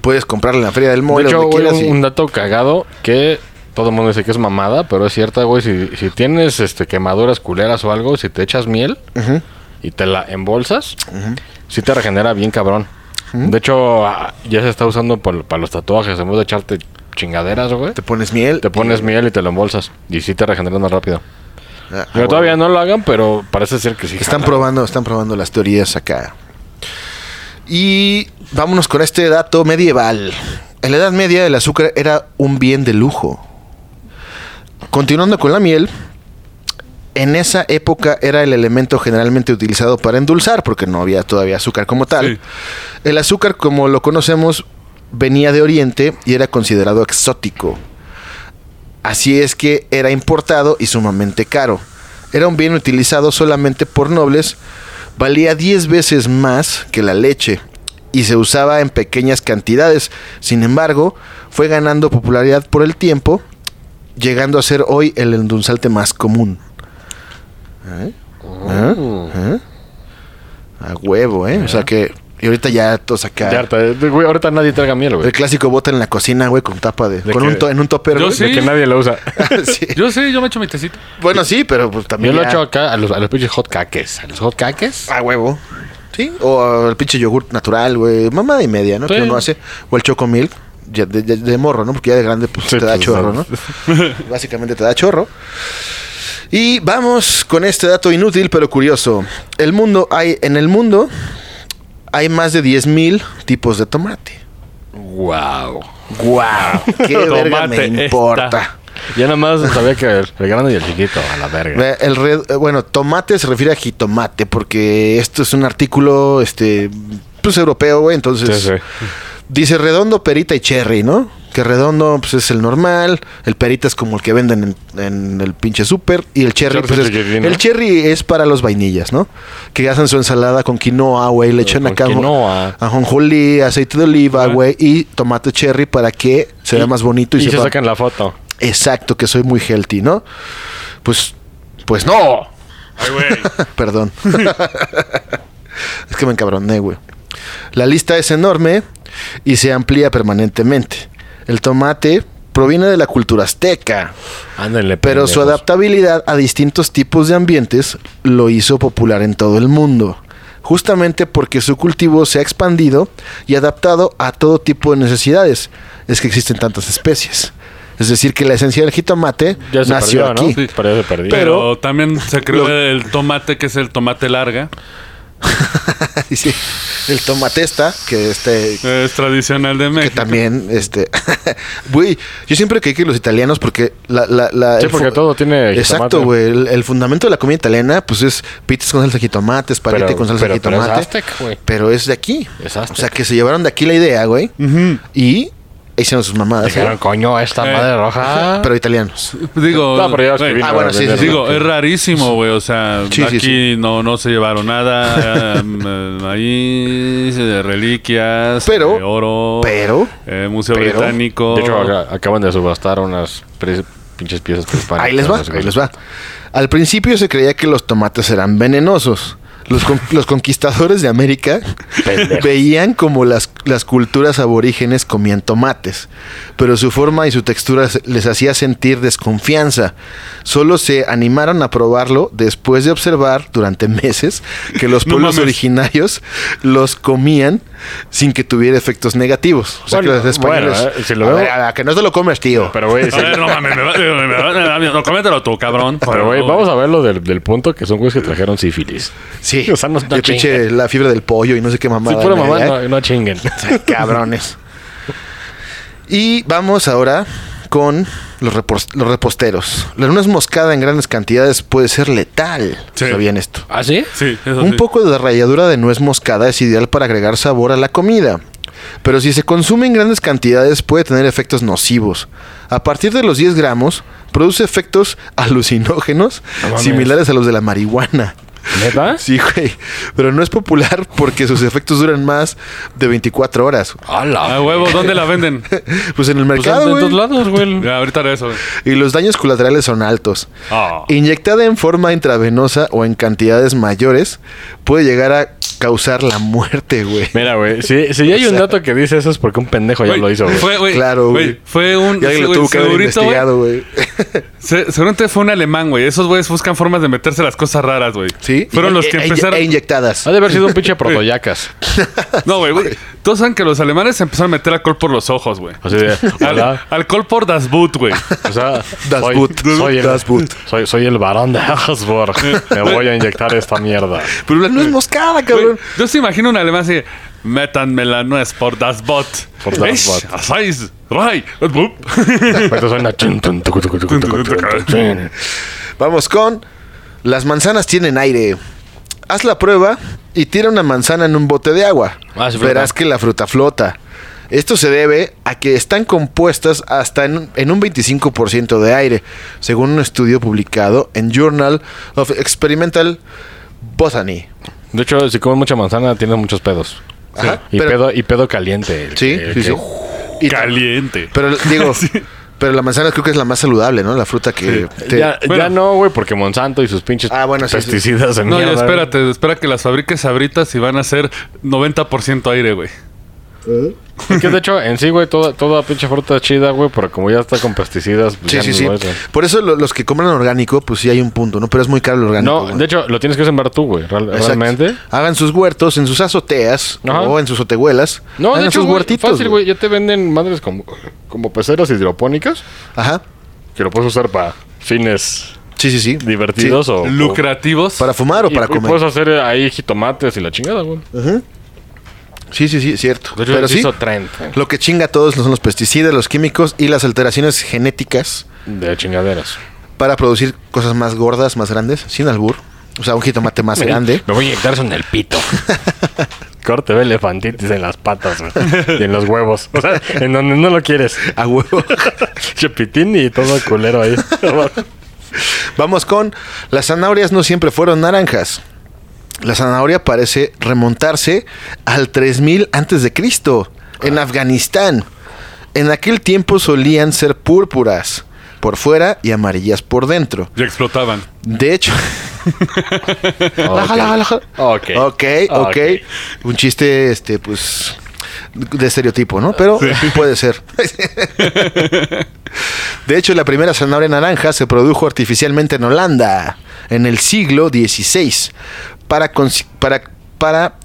[SPEAKER 2] Puedes comprarla en la feria del
[SPEAKER 3] De
[SPEAKER 2] mole,
[SPEAKER 3] hecho,
[SPEAKER 2] donde
[SPEAKER 3] güey,
[SPEAKER 2] quieras.
[SPEAKER 3] un,
[SPEAKER 2] y-
[SPEAKER 3] un dato cagado que todo el mundo dice que es mamada, pero es cierta, güey. Si, si tienes este, quemaduras culeras o algo, si te echas miel
[SPEAKER 2] Ujú.
[SPEAKER 3] y te la embolsas, sí te regenera bien cabrón. De hecho, ah, ya se está usando por- para los tatuajes. En vez de echarte chingaderas, güey,
[SPEAKER 2] Te pones miel.
[SPEAKER 3] te pones miel y te lo embolsas. Y sí te regeneras más rápido.
[SPEAKER 2] Ah,
[SPEAKER 3] Pero todavía no lo hagan, pero parece ser que sí.
[SPEAKER 2] Están
[SPEAKER 3] jala.
[SPEAKER 2] probando, están probando las teorías acá. Y vámonos con este dato medieval. En la Edad Media el azúcar era un bien de lujo. Continuando con la miel, en esa época era el elemento generalmente utilizado para endulzar, porque no había todavía azúcar como tal.
[SPEAKER 4] Sí.
[SPEAKER 2] El azúcar, como lo conocemos, venía de Oriente y era considerado exótico. Así es que era importado y sumamente caro. Era un bien utilizado solamente por nobles, valía 10 veces más que la leche y se usaba en pequeñas cantidades. Sin embargo, fue ganando popularidad por el tiempo, llegando a ser hoy el endulzante más común. ¿Eh? ¿Eh? ¿Eh? A huevo, ¿eh? O sea que... Y ahorita ya todos acá...
[SPEAKER 3] Ya, ahorita- güey, ahorita nadie traga miel, güey.
[SPEAKER 2] El clásico bota en la cocina, güey, con tapa de...
[SPEAKER 3] De
[SPEAKER 2] con un
[SPEAKER 3] que-
[SPEAKER 2] to- en un topper,
[SPEAKER 4] Yo
[SPEAKER 2] güey. Ah,
[SPEAKER 4] sí.
[SPEAKER 3] De que nadie lo usa.
[SPEAKER 2] Sí.
[SPEAKER 4] Yo sí, yo me echo mi tecito.
[SPEAKER 2] Bueno, sí, pero pues,
[SPEAKER 3] Yo
[SPEAKER 2] también.
[SPEAKER 3] lo
[SPEAKER 2] ya-
[SPEAKER 3] echo acá a los, a los pinches hot cakes. A los hot cakes.
[SPEAKER 2] a huevo. Sí. O el pinche yogurt natural, güey. Mamada y media, ¿no?
[SPEAKER 3] Sí.
[SPEAKER 2] Que uno hace. O el chocomil. Ya de, de- de morro, ¿no? Porque ya de grande pues,
[SPEAKER 3] Sí,
[SPEAKER 2] te da
[SPEAKER 3] pues,
[SPEAKER 2] chorro, ¿no? Básicamente te da chorro. Y vamos con este dato inútil pero curioso. El mundo hay, en el mundo hay más de 10.000 tipos de tomate.
[SPEAKER 3] Wow.
[SPEAKER 2] ¡Guau! ¡Qué verga me
[SPEAKER 4] Tomate esta.
[SPEAKER 2] importa!
[SPEAKER 3] Ya nada más sabía que el, el grande y el chiquito, a la verga.
[SPEAKER 2] Ve, El red- eh, bueno, tomate se refiere a jitomate porque esto es un artículo este pues europeo, güey,
[SPEAKER 3] Sí,
[SPEAKER 2] entonces
[SPEAKER 3] sí.
[SPEAKER 2] dice redondo, perita y cherry, ¿no? Que redondo pues es el normal, el perita es como el que venden en, en el pinche súper y el cherry
[SPEAKER 3] Cherry
[SPEAKER 2] pues, es-
[SPEAKER 3] cherry, ¿no?
[SPEAKER 2] el cherry es para los vainillas, ¿no? Que hacen su ensalada con quinoa, güey, le echan
[SPEAKER 3] con
[SPEAKER 2] acá
[SPEAKER 3] quinoa.
[SPEAKER 2] ajonjolí, aceite de oliva,
[SPEAKER 4] Ajá.
[SPEAKER 2] güey, y tomate cherry para que se vea más bonito y,
[SPEAKER 3] se
[SPEAKER 2] sepa-
[SPEAKER 3] sacan la foto.
[SPEAKER 2] Exacto, que soy muy healthy, ¿no? Pues pues no.
[SPEAKER 4] Ay, güey.
[SPEAKER 2] Perdón. es que me encabroné, güey. La lista es enorme y se amplía permanentemente. El tomate proviene de la cultura azteca,
[SPEAKER 3] Ándenle,
[SPEAKER 2] pero su
[SPEAKER 3] pendejos.
[SPEAKER 2] adaptabilidad a distintos tipos de ambientes lo hizo popular en todo el mundo, justamente porque su cultivo se ha expandido y adaptado a todo tipo de necesidades. Es que existen tantas especies. Es decir, que la esencia del jitomate
[SPEAKER 3] Ya se
[SPEAKER 2] nació
[SPEAKER 3] perdió,
[SPEAKER 2] aquí.
[SPEAKER 3] ¿no? Sí. Pero ya se perdió.
[SPEAKER 4] Pero, también se creó el tomate, que es el tomate larga.
[SPEAKER 2] Y sí, el tomatesta, que este
[SPEAKER 4] eh, Es tradicional de
[SPEAKER 2] que
[SPEAKER 4] México.
[SPEAKER 2] también, este, güey, yo siempre creí que los italianos, porque la, la, la-
[SPEAKER 3] Sí,
[SPEAKER 2] el
[SPEAKER 3] porque
[SPEAKER 2] fu-
[SPEAKER 3] todo tiene jitomate.
[SPEAKER 2] Exacto, güey. El, el fundamento de la comida italiana, pues es pizzas con salsa de jitomate, espagueti
[SPEAKER 3] Pero-
[SPEAKER 2] con salsa de
[SPEAKER 3] pero- pero es
[SPEAKER 2] jitomate.
[SPEAKER 3] aztec, güey.
[SPEAKER 2] Pero es de aquí.
[SPEAKER 3] Es
[SPEAKER 2] O
[SPEAKER 3] aztec.
[SPEAKER 2] sea, que se llevaron de aquí la idea, güey. Y hicieron sus mamadas.
[SPEAKER 3] Dijeron,
[SPEAKER 2] ¿eh?
[SPEAKER 3] coño, esta
[SPEAKER 4] Eh.
[SPEAKER 3] madre roja.
[SPEAKER 2] Pero italianos.
[SPEAKER 4] Pues Digo,
[SPEAKER 3] No, pero ya los que
[SPEAKER 4] güey,
[SPEAKER 3] vino
[SPEAKER 2] ah, bueno,
[SPEAKER 3] a
[SPEAKER 2] sí, sí,
[SPEAKER 3] vender,
[SPEAKER 2] sí.
[SPEAKER 4] digo,
[SPEAKER 3] ¿no?
[SPEAKER 4] es rarísimo, güey. O sea,
[SPEAKER 2] Sí, sí,
[SPEAKER 4] aquí
[SPEAKER 2] sí.
[SPEAKER 4] No, no se llevaron nada. em, em, ahí, eh, reliquias,
[SPEAKER 2] Pero-
[SPEAKER 4] eh, oro,
[SPEAKER 2] pero-
[SPEAKER 4] eh, Museo
[SPEAKER 2] pero-
[SPEAKER 4] Británico.
[SPEAKER 3] De hecho, acá- acaban de subastar unas pre- pinches piezas prehispánicas.
[SPEAKER 2] Ahí les va,
[SPEAKER 3] no sé qué.
[SPEAKER 2] ahí les va. Al principio se creía que los tomates eran venenosos. Los, con- los conquistadores de América veían como las, las culturas aborígenes comían tomates, pero su forma y su textura se- les hacía sentir desconfianza. Solo se animaron a probarlo después de observar durante meses que los
[SPEAKER 4] No
[SPEAKER 2] pueblos
[SPEAKER 4] mames.
[SPEAKER 2] originarios los comían sin que tuviera efectos negativos. O sea,
[SPEAKER 3] Bueno,
[SPEAKER 2] que los españoles...
[SPEAKER 3] bueno, eh, si lo
[SPEAKER 2] a
[SPEAKER 3] veo-
[SPEAKER 2] ver, a- a que no te lo comes, tío.
[SPEAKER 3] Pero, güey, sí.
[SPEAKER 4] A ver, no mames, me va, me va- me va- no, coméntalo tú, cabrón.
[SPEAKER 3] Pero, güey, vamos a verlo del, del punto que son güeyes que trajeron sífilis.
[SPEAKER 2] Sí,
[SPEAKER 3] O sea, no- no
[SPEAKER 2] Y pinche la fiebre del pollo y no sé qué
[SPEAKER 3] Sí,
[SPEAKER 2] mamada.
[SPEAKER 3] pura
[SPEAKER 2] ¿no?
[SPEAKER 3] mamá,
[SPEAKER 2] ¿Eh?
[SPEAKER 3] no, no chinguen.
[SPEAKER 2] Cabrones. Y vamos ahora con los, repos- los reposteros. La luna moscada en grandes cantidades puede ser letal.
[SPEAKER 4] Sí.
[SPEAKER 2] ¿Sabían esto?
[SPEAKER 3] ¿Ah, sí?
[SPEAKER 4] Sí, eso
[SPEAKER 2] Un
[SPEAKER 4] sí.
[SPEAKER 2] poco de ralladura de nuez moscada es ideal para agregar sabor a la comida. Pero si se consume en grandes cantidades puede tener efectos nocivos. A partir de los 10 gramos, produce efectos alucinógenos similares a los de la marihuana.
[SPEAKER 3] ¿Neta?
[SPEAKER 2] Sí, güey. Pero no es popular porque sus efectos duran más de 24 horas.
[SPEAKER 3] ¡Hala!
[SPEAKER 4] A Ah, huevo, ¿dónde la venden?
[SPEAKER 2] Pues en el
[SPEAKER 3] Pues
[SPEAKER 2] mercado,
[SPEAKER 3] en, en
[SPEAKER 2] güey.
[SPEAKER 3] todos lados, güey.
[SPEAKER 4] Ya, ahorita de eso. güey.
[SPEAKER 2] Y los daños colaterales son altos.
[SPEAKER 4] Ah.
[SPEAKER 2] Inyectada en forma intravenosa o en cantidades mayores, puede llegar a causar la muerte, güey.
[SPEAKER 3] Mira, güey, si, si ya hay un dato que dice eso es porque un pendejo ya
[SPEAKER 4] Güey,
[SPEAKER 3] lo hizo, güey.
[SPEAKER 4] Fue, güey,
[SPEAKER 2] Claro, güey.
[SPEAKER 4] Fue un.
[SPEAKER 2] Y alguien
[SPEAKER 4] sí,
[SPEAKER 2] lo
[SPEAKER 4] güey,
[SPEAKER 2] tuvo que haber
[SPEAKER 4] segurito, güey,
[SPEAKER 2] investigado, güey.
[SPEAKER 4] se- seguramente fue un alemán, güey. Esos güeyes buscan formas de meterse las cosas raras, güey.
[SPEAKER 2] Sí.
[SPEAKER 4] Fueron
[SPEAKER 2] Y-
[SPEAKER 4] los
[SPEAKER 2] e-
[SPEAKER 4] que
[SPEAKER 2] e-
[SPEAKER 4] empezaron.
[SPEAKER 2] e inyectadas.
[SPEAKER 3] Ha de haber sido un pinche protoyacas.
[SPEAKER 4] No, güey, güey. Todos saben que los alemanes se empezaron a meter alcohol por los ojos, güey.
[SPEAKER 3] Así de,
[SPEAKER 4] Al-
[SPEAKER 3] Pues hola.
[SPEAKER 4] alcohol por Das Boot, güey.
[SPEAKER 3] O sea,
[SPEAKER 2] Das
[SPEAKER 3] soy,
[SPEAKER 2] Boot.
[SPEAKER 3] soy el,
[SPEAKER 2] Das Boot.
[SPEAKER 3] Soy, soy el varón de Habsburg. Me voy a inyectar esta mierda.
[SPEAKER 2] Pero la nuez moscada,
[SPEAKER 4] Güey,
[SPEAKER 2] cabrón.
[SPEAKER 4] Yo se imagino un alemán así. Métanme la nuez por Das Boot.
[SPEAKER 3] Por Das
[SPEAKER 4] Ich,
[SPEAKER 3] Boot.
[SPEAKER 4] hacéis, rai, das Boot.
[SPEAKER 3] Esto suena chun, tun, tucu, tucu, tucu, tucu, tucu, chin.
[SPEAKER 2] Vamos con las manzanas tienen aire. Haz la prueba y tira una manzana en un bote de agua.
[SPEAKER 5] Ah, sí, flota.
[SPEAKER 2] Verás que la fruta flota. Esto se debe a que están compuestas hasta en, en un 25% de aire, según un estudio publicado en Journal of Experimental Botany.
[SPEAKER 3] De hecho, si comes mucha manzana, tienes muchos pedos.
[SPEAKER 2] Ajá,
[SPEAKER 3] Y,
[SPEAKER 2] pero-
[SPEAKER 3] pedo, Eh, y pedo caliente. el
[SPEAKER 2] Sí,
[SPEAKER 3] que-
[SPEAKER 2] sí,
[SPEAKER 3] que-
[SPEAKER 2] sí. Y-
[SPEAKER 4] Caliente.
[SPEAKER 2] Pero digo, pero la manzana creo que es la más saludable, ¿no? La fruta que te-
[SPEAKER 3] Ya, ya
[SPEAKER 4] Bueno.
[SPEAKER 3] no, güey, porque Monsanto y sus pinches
[SPEAKER 2] Ah, bueno, sí, sí.
[SPEAKER 3] pesticidas en
[SPEAKER 4] No, ya
[SPEAKER 3] mierda.
[SPEAKER 4] espérate, espera que las fabriques abritas y van a ser 90% aire, güey.
[SPEAKER 3] güey. Que de hecho, en sí, güey, toda, toda pinche fruta es chida, güey, pero como ya está con pesticidas, pues
[SPEAKER 2] Sí,
[SPEAKER 3] ya
[SPEAKER 2] sí,
[SPEAKER 3] no
[SPEAKER 2] sí.
[SPEAKER 3] lo es, güey.
[SPEAKER 2] Por eso lo- los que compran orgánico, pues sí hay un punto, ¿no? Pero es muy caro el orgánico.
[SPEAKER 3] No,
[SPEAKER 2] güey.
[SPEAKER 3] de hecho, lo tienes que sembrar tú, güey, real-
[SPEAKER 2] Exacto.
[SPEAKER 3] realmente.
[SPEAKER 2] Hagan sus huertos en sus azoteas
[SPEAKER 3] Ajá.
[SPEAKER 2] o en sus otehuelas.
[SPEAKER 3] No,
[SPEAKER 2] Hagan
[SPEAKER 3] de hecho,
[SPEAKER 2] sus
[SPEAKER 3] güey,
[SPEAKER 2] Ah, huertitos.
[SPEAKER 3] fácil, güey. Ya te venden madres como, como peceras hidropónicas
[SPEAKER 2] Ajá.
[SPEAKER 3] que lo puedes usar para fines
[SPEAKER 2] Sí, sí, sí.
[SPEAKER 3] divertidos o...
[SPEAKER 4] Lucrativos.
[SPEAKER 2] Sí. Para fumar
[SPEAKER 3] o-
[SPEAKER 2] o para
[SPEAKER 3] y- pues, y
[SPEAKER 2] comer.
[SPEAKER 3] puedes hacer ahí jitomates y la chingada, güey.
[SPEAKER 2] Sí, sí, sí, cierto.
[SPEAKER 3] De hecho,
[SPEAKER 2] Pero
[SPEAKER 3] se
[SPEAKER 2] sí,
[SPEAKER 3] pues, hizo trend. ¿eh? güey,
[SPEAKER 2] lo que chinga a todos son los pesticidas, los químicos y las alteraciones genéticas
[SPEAKER 3] De chingaderas.
[SPEAKER 2] para producir cosas más gordas, más grandes, sin albur. O sea, un jitomate más grande.
[SPEAKER 3] Me voy a inyectar eso en el pito. Corte de elefantitis en las patas, güey. Y en los huevos. O sea, en donde no lo quieres.
[SPEAKER 2] A huevo.
[SPEAKER 3] Chepitín y todo culero ahí.
[SPEAKER 2] Vamos con las zanahorias no siempre fueron naranjas. La zanahoria parece remontarse al 3000 antes de Cristo en Afganistán. En aquel tiempo solían ser púrpuras por fuera y amarillas por dentro.
[SPEAKER 4] Ya explotaban.
[SPEAKER 2] De hecho,
[SPEAKER 3] Ok. Ok.
[SPEAKER 2] ok, ok, un chiste este pues de estereotipo, ¿no? Pero puede ser. De hecho, la primera zanahoria naranja se produjo artificialmente en Holanda en el siglo XVI para consi- para para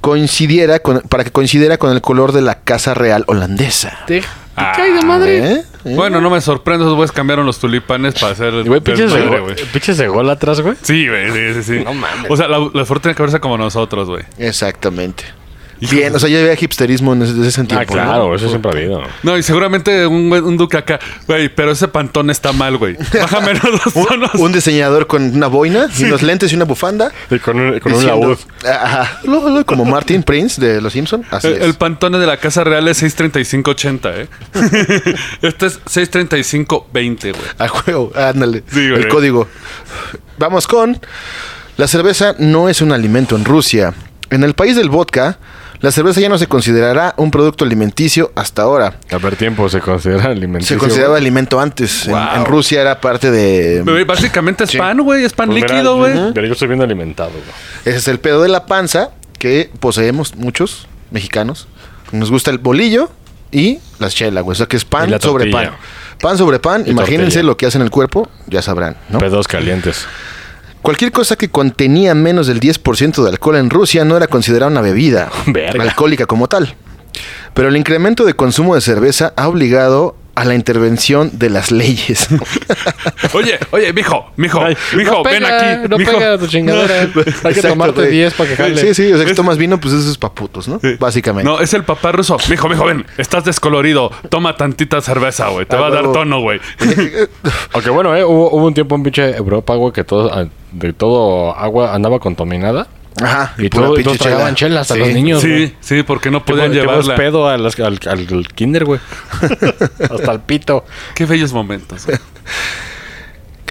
[SPEAKER 2] coincidiera con, para que coincidiera con el color de la casa real holandesa. ¿Eh?
[SPEAKER 3] Te,
[SPEAKER 4] cae de
[SPEAKER 2] madre.
[SPEAKER 4] Bueno, no me sorprendo, esos güeyes cambiaron los tulipanes para hacer.
[SPEAKER 3] Y, güey, pinches
[SPEAKER 2] Pues
[SPEAKER 3] de,
[SPEAKER 4] desmadre,
[SPEAKER 3] gol- pinches de gol atrás, güey.
[SPEAKER 4] Sí, güey, sí, sí, sí.
[SPEAKER 5] No mames.
[SPEAKER 4] O sea, la, la flor tiene que verse como nosotros, güey.
[SPEAKER 2] Exactamente. Bien, o sea, ya había hipsterismo en ese, desde ese tiempo. ¿no?
[SPEAKER 3] Ah, claro, eso siempre ha habido.
[SPEAKER 4] No, y seguramente un, güey- un duque acá, güey, pero ese pantón está mal, güey. Bájame los
[SPEAKER 2] Un,
[SPEAKER 4] tonos.
[SPEAKER 2] un diseñador con una boina, y unos lentes y una bufanda.
[SPEAKER 3] Y con un, con un
[SPEAKER 2] diciendo-
[SPEAKER 3] laúd.
[SPEAKER 2] Ajá. Lo- lo- Como Martin Prince de Los Simpson. Así
[SPEAKER 4] El,
[SPEAKER 2] es.
[SPEAKER 4] el pantone de la Casa Real es 63580, ¿eh? este es 63520, güey.
[SPEAKER 2] Al juego. Ándale.
[SPEAKER 4] Sí, güey.
[SPEAKER 2] el código. Vamos con. La cerveza no es un alimento en Rusia. En el país del vodka, La cerveza ya no se considerará un producto alimenticio hasta ahora.
[SPEAKER 3] A ver, tiempo se considera alimenticio.
[SPEAKER 2] Se
[SPEAKER 3] Pues
[SPEAKER 2] consideraba alimento antes. En- En, Rusia era parte de...
[SPEAKER 4] Bebé, Básicamente es pan, güey. Es pan
[SPEAKER 3] Mm. Pues mira,
[SPEAKER 4] líquido, güey.
[SPEAKER 3] Pero yo estoy bien alimentado, güey.
[SPEAKER 2] Ese es el pedo de la panza que poseemos muchos mexicanos. Nos gusta el bolillo y las chelas, güey. O sea, que es
[SPEAKER 3] Y
[SPEAKER 2] pan
[SPEAKER 3] la
[SPEAKER 2] sobre pan.
[SPEAKER 3] tortilla.
[SPEAKER 2] Pan sobre pan.
[SPEAKER 3] Y
[SPEAKER 2] Imagínense
[SPEAKER 3] tortilla.
[SPEAKER 2] lo que hace en el cuerpo, ya sabrán, ¿no?
[SPEAKER 3] Pedos calientes.
[SPEAKER 2] Cualquier cosa que contenía menos del 10% de alcohol en Rusia no era considerada una bebida
[SPEAKER 3] Verga.
[SPEAKER 2] alcohólica como tal. Pero el incremento de consumo de cerveza ha obligado a la intervención de las leyes.
[SPEAKER 4] Oye, oye, mijo, mijo,
[SPEAKER 3] Ay,
[SPEAKER 4] mijo,
[SPEAKER 3] no
[SPEAKER 4] ven
[SPEAKER 3] pega,
[SPEAKER 4] aquí.
[SPEAKER 3] no
[SPEAKER 4] mijo.
[SPEAKER 3] pega tu chingadera. Hay que
[SPEAKER 2] Exacto,
[SPEAKER 3] tomarte
[SPEAKER 2] güey.
[SPEAKER 3] 10 para que jale.
[SPEAKER 2] Sí, sí, o sea, que tomas vino, pues eso es paputos, ¿no? Básicamente.
[SPEAKER 4] No, es el papá ruso. Mijo, mijo, ven, estás descolorido. Toma tantita cerveza, güey. Te
[SPEAKER 2] Ah,
[SPEAKER 4] va a dar
[SPEAKER 2] huevo.
[SPEAKER 4] tono, güey.
[SPEAKER 3] Aunque bueno, eh, hubo, hubo un tiempo en pinche Europa, güey, que todo, ah, de todo agua andaba contaminada.
[SPEAKER 2] Ajá,
[SPEAKER 3] Y,
[SPEAKER 2] pura
[SPEAKER 3] todo, y
[SPEAKER 2] pinche
[SPEAKER 3] todos tragaban
[SPEAKER 2] chela.
[SPEAKER 3] chelas a
[SPEAKER 2] Sí.
[SPEAKER 3] los niños,
[SPEAKER 4] Sí, sí, porque no podían
[SPEAKER 3] llevar
[SPEAKER 4] llevarla.
[SPEAKER 3] pedo a las- al, al- al kinder, güey. Hasta el pito.
[SPEAKER 4] Qué bellos momentos. güey.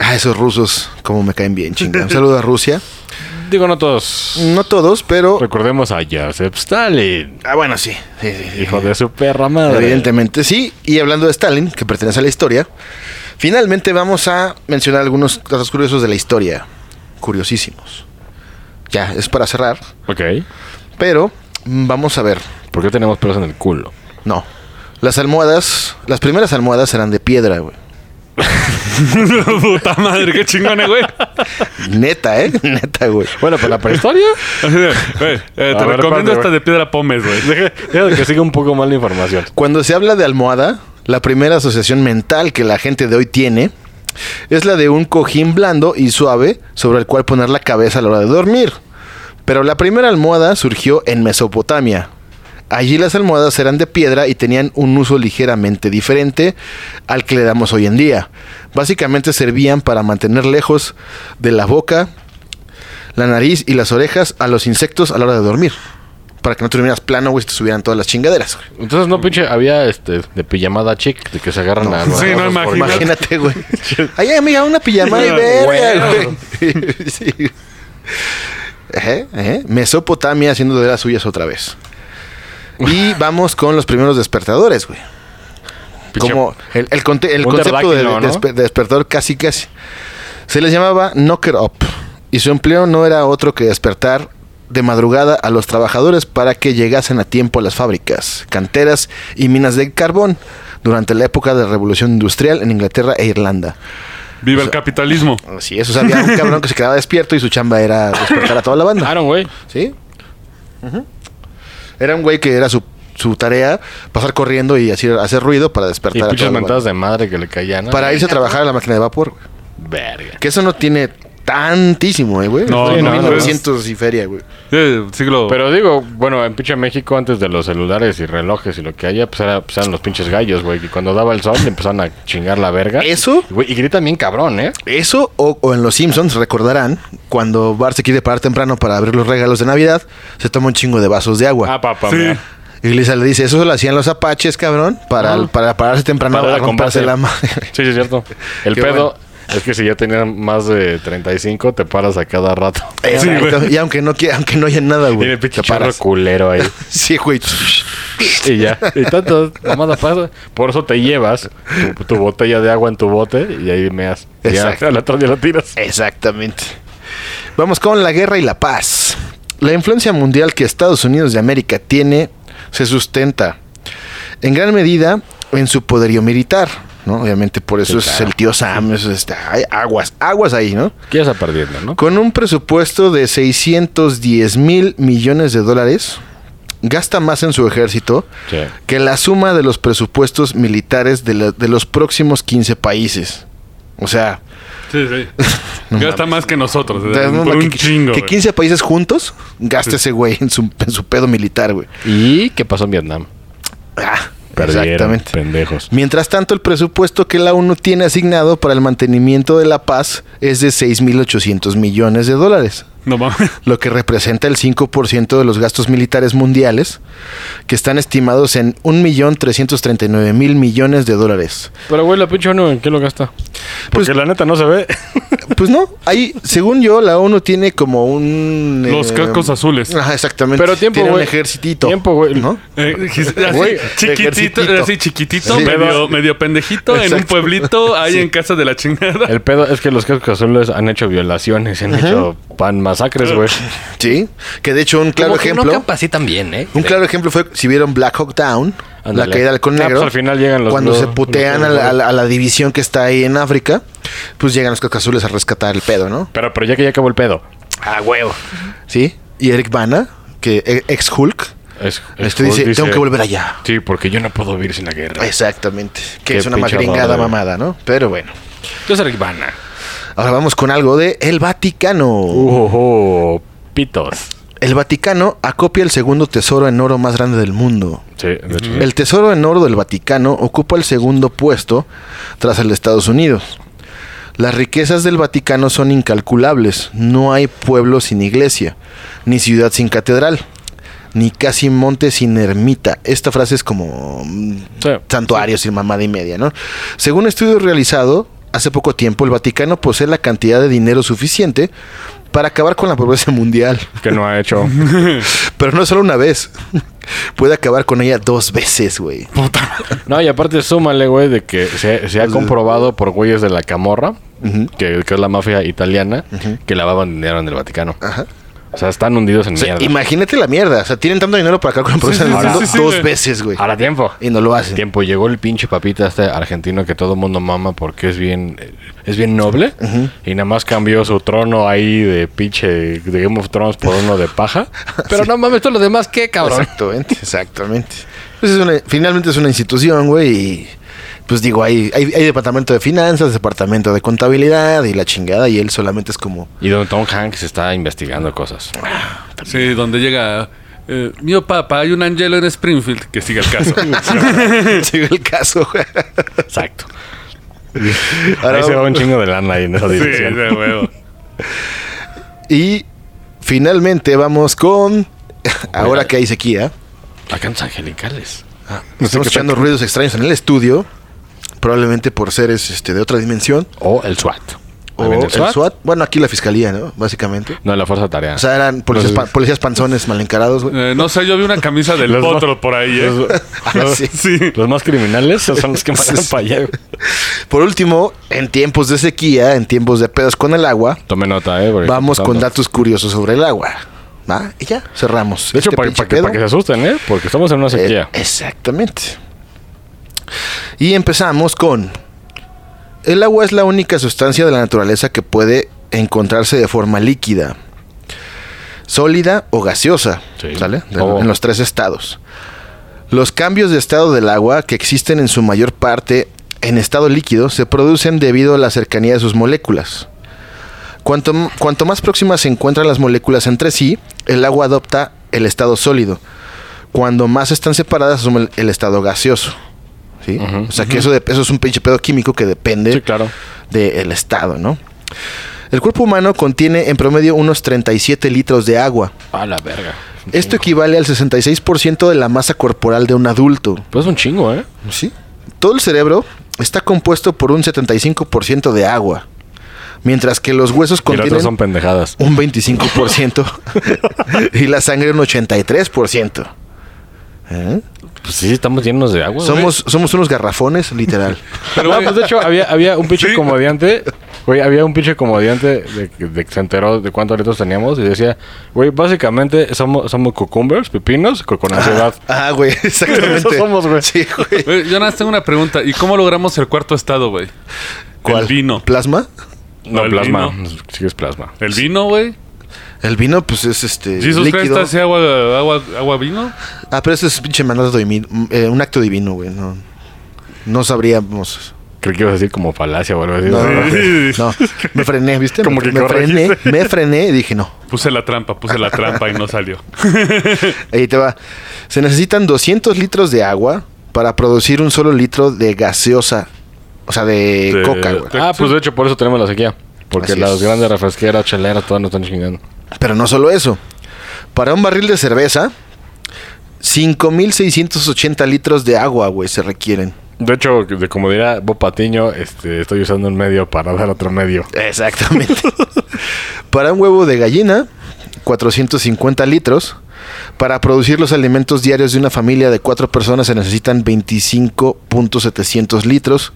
[SPEAKER 2] Ah, esos rusos, como me caen bien, chingada. Un saludo a Rusia.
[SPEAKER 3] Digo, no todos.
[SPEAKER 2] No todos, pero.
[SPEAKER 3] Recordemos a Joseph Stalin,
[SPEAKER 2] Ah, bueno, sí. Sí, sí, sí.
[SPEAKER 3] hijo de su perra madre.
[SPEAKER 2] Evidentemente sí. Y hablando de Stalin, que pertenece a la historia, finalmente vamos a mencionar algunos casos curiosos de la historia. Curiosísimos. Ya, es para cerrar.
[SPEAKER 3] Ok.
[SPEAKER 2] Pero mm, vamos a ver.
[SPEAKER 3] ¿Por qué tenemos pelos en el culo?
[SPEAKER 2] No. Las almohadas, las primeras almohadas eran de piedra, güey.
[SPEAKER 4] Puta madre, qué chingones, güey.
[SPEAKER 2] Neta, ¿eh? Neta, güey.
[SPEAKER 3] Bueno, para la prehistoria.
[SPEAKER 4] Así de, güey, eh, te
[SPEAKER 3] A ver, espérate,
[SPEAKER 4] recomiendo esta
[SPEAKER 3] güey.
[SPEAKER 4] de piedra pomes, güey.
[SPEAKER 3] Deja, deja que siga un poco mal la información.
[SPEAKER 2] Cuando se habla de almohada, la primera asociación mental que la gente de hoy tiene es la de un cojín blando y suave sobre el cual poner la cabeza a la hora de dormir. Pero la primera almohada surgió en Mesopotamia. Allí las almohadas eran de piedra y tenían un uso ligeramente diferente al que le damos hoy en día. Básicamente servían para mantener lejos de la boca, la nariz y las orejas a los insectos a la hora de dormir. Para que no terminas plano, güey, si te subieran todas las chingaderas. güey.
[SPEAKER 3] Entonces, no, pinche, había este de pijamada chic, de que se agarran a.
[SPEAKER 4] Sí, no,
[SPEAKER 3] a-
[SPEAKER 4] imagínate.
[SPEAKER 2] Imagínate, güey. Ay, amiga, una pijamada y verga, güey. Sí. Ejé, ejé. Mesopotamia haciendo de las suyas otra vez. Y vamos con los primeros despertadores, güey.
[SPEAKER 3] Pinche-
[SPEAKER 2] Como el, el conte- el
[SPEAKER 3] Un
[SPEAKER 2] concepto de,
[SPEAKER 3] terráqueo, ¿no?
[SPEAKER 2] despe- de despertador casi casi. Se les llamaba knocker up. Y su empleo no era otro que despertar de madrugada a los trabajadores para que llegasen a tiempo a las fábricas, canteras y minas de carbón durante la época de la revolución industrial en Inglaterra e Irlanda.
[SPEAKER 4] Viva el capitalismo.
[SPEAKER 2] Así es, o sea, había un cabrón que se quedaba despierto y su chamba era despertar a toda la
[SPEAKER 5] Ah,
[SPEAKER 2] banda.
[SPEAKER 3] Aaron, güey.
[SPEAKER 2] ¿Sí? Era un güey que era su, su tarea pasar corriendo y hacer, hacer ruido para
[SPEAKER 3] Y
[SPEAKER 2] despertar a
[SPEAKER 3] pinches
[SPEAKER 2] toda la banda.
[SPEAKER 3] mentadas de madre que le caían. ¿no?
[SPEAKER 2] Para irse a trabajar a la máquina de vapor, güey.
[SPEAKER 3] Verga.
[SPEAKER 2] Que eso no tiene tantísimo, eh, güey.
[SPEAKER 4] No,
[SPEAKER 2] Estoy en
[SPEAKER 3] no, no,
[SPEAKER 2] 1900 y feria, güey.
[SPEAKER 4] Eh, siglo.
[SPEAKER 3] Pero digo, bueno, en pinche México, antes de los celulares y relojes y lo que haya, pues, era, pues eran los pinches gallos, güey. Y cuando daba el sol, le empezaron a chingar la verga.
[SPEAKER 2] ¿Eso?
[SPEAKER 3] Güey, y gritan bien cabrón, ¿eh?
[SPEAKER 2] Eso o, o en Los Simpsons, recordarán, cuando Bart se quiere parar temprano para abrir los regalos de Navidad, se toma un chingo de vasos de agua.
[SPEAKER 3] Ah, papá.
[SPEAKER 4] Sí.
[SPEAKER 3] mira.
[SPEAKER 2] y Lisa le dice, eso lo hacían los apaches, cabrón, para, para pararse temprano
[SPEAKER 3] Ah. Para
[SPEAKER 2] para
[SPEAKER 3] dar
[SPEAKER 2] romperse
[SPEAKER 3] combate.
[SPEAKER 2] la madre.
[SPEAKER 3] Sí, sí, es cierto. El
[SPEAKER 2] Qué
[SPEAKER 3] pedo es que si ya tenían más de 35, te paras a cada rato.
[SPEAKER 2] Exacto. y aunque no, quie- aunque no haya nada,
[SPEAKER 3] Tiene
[SPEAKER 2] güey.
[SPEAKER 3] el pinche
[SPEAKER 2] te
[SPEAKER 3] charro
[SPEAKER 2] paras.
[SPEAKER 3] culero ahí.
[SPEAKER 2] Sí, güey.
[SPEAKER 3] y ya. Y tanto, mamada pasa. Por eso te llevas tu, tu botella de agua en tu bote y ahí meas. Y ya,
[SPEAKER 2] Exacto.
[SPEAKER 3] al otro día lo tiras.
[SPEAKER 2] Exactamente. Vamos con la guerra y la paz. La influencia mundial que Estados Unidos de América tiene se sustenta en gran medida en su poderío militar, ¿no? Obviamente por eso es el tío Sam, eso es- este, hay aguas, aguas ahí, ¿no?
[SPEAKER 3] Que ya está perdiendo, ¿no?
[SPEAKER 2] Con un presupuesto de 610 mil millones de dólares, gasta más en su ejército
[SPEAKER 3] Sí.
[SPEAKER 2] que la suma de los presupuestos militares de, la- de los próximos 15 países. O sea,
[SPEAKER 4] Sí, sí. Gasta más que nosotros. eh,
[SPEAKER 2] O sea, no,
[SPEAKER 4] por
[SPEAKER 2] ma-
[SPEAKER 4] un
[SPEAKER 2] que,
[SPEAKER 4] chingo.
[SPEAKER 2] que
[SPEAKER 4] güey.
[SPEAKER 2] 15 países juntos gaste ese güey en su, en su pedo militar, güey.
[SPEAKER 3] ¿Y qué pasó en Vietnam?
[SPEAKER 2] Ah,
[SPEAKER 3] Perdieron,
[SPEAKER 2] exactamente.
[SPEAKER 3] pendejos.
[SPEAKER 2] Mientras tanto, el presupuesto que la ONU tiene asignado para el mantenimiento de la paz es de 6.800 millones de dólares.
[SPEAKER 4] No mames.
[SPEAKER 2] lo que representa el 5% de los gastos militares mundiales, que están estimados en 1.339.000 millones de dólares.
[SPEAKER 3] Pero, güey, la pinche ONU, ¿en qué lo gasta? Porque
[SPEAKER 2] Pues-
[SPEAKER 3] la neta no se ve.
[SPEAKER 2] Pues no, ahí, según yo, la ONU tiene como un... eh,
[SPEAKER 4] Los cascos azules.
[SPEAKER 2] Ajá, exactamente.
[SPEAKER 3] Pero tiempo,
[SPEAKER 2] Tiene un
[SPEAKER 3] güey.
[SPEAKER 2] ejercitito.
[SPEAKER 3] Tiempo, güey.
[SPEAKER 2] ¿no?
[SPEAKER 4] Eh, gis- así,
[SPEAKER 2] Güey,
[SPEAKER 4] chiquitito, eh,
[SPEAKER 2] ejercitito.
[SPEAKER 4] así chiquitito,
[SPEAKER 2] Sí.
[SPEAKER 4] medio, medio pendejito, en un
[SPEAKER 2] Exacto.
[SPEAKER 4] pueblito, ahí en casa de la chingada.
[SPEAKER 3] El pedo es que los cascos azules han hecho violaciones, han hecho pan masacres, güey.
[SPEAKER 2] Sí, que de hecho un claro
[SPEAKER 5] Como que
[SPEAKER 2] ejemplo...
[SPEAKER 5] No capacitan bien, ¿eh?
[SPEAKER 2] Un claro ejemplo fue si vieron Black Hawk Down,
[SPEAKER 5] Ándale.
[SPEAKER 2] la caída del halcón
[SPEAKER 3] Ah,
[SPEAKER 2] negro.
[SPEAKER 3] pues al final llegan los
[SPEAKER 2] cuando
[SPEAKER 3] dos-
[SPEAKER 2] se putean a
[SPEAKER 3] los dos,
[SPEAKER 2] la, a la- a la división que está ahí en África, pues llegan los cacazules a rescatar el pedo, ¿no?
[SPEAKER 3] Pero, pero ya que ya acabó el pedo. Ah, huevo.
[SPEAKER 2] Sí. Y Eric Bana, que e- ex Hulk,
[SPEAKER 3] Es,
[SPEAKER 2] este dice, tengo que volver allá.
[SPEAKER 3] Sí, porque yo no puedo vivir sin la guerra.
[SPEAKER 2] Exactamente. Que
[SPEAKER 3] Qué
[SPEAKER 2] es una
[SPEAKER 3] pinche
[SPEAKER 2] magringada
[SPEAKER 3] babada.
[SPEAKER 2] mamada, ¿no? Pero bueno.
[SPEAKER 5] Yo soy Ribana.
[SPEAKER 2] Ahora vamos con algo de El Vaticano.
[SPEAKER 3] Uh, Ujojo, pitos.
[SPEAKER 2] El Vaticano acopia el segundo tesoro en oro más grande del mundo.
[SPEAKER 3] Sí, de hecho, sí.
[SPEAKER 2] El tesoro en oro del Vaticano ocupa el segundo puesto tras el de Estados Unidos. Las riquezas del Vaticano son incalculables. No hay pueblo sin iglesia, ni ciudad sin catedral, ni casi monte sin ermita. Esta frase es como mm,
[SPEAKER 3] Sí.
[SPEAKER 2] santuarios y mamada y media, ¿no? Según estudio realizado hace poco tiempo, el Vaticano posee la cantidad de dinero suficiente para acabar con la pobreza mundial.
[SPEAKER 3] Que no ha hecho.
[SPEAKER 2] Pero no solo una vez. Puede acabar con ella dos veces, güey.
[SPEAKER 3] No, y aparte súmale, güey, de que se, se ha comprobado por güeyes de la Camorra, que, que es la mafia italiana, que lavaban dinero en el Vaticano.
[SPEAKER 2] Ajá.
[SPEAKER 3] O sea, están hundidos en
[SPEAKER 2] O sea,
[SPEAKER 3] mierda.
[SPEAKER 2] imagínate la mierda. O sea, tienen tanto dinero para acá con la pobreza
[SPEAKER 4] sí,
[SPEAKER 2] del
[SPEAKER 4] sí,
[SPEAKER 2] mundo
[SPEAKER 4] sí, sí,
[SPEAKER 2] dos
[SPEAKER 4] güey.
[SPEAKER 2] veces, güey.
[SPEAKER 3] Ahora tiempo.
[SPEAKER 2] Y no lo hacen.
[SPEAKER 3] Tiempo. Llegó el pinche papita este argentino que todo mundo mama porque es bien es bien noble. Y nada más cambió su trono ahí de pinche de Game of Thrones por uno de paja.
[SPEAKER 5] Pero no mames, todo lo demás, ¿qué, cabrón?
[SPEAKER 2] Exactamente, exactamente. Pues es una- finalmente es una institución, güey, y pues digo, hay, hay, hay departamento de finanzas, departamento de contabilidad y la chingada, y él solamente es como...
[SPEAKER 3] Y don Tom Hanks está investigando cosas.
[SPEAKER 4] Sí, donde llega. eh, mío papá, hay un angelo en Springfield que siga el caso.
[SPEAKER 2] sigue el caso, güey.
[SPEAKER 3] Exacto.
[SPEAKER 2] Ahora
[SPEAKER 3] ahí se va
[SPEAKER 2] vamos-
[SPEAKER 3] un chingo de lana ahí en esa
[SPEAKER 4] sí,
[SPEAKER 3] dirección.
[SPEAKER 4] de huevo.
[SPEAKER 2] Y finalmente vamos con... Ahora que hay sequía,
[SPEAKER 3] Acá en los angelicales.
[SPEAKER 2] estamos
[SPEAKER 3] qué
[SPEAKER 2] escuchando ruidos extraños en el estudio, probablemente por seres este, de otra dimensión,
[SPEAKER 3] O el SWAT.
[SPEAKER 2] o
[SPEAKER 3] Ahí viene
[SPEAKER 2] el SWAT. Bueno, aquí la fiscalía, ¿no? Básicamente.
[SPEAKER 3] No, la fuerza tarea.
[SPEAKER 2] O sea, eran policías, pa- policías panzones mal encarados, güey.
[SPEAKER 4] Eh, no sé, yo vi una camisa del
[SPEAKER 3] Los
[SPEAKER 4] potro por ahí, ¿eh?
[SPEAKER 2] Ah, sí.
[SPEAKER 4] Sí.
[SPEAKER 3] los más criminales son los que mandan para allá.
[SPEAKER 2] Por último, en tiempos de sequía, en tiempos de pedos con el agua,
[SPEAKER 3] Tome nota, eh. porque-
[SPEAKER 2] vamos con
[SPEAKER 3] tanto.
[SPEAKER 2] datos curiosos sobre el agua. ¿Va? Y ya, cerramos.
[SPEAKER 3] De hecho,
[SPEAKER 2] este
[SPEAKER 3] para,
[SPEAKER 2] pinche
[SPEAKER 3] para que,
[SPEAKER 2] pedo.
[SPEAKER 3] para que se asusten, ¿eh? Porque estamos en una
[SPEAKER 2] Eh,
[SPEAKER 3] sequía.
[SPEAKER 2] exactamente. Y empezamos con... El agua es la única sustancia de la naturaleza que puede encontrarse de forma líquida, sólida o gaseosa,
[SPEAKER 3] Sí.
[SPEAKER 2] ¿sale? De-
[SPEAKER 3] Oh.
[SPEAKER 2] En los tres estados. Los cambios de estado del agua que existen en su mayor parte en estado líquido se producen debido a la cercanía de sus moléculas. Cuanto, m- cuanto más próximas se encuentran las moléculas entre sí, el agua adopta el estado sólido. Cuando más están separadas, asume el, el estado gaseoso. ¿sí?
[SPEAKER 3] Ujú,
[SPEAKER 2] o sea que eso, de- eso es un pinche pedo químico que depende
[SPEAKER 3] Sí, claro.
[SPEAKER 2] del estado, ¿no? El cuerpo humano contiene en promedio unos 37 litros de agua.
[SPEAKER 3] A la verga.
[SPEAKER 2] Esto equivale al 66% de la masa corporal de un adulto.
[SPEAKER 3] Pues un chingo, ¿eh?
[SPEAKER 2] ¿Sí? Todo el cerebro está compuesto por un 75% de agua, mientras que los huesos
[SPEAKER 3] Y las otras
[SPEAKER 2] contienen
[SPEAKER 3] son pendejadas.
[SPEAKER 2] un 25% y la sangre un 83%. ¿Eh?
[SPEAKER 3] Pues sí, estamos llenos de agua. güey.
[SPEAKER 2] Somos, somos unos garrafones, literal.
[SPEAKER 4] Pero,
[SPEAKER 3] No,
[SPEAKER 4] güey,
[SPEAKER 3] pues de hecho, había, había un pinche
[SPEAKER 4] Sí.
[SPEAKER 3] comediante. Güey, había un pinche comediante de, que- de que se enteró de cuántos litros teníamos y decía, güey, básicamente somos, somos cucumbers, pepinos, con, con ansiedad.
[SPEAKER 2] ah, güey, exactamente.
[SPEAKER 3] Eso somos, güey.
[SPEAKER 2] Sí, güey.
[SPEAKER 4] güey, Eh, yo nada más tengo una pregunta. ¿Y cómo logramos el cuarto estado, güey? El vino.
[SPEAKER 2] ¿Plasma?
[SPEAKER 3] No,
[SPEAKER 4] el
[SPEAKER 3] plasma.
[SPEAKER 4] vino.
[SPEAKER 3] Sí, es plasma.
[SPEAKER 4] ¿El vino, güey?
[SPEAKER 2] El vino, pues es este.
[SPEAKER 4] ¿Jesus Christ
[SPEAKER 2] líquido.
[SPEAKER 4] hace agua, agua, agua vino?
[SPEAKER 2] Ah, pero eso es pinche mandato divino, eh, un acto divino, güey. No, no sabríamos.
[SPEAKER 3] Creo que ibas a decir como falacia o algo así.
[SPEAKER 2] No, no, no. me frené, ¿viste?
[SPEAKER 3] Como
[SPEAKER 2] me,
[SPEAKER 3] que
[SPEAKER 2] me frené,
[SPEAKER 3] corregiste.
[SPEAKER 2] me frené y dije no.
[SPEAKER 4] Puse la trampa, puse la trampa y no salió.
[SPEAKER 2] Ahí te va. Se necesitan 200 litros de agua para producir un solo litro de gaseosa, o sea, de,
[SPEAKER 4] De-
[SPEAKER 2] coca, güey.
[SPEAKER 3] Ah, pues de hecho, por eso tenemos la sequía. Porque
[SPEAKER 2] Así
[SPEAKER 3] las
[SPEAKER 2] es.
[SPEAKER 3] grandes refresqueras, cheleras, todas nos están chingando.
[SPEAKER 2] Pero no solo eso. Para un barril de cerveza, 5.680 litros de agua, güey, se requieren.
[SPEAKER 3] De hecho, de como dirá Bob Patiño, este, estoy usando un medio para dar otro medio.
[SPEAKER 2] Exactamente. para un huevo de gallina, 450 litros. Para producir los alimentos diarios de una familia de cuatro personas se necesitan 25.700 litros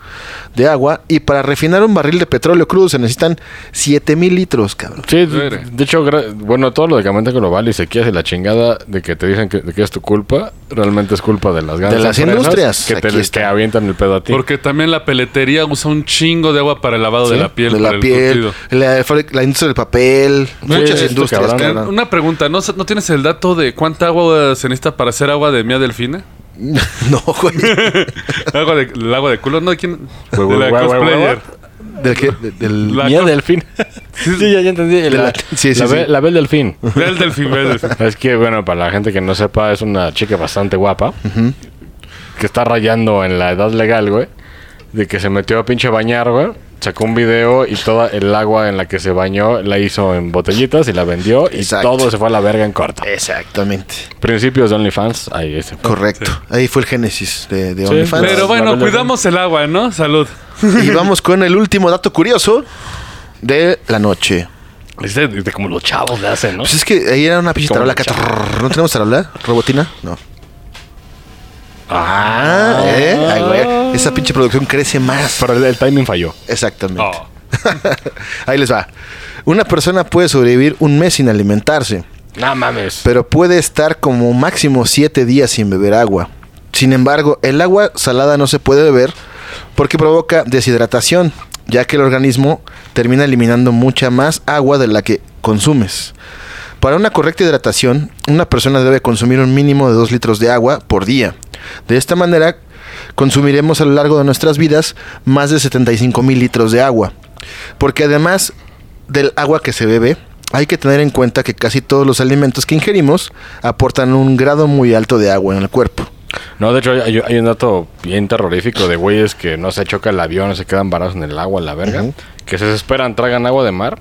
[SPEAKER 2] de agua. Y para refinar un barril de petróleo crudo se necesitan 7.000 litros, cabrón.
[SPEAKER 3] Sí, de, de hecho, gra- bueno, todo lo de que global y sequías y la chingada de que te dicen que, de que es tu culpa, realmente es culpa de las grandes
[SPEAKER 2] De las
[SPEAKER 3] empresas
[SPEAKER 2] industrias.
[SPEAKER 3] que te
[SPEAKER 2] Aquí
[SPEAKER 3] que
[SPEAKER 2] está.
[SPEAKER 3] avientan el pedo a ti.
[SPEAKER 4] Porque también la peletería usa un chingo de agua para el lavado de la piel.
[SPEAKER 2] De
[SPEAKER 4] para
[SPEAKER 2] la
[SPEAKER 4] el
[SPEAKER 2] piel,
[SPEAKER 4] curtido.
[SPEAKER 2] la, fabric- la industria del papel, muchas
[SPEAKER 3] este
[SPEAKER 2] industrias,
[SPEAKER 3] cabrón.
[SPEAKER 2] cabrón.
[SPEAKER 4] Una pregunta, ¿no, no tienes el dato de cuánta agua se necesita para hacer agua de mía delfina?
[SPEAKER 2] No, güey.
[SPEAKER 4] agua de, el agua de culo, no, ¿de quién?
[SPEAKER 3] Güey,
[SPEAKER 4] de la
[SPEAKER 3] güey, güey, güey,
[SPEAKER 4] cosplayer.
[SPEAKER 2] Del que- de- del-
[SPEAKER 4] La
[SPEAKER 3] Mía
[SPEAKER 4] co-
[SPEAKER 3] delfín. sí, ya, ya entendí. La,
[SPEAKER 2] sí, sí,
[SPEAKER 3] la
[SPEAKER 2] sí.
[SPEAKER 3] ve- la ve el delfín.
[SPEAKER 4] Ve el delfín, ve el delfín.
[SPEAKER 3] Es que, bueno, para la gente que no sepa, es una chica bastante guapa. Que está rayando en la edad legal, güey. De que se metió a pinche bañar, güey. Sacó un video y toda el agua en la que se bañó la hizo en botellitas y la vendió. Y
[SPEAKER 2] Exacto.
[SPEAKER 3] todo se fue a la verga en corto.
[SPEAKER 2] Exactamente.
[SPEAKER 3] Principios de OnlyFans. Ahí ese.
[SPEAKER 2] Correcto. Ahí fue el génesis de, de
[SPEAKER 3] Sí,
[SPEAKER 2] OnlyFans.
[SPEAKER 4] Pero bueno,
[SPEAKER 3] la vela
[SPEAKER 4] cuidamos el agua, ¿no? Salud.
[SPEAKER 2] Y vamos con el último dato curioso de la noche.
[SPEAKER 3] Es de, de como los chavos le hacen, ¿no?
[SPEAKER 2] Pues es que ahí era una pinche
[SPEAKER 3] Como
[SPEAKER 2] tarola
[SPEAKER 3] la
[SPEAKER 2] acá. ¿No tenemos tarola? ¿Robotina? No. Ah, ¿eh? Ay, güey. Esa pinche producción crece más.
[SPEAKER 3] Pero el, el timing falló.
[SPEAKER 2] Exactamente.
[SPEAKER 4] Oh.
[SPEAKER 2] Ahí les va. Una persona puede sobrevivir un mes sin alimentarse,
[SPEAKER 5] No mames.
[SPEAKER 2] pero puede estar como máximo siete días sin beber agua. Sin embargo, el agua salada no se puede beber porque provoca deshidratación, ya que el organismo termina eliminando mucha más agua de la que consumes. Para una correcta hidratación, una persona debe consumir un mínimo de 2 litros de agua por día. De esta manera, consumiremos a lo largo de nuestras vidas más de 75 mil litros de agua. Porque además del agua que se bebe, hay que tener en cuenta que casi todos los alimentos que ingerimos aportan un grado muy alto de agua en el cuerpo.
[SPEAKER 3] No, de hecho, hay, hay un dato bien terrorífico de güeyes que no se choca el avión, se quedan varados en el agua, la verga. Que se desesperan, tragan agua de mar,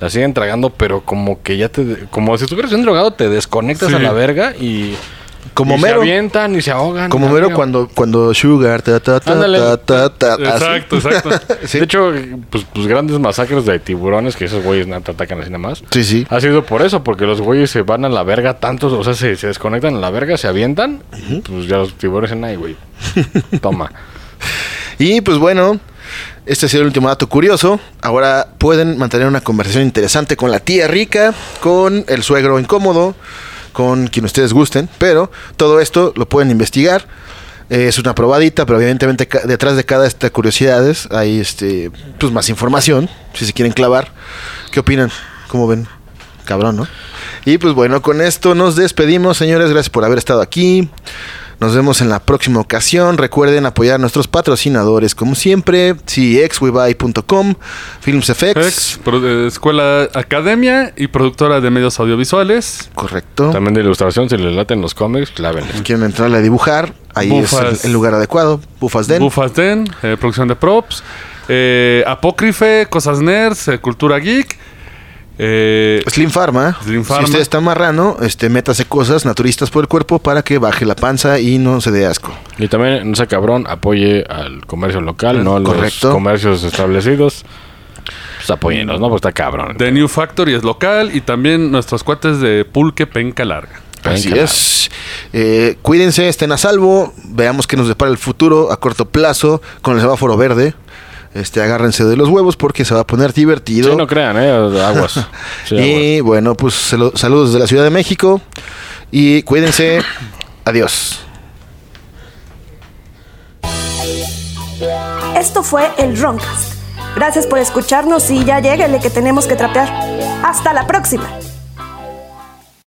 [SPEAKER 3] la siguen tragando, pero como que ya te. de- Como si estuvieras bien drogado, te desconectas
[SPEAKER 4] Sí.
[SPEAKER 3] a la verga y.
[SPEAKER 2] Como
[SPEAKER 3] y
[SPEAKER 2] mero,
[SPEAKER 3] Se avientan y se ahogan.
[SPEAKER 2] como
[SPEAKER 3] la
[SPEAKER 2] mero
[SPEAKER 3] verga.
[SPEAKER 2] cuando, cuando Sugar, ta, ta, ta,
[SPEAKER 3] Ándale.
[SPEAKER 2] ta, ta, ta, así.
[SPEAKER 4] Exacto, exacto.
[SPEAKER 2] Sí.
[SPEAKER 3] De hecho, pues, pues grandes masacres de tiburones que esos güeyes nada te atacan así nada más.
[SPEAKER 2] Sí, sí.
[SPEAKER 3] Ha sido por eso, porque los güeyes se van a la verga tantos, o sea, se, se desconectan a la verga, se avientan, y pues ya los tiburones en ahí, güey. Toma.
[SPEAKER 2] Y pues bueno, este ha sido el último dato curioso. Ahora pueden mantener una conversación interesante con la tía rica, con el suegro incómodo, con quien ustedes gusten, pero todo esto lo pueden investigar. Eh, es una probadita, pero evidentemente ca- detrás de cada esta curiosidades hay este pues más información, si se quieren clavar. ¿Qué opinan? ¿Cómo ven? Cabrón, ¿no? Y pues bueno, con esto nos despedimos, señores. Gracias por haber estado aquí. Nos vemos en la próxima ocasión. Recuerden apoyar a nuestros patrocinadores, como siempre, cxwebuy.com, Films
[SPEAKER 4] Ex,
[SPEAKER 2] FX.
[SPEAKER 4] pro- eh, escuela, academia y productora de medios audiovisuales.
[SPEAKER 2] Correcto.
[SPEAKER 3] También de ilustración, si les laten los cómics, clávenle.
[SPEAKER 2] Si quieren entrarle a dibujar, ahí es
[SPEAKER 4] Bufas.
[SPEAKER 2] el, el lugar adecuado. Bufas Den.
[SPEAKER 4] Bufas Den, eh, producción de props. eh, Apócrife, Cosas Nerds, eh, Cultura Geek. eh,
[SPEAKER 2] Slim Pharma.
[SPEAKER 4] Slim Pharma.
[SPEAKER 2] Si usted está marrano, este, métase cosas naturistas por el cuerpo para que baje la panza y no se dé asco.
[SPEAKER 3] Y también, no sea cabrón, apoye al comercio local, no a
[SPEAKER 2] Correcto.
[SPEAKER 3] los comercios establecidos. Pues apóyenlos, ¿no? Pues está cabrón.
[SPEAKER 4] The New Factory es local y también nuestros cuates de Pulque Penca Larga.
[SPEAKER 2] Así
[SPEAKER 3] Venga.
[SPEAKER 2] es. Eh, cuídense, estén a salvo. Veamos qué nos depara el futuro a corto plazo con el semáforo verde. Este, agárrense de los huevos porque se va a poner divertido.
[SPEAKER 3] Sí, no crean, ¿eh? Aguas. Sí, aguas.
[SPEAKER 2] y bueno, pues salu- saludos de la Ciudad de México. Y cuídense. Adiós.
[SPEAKER 1] Esto fue el Roncast. Gracias por escucharnos y ya lléguele que tenemos que trapear. ¡Hasta la próxima!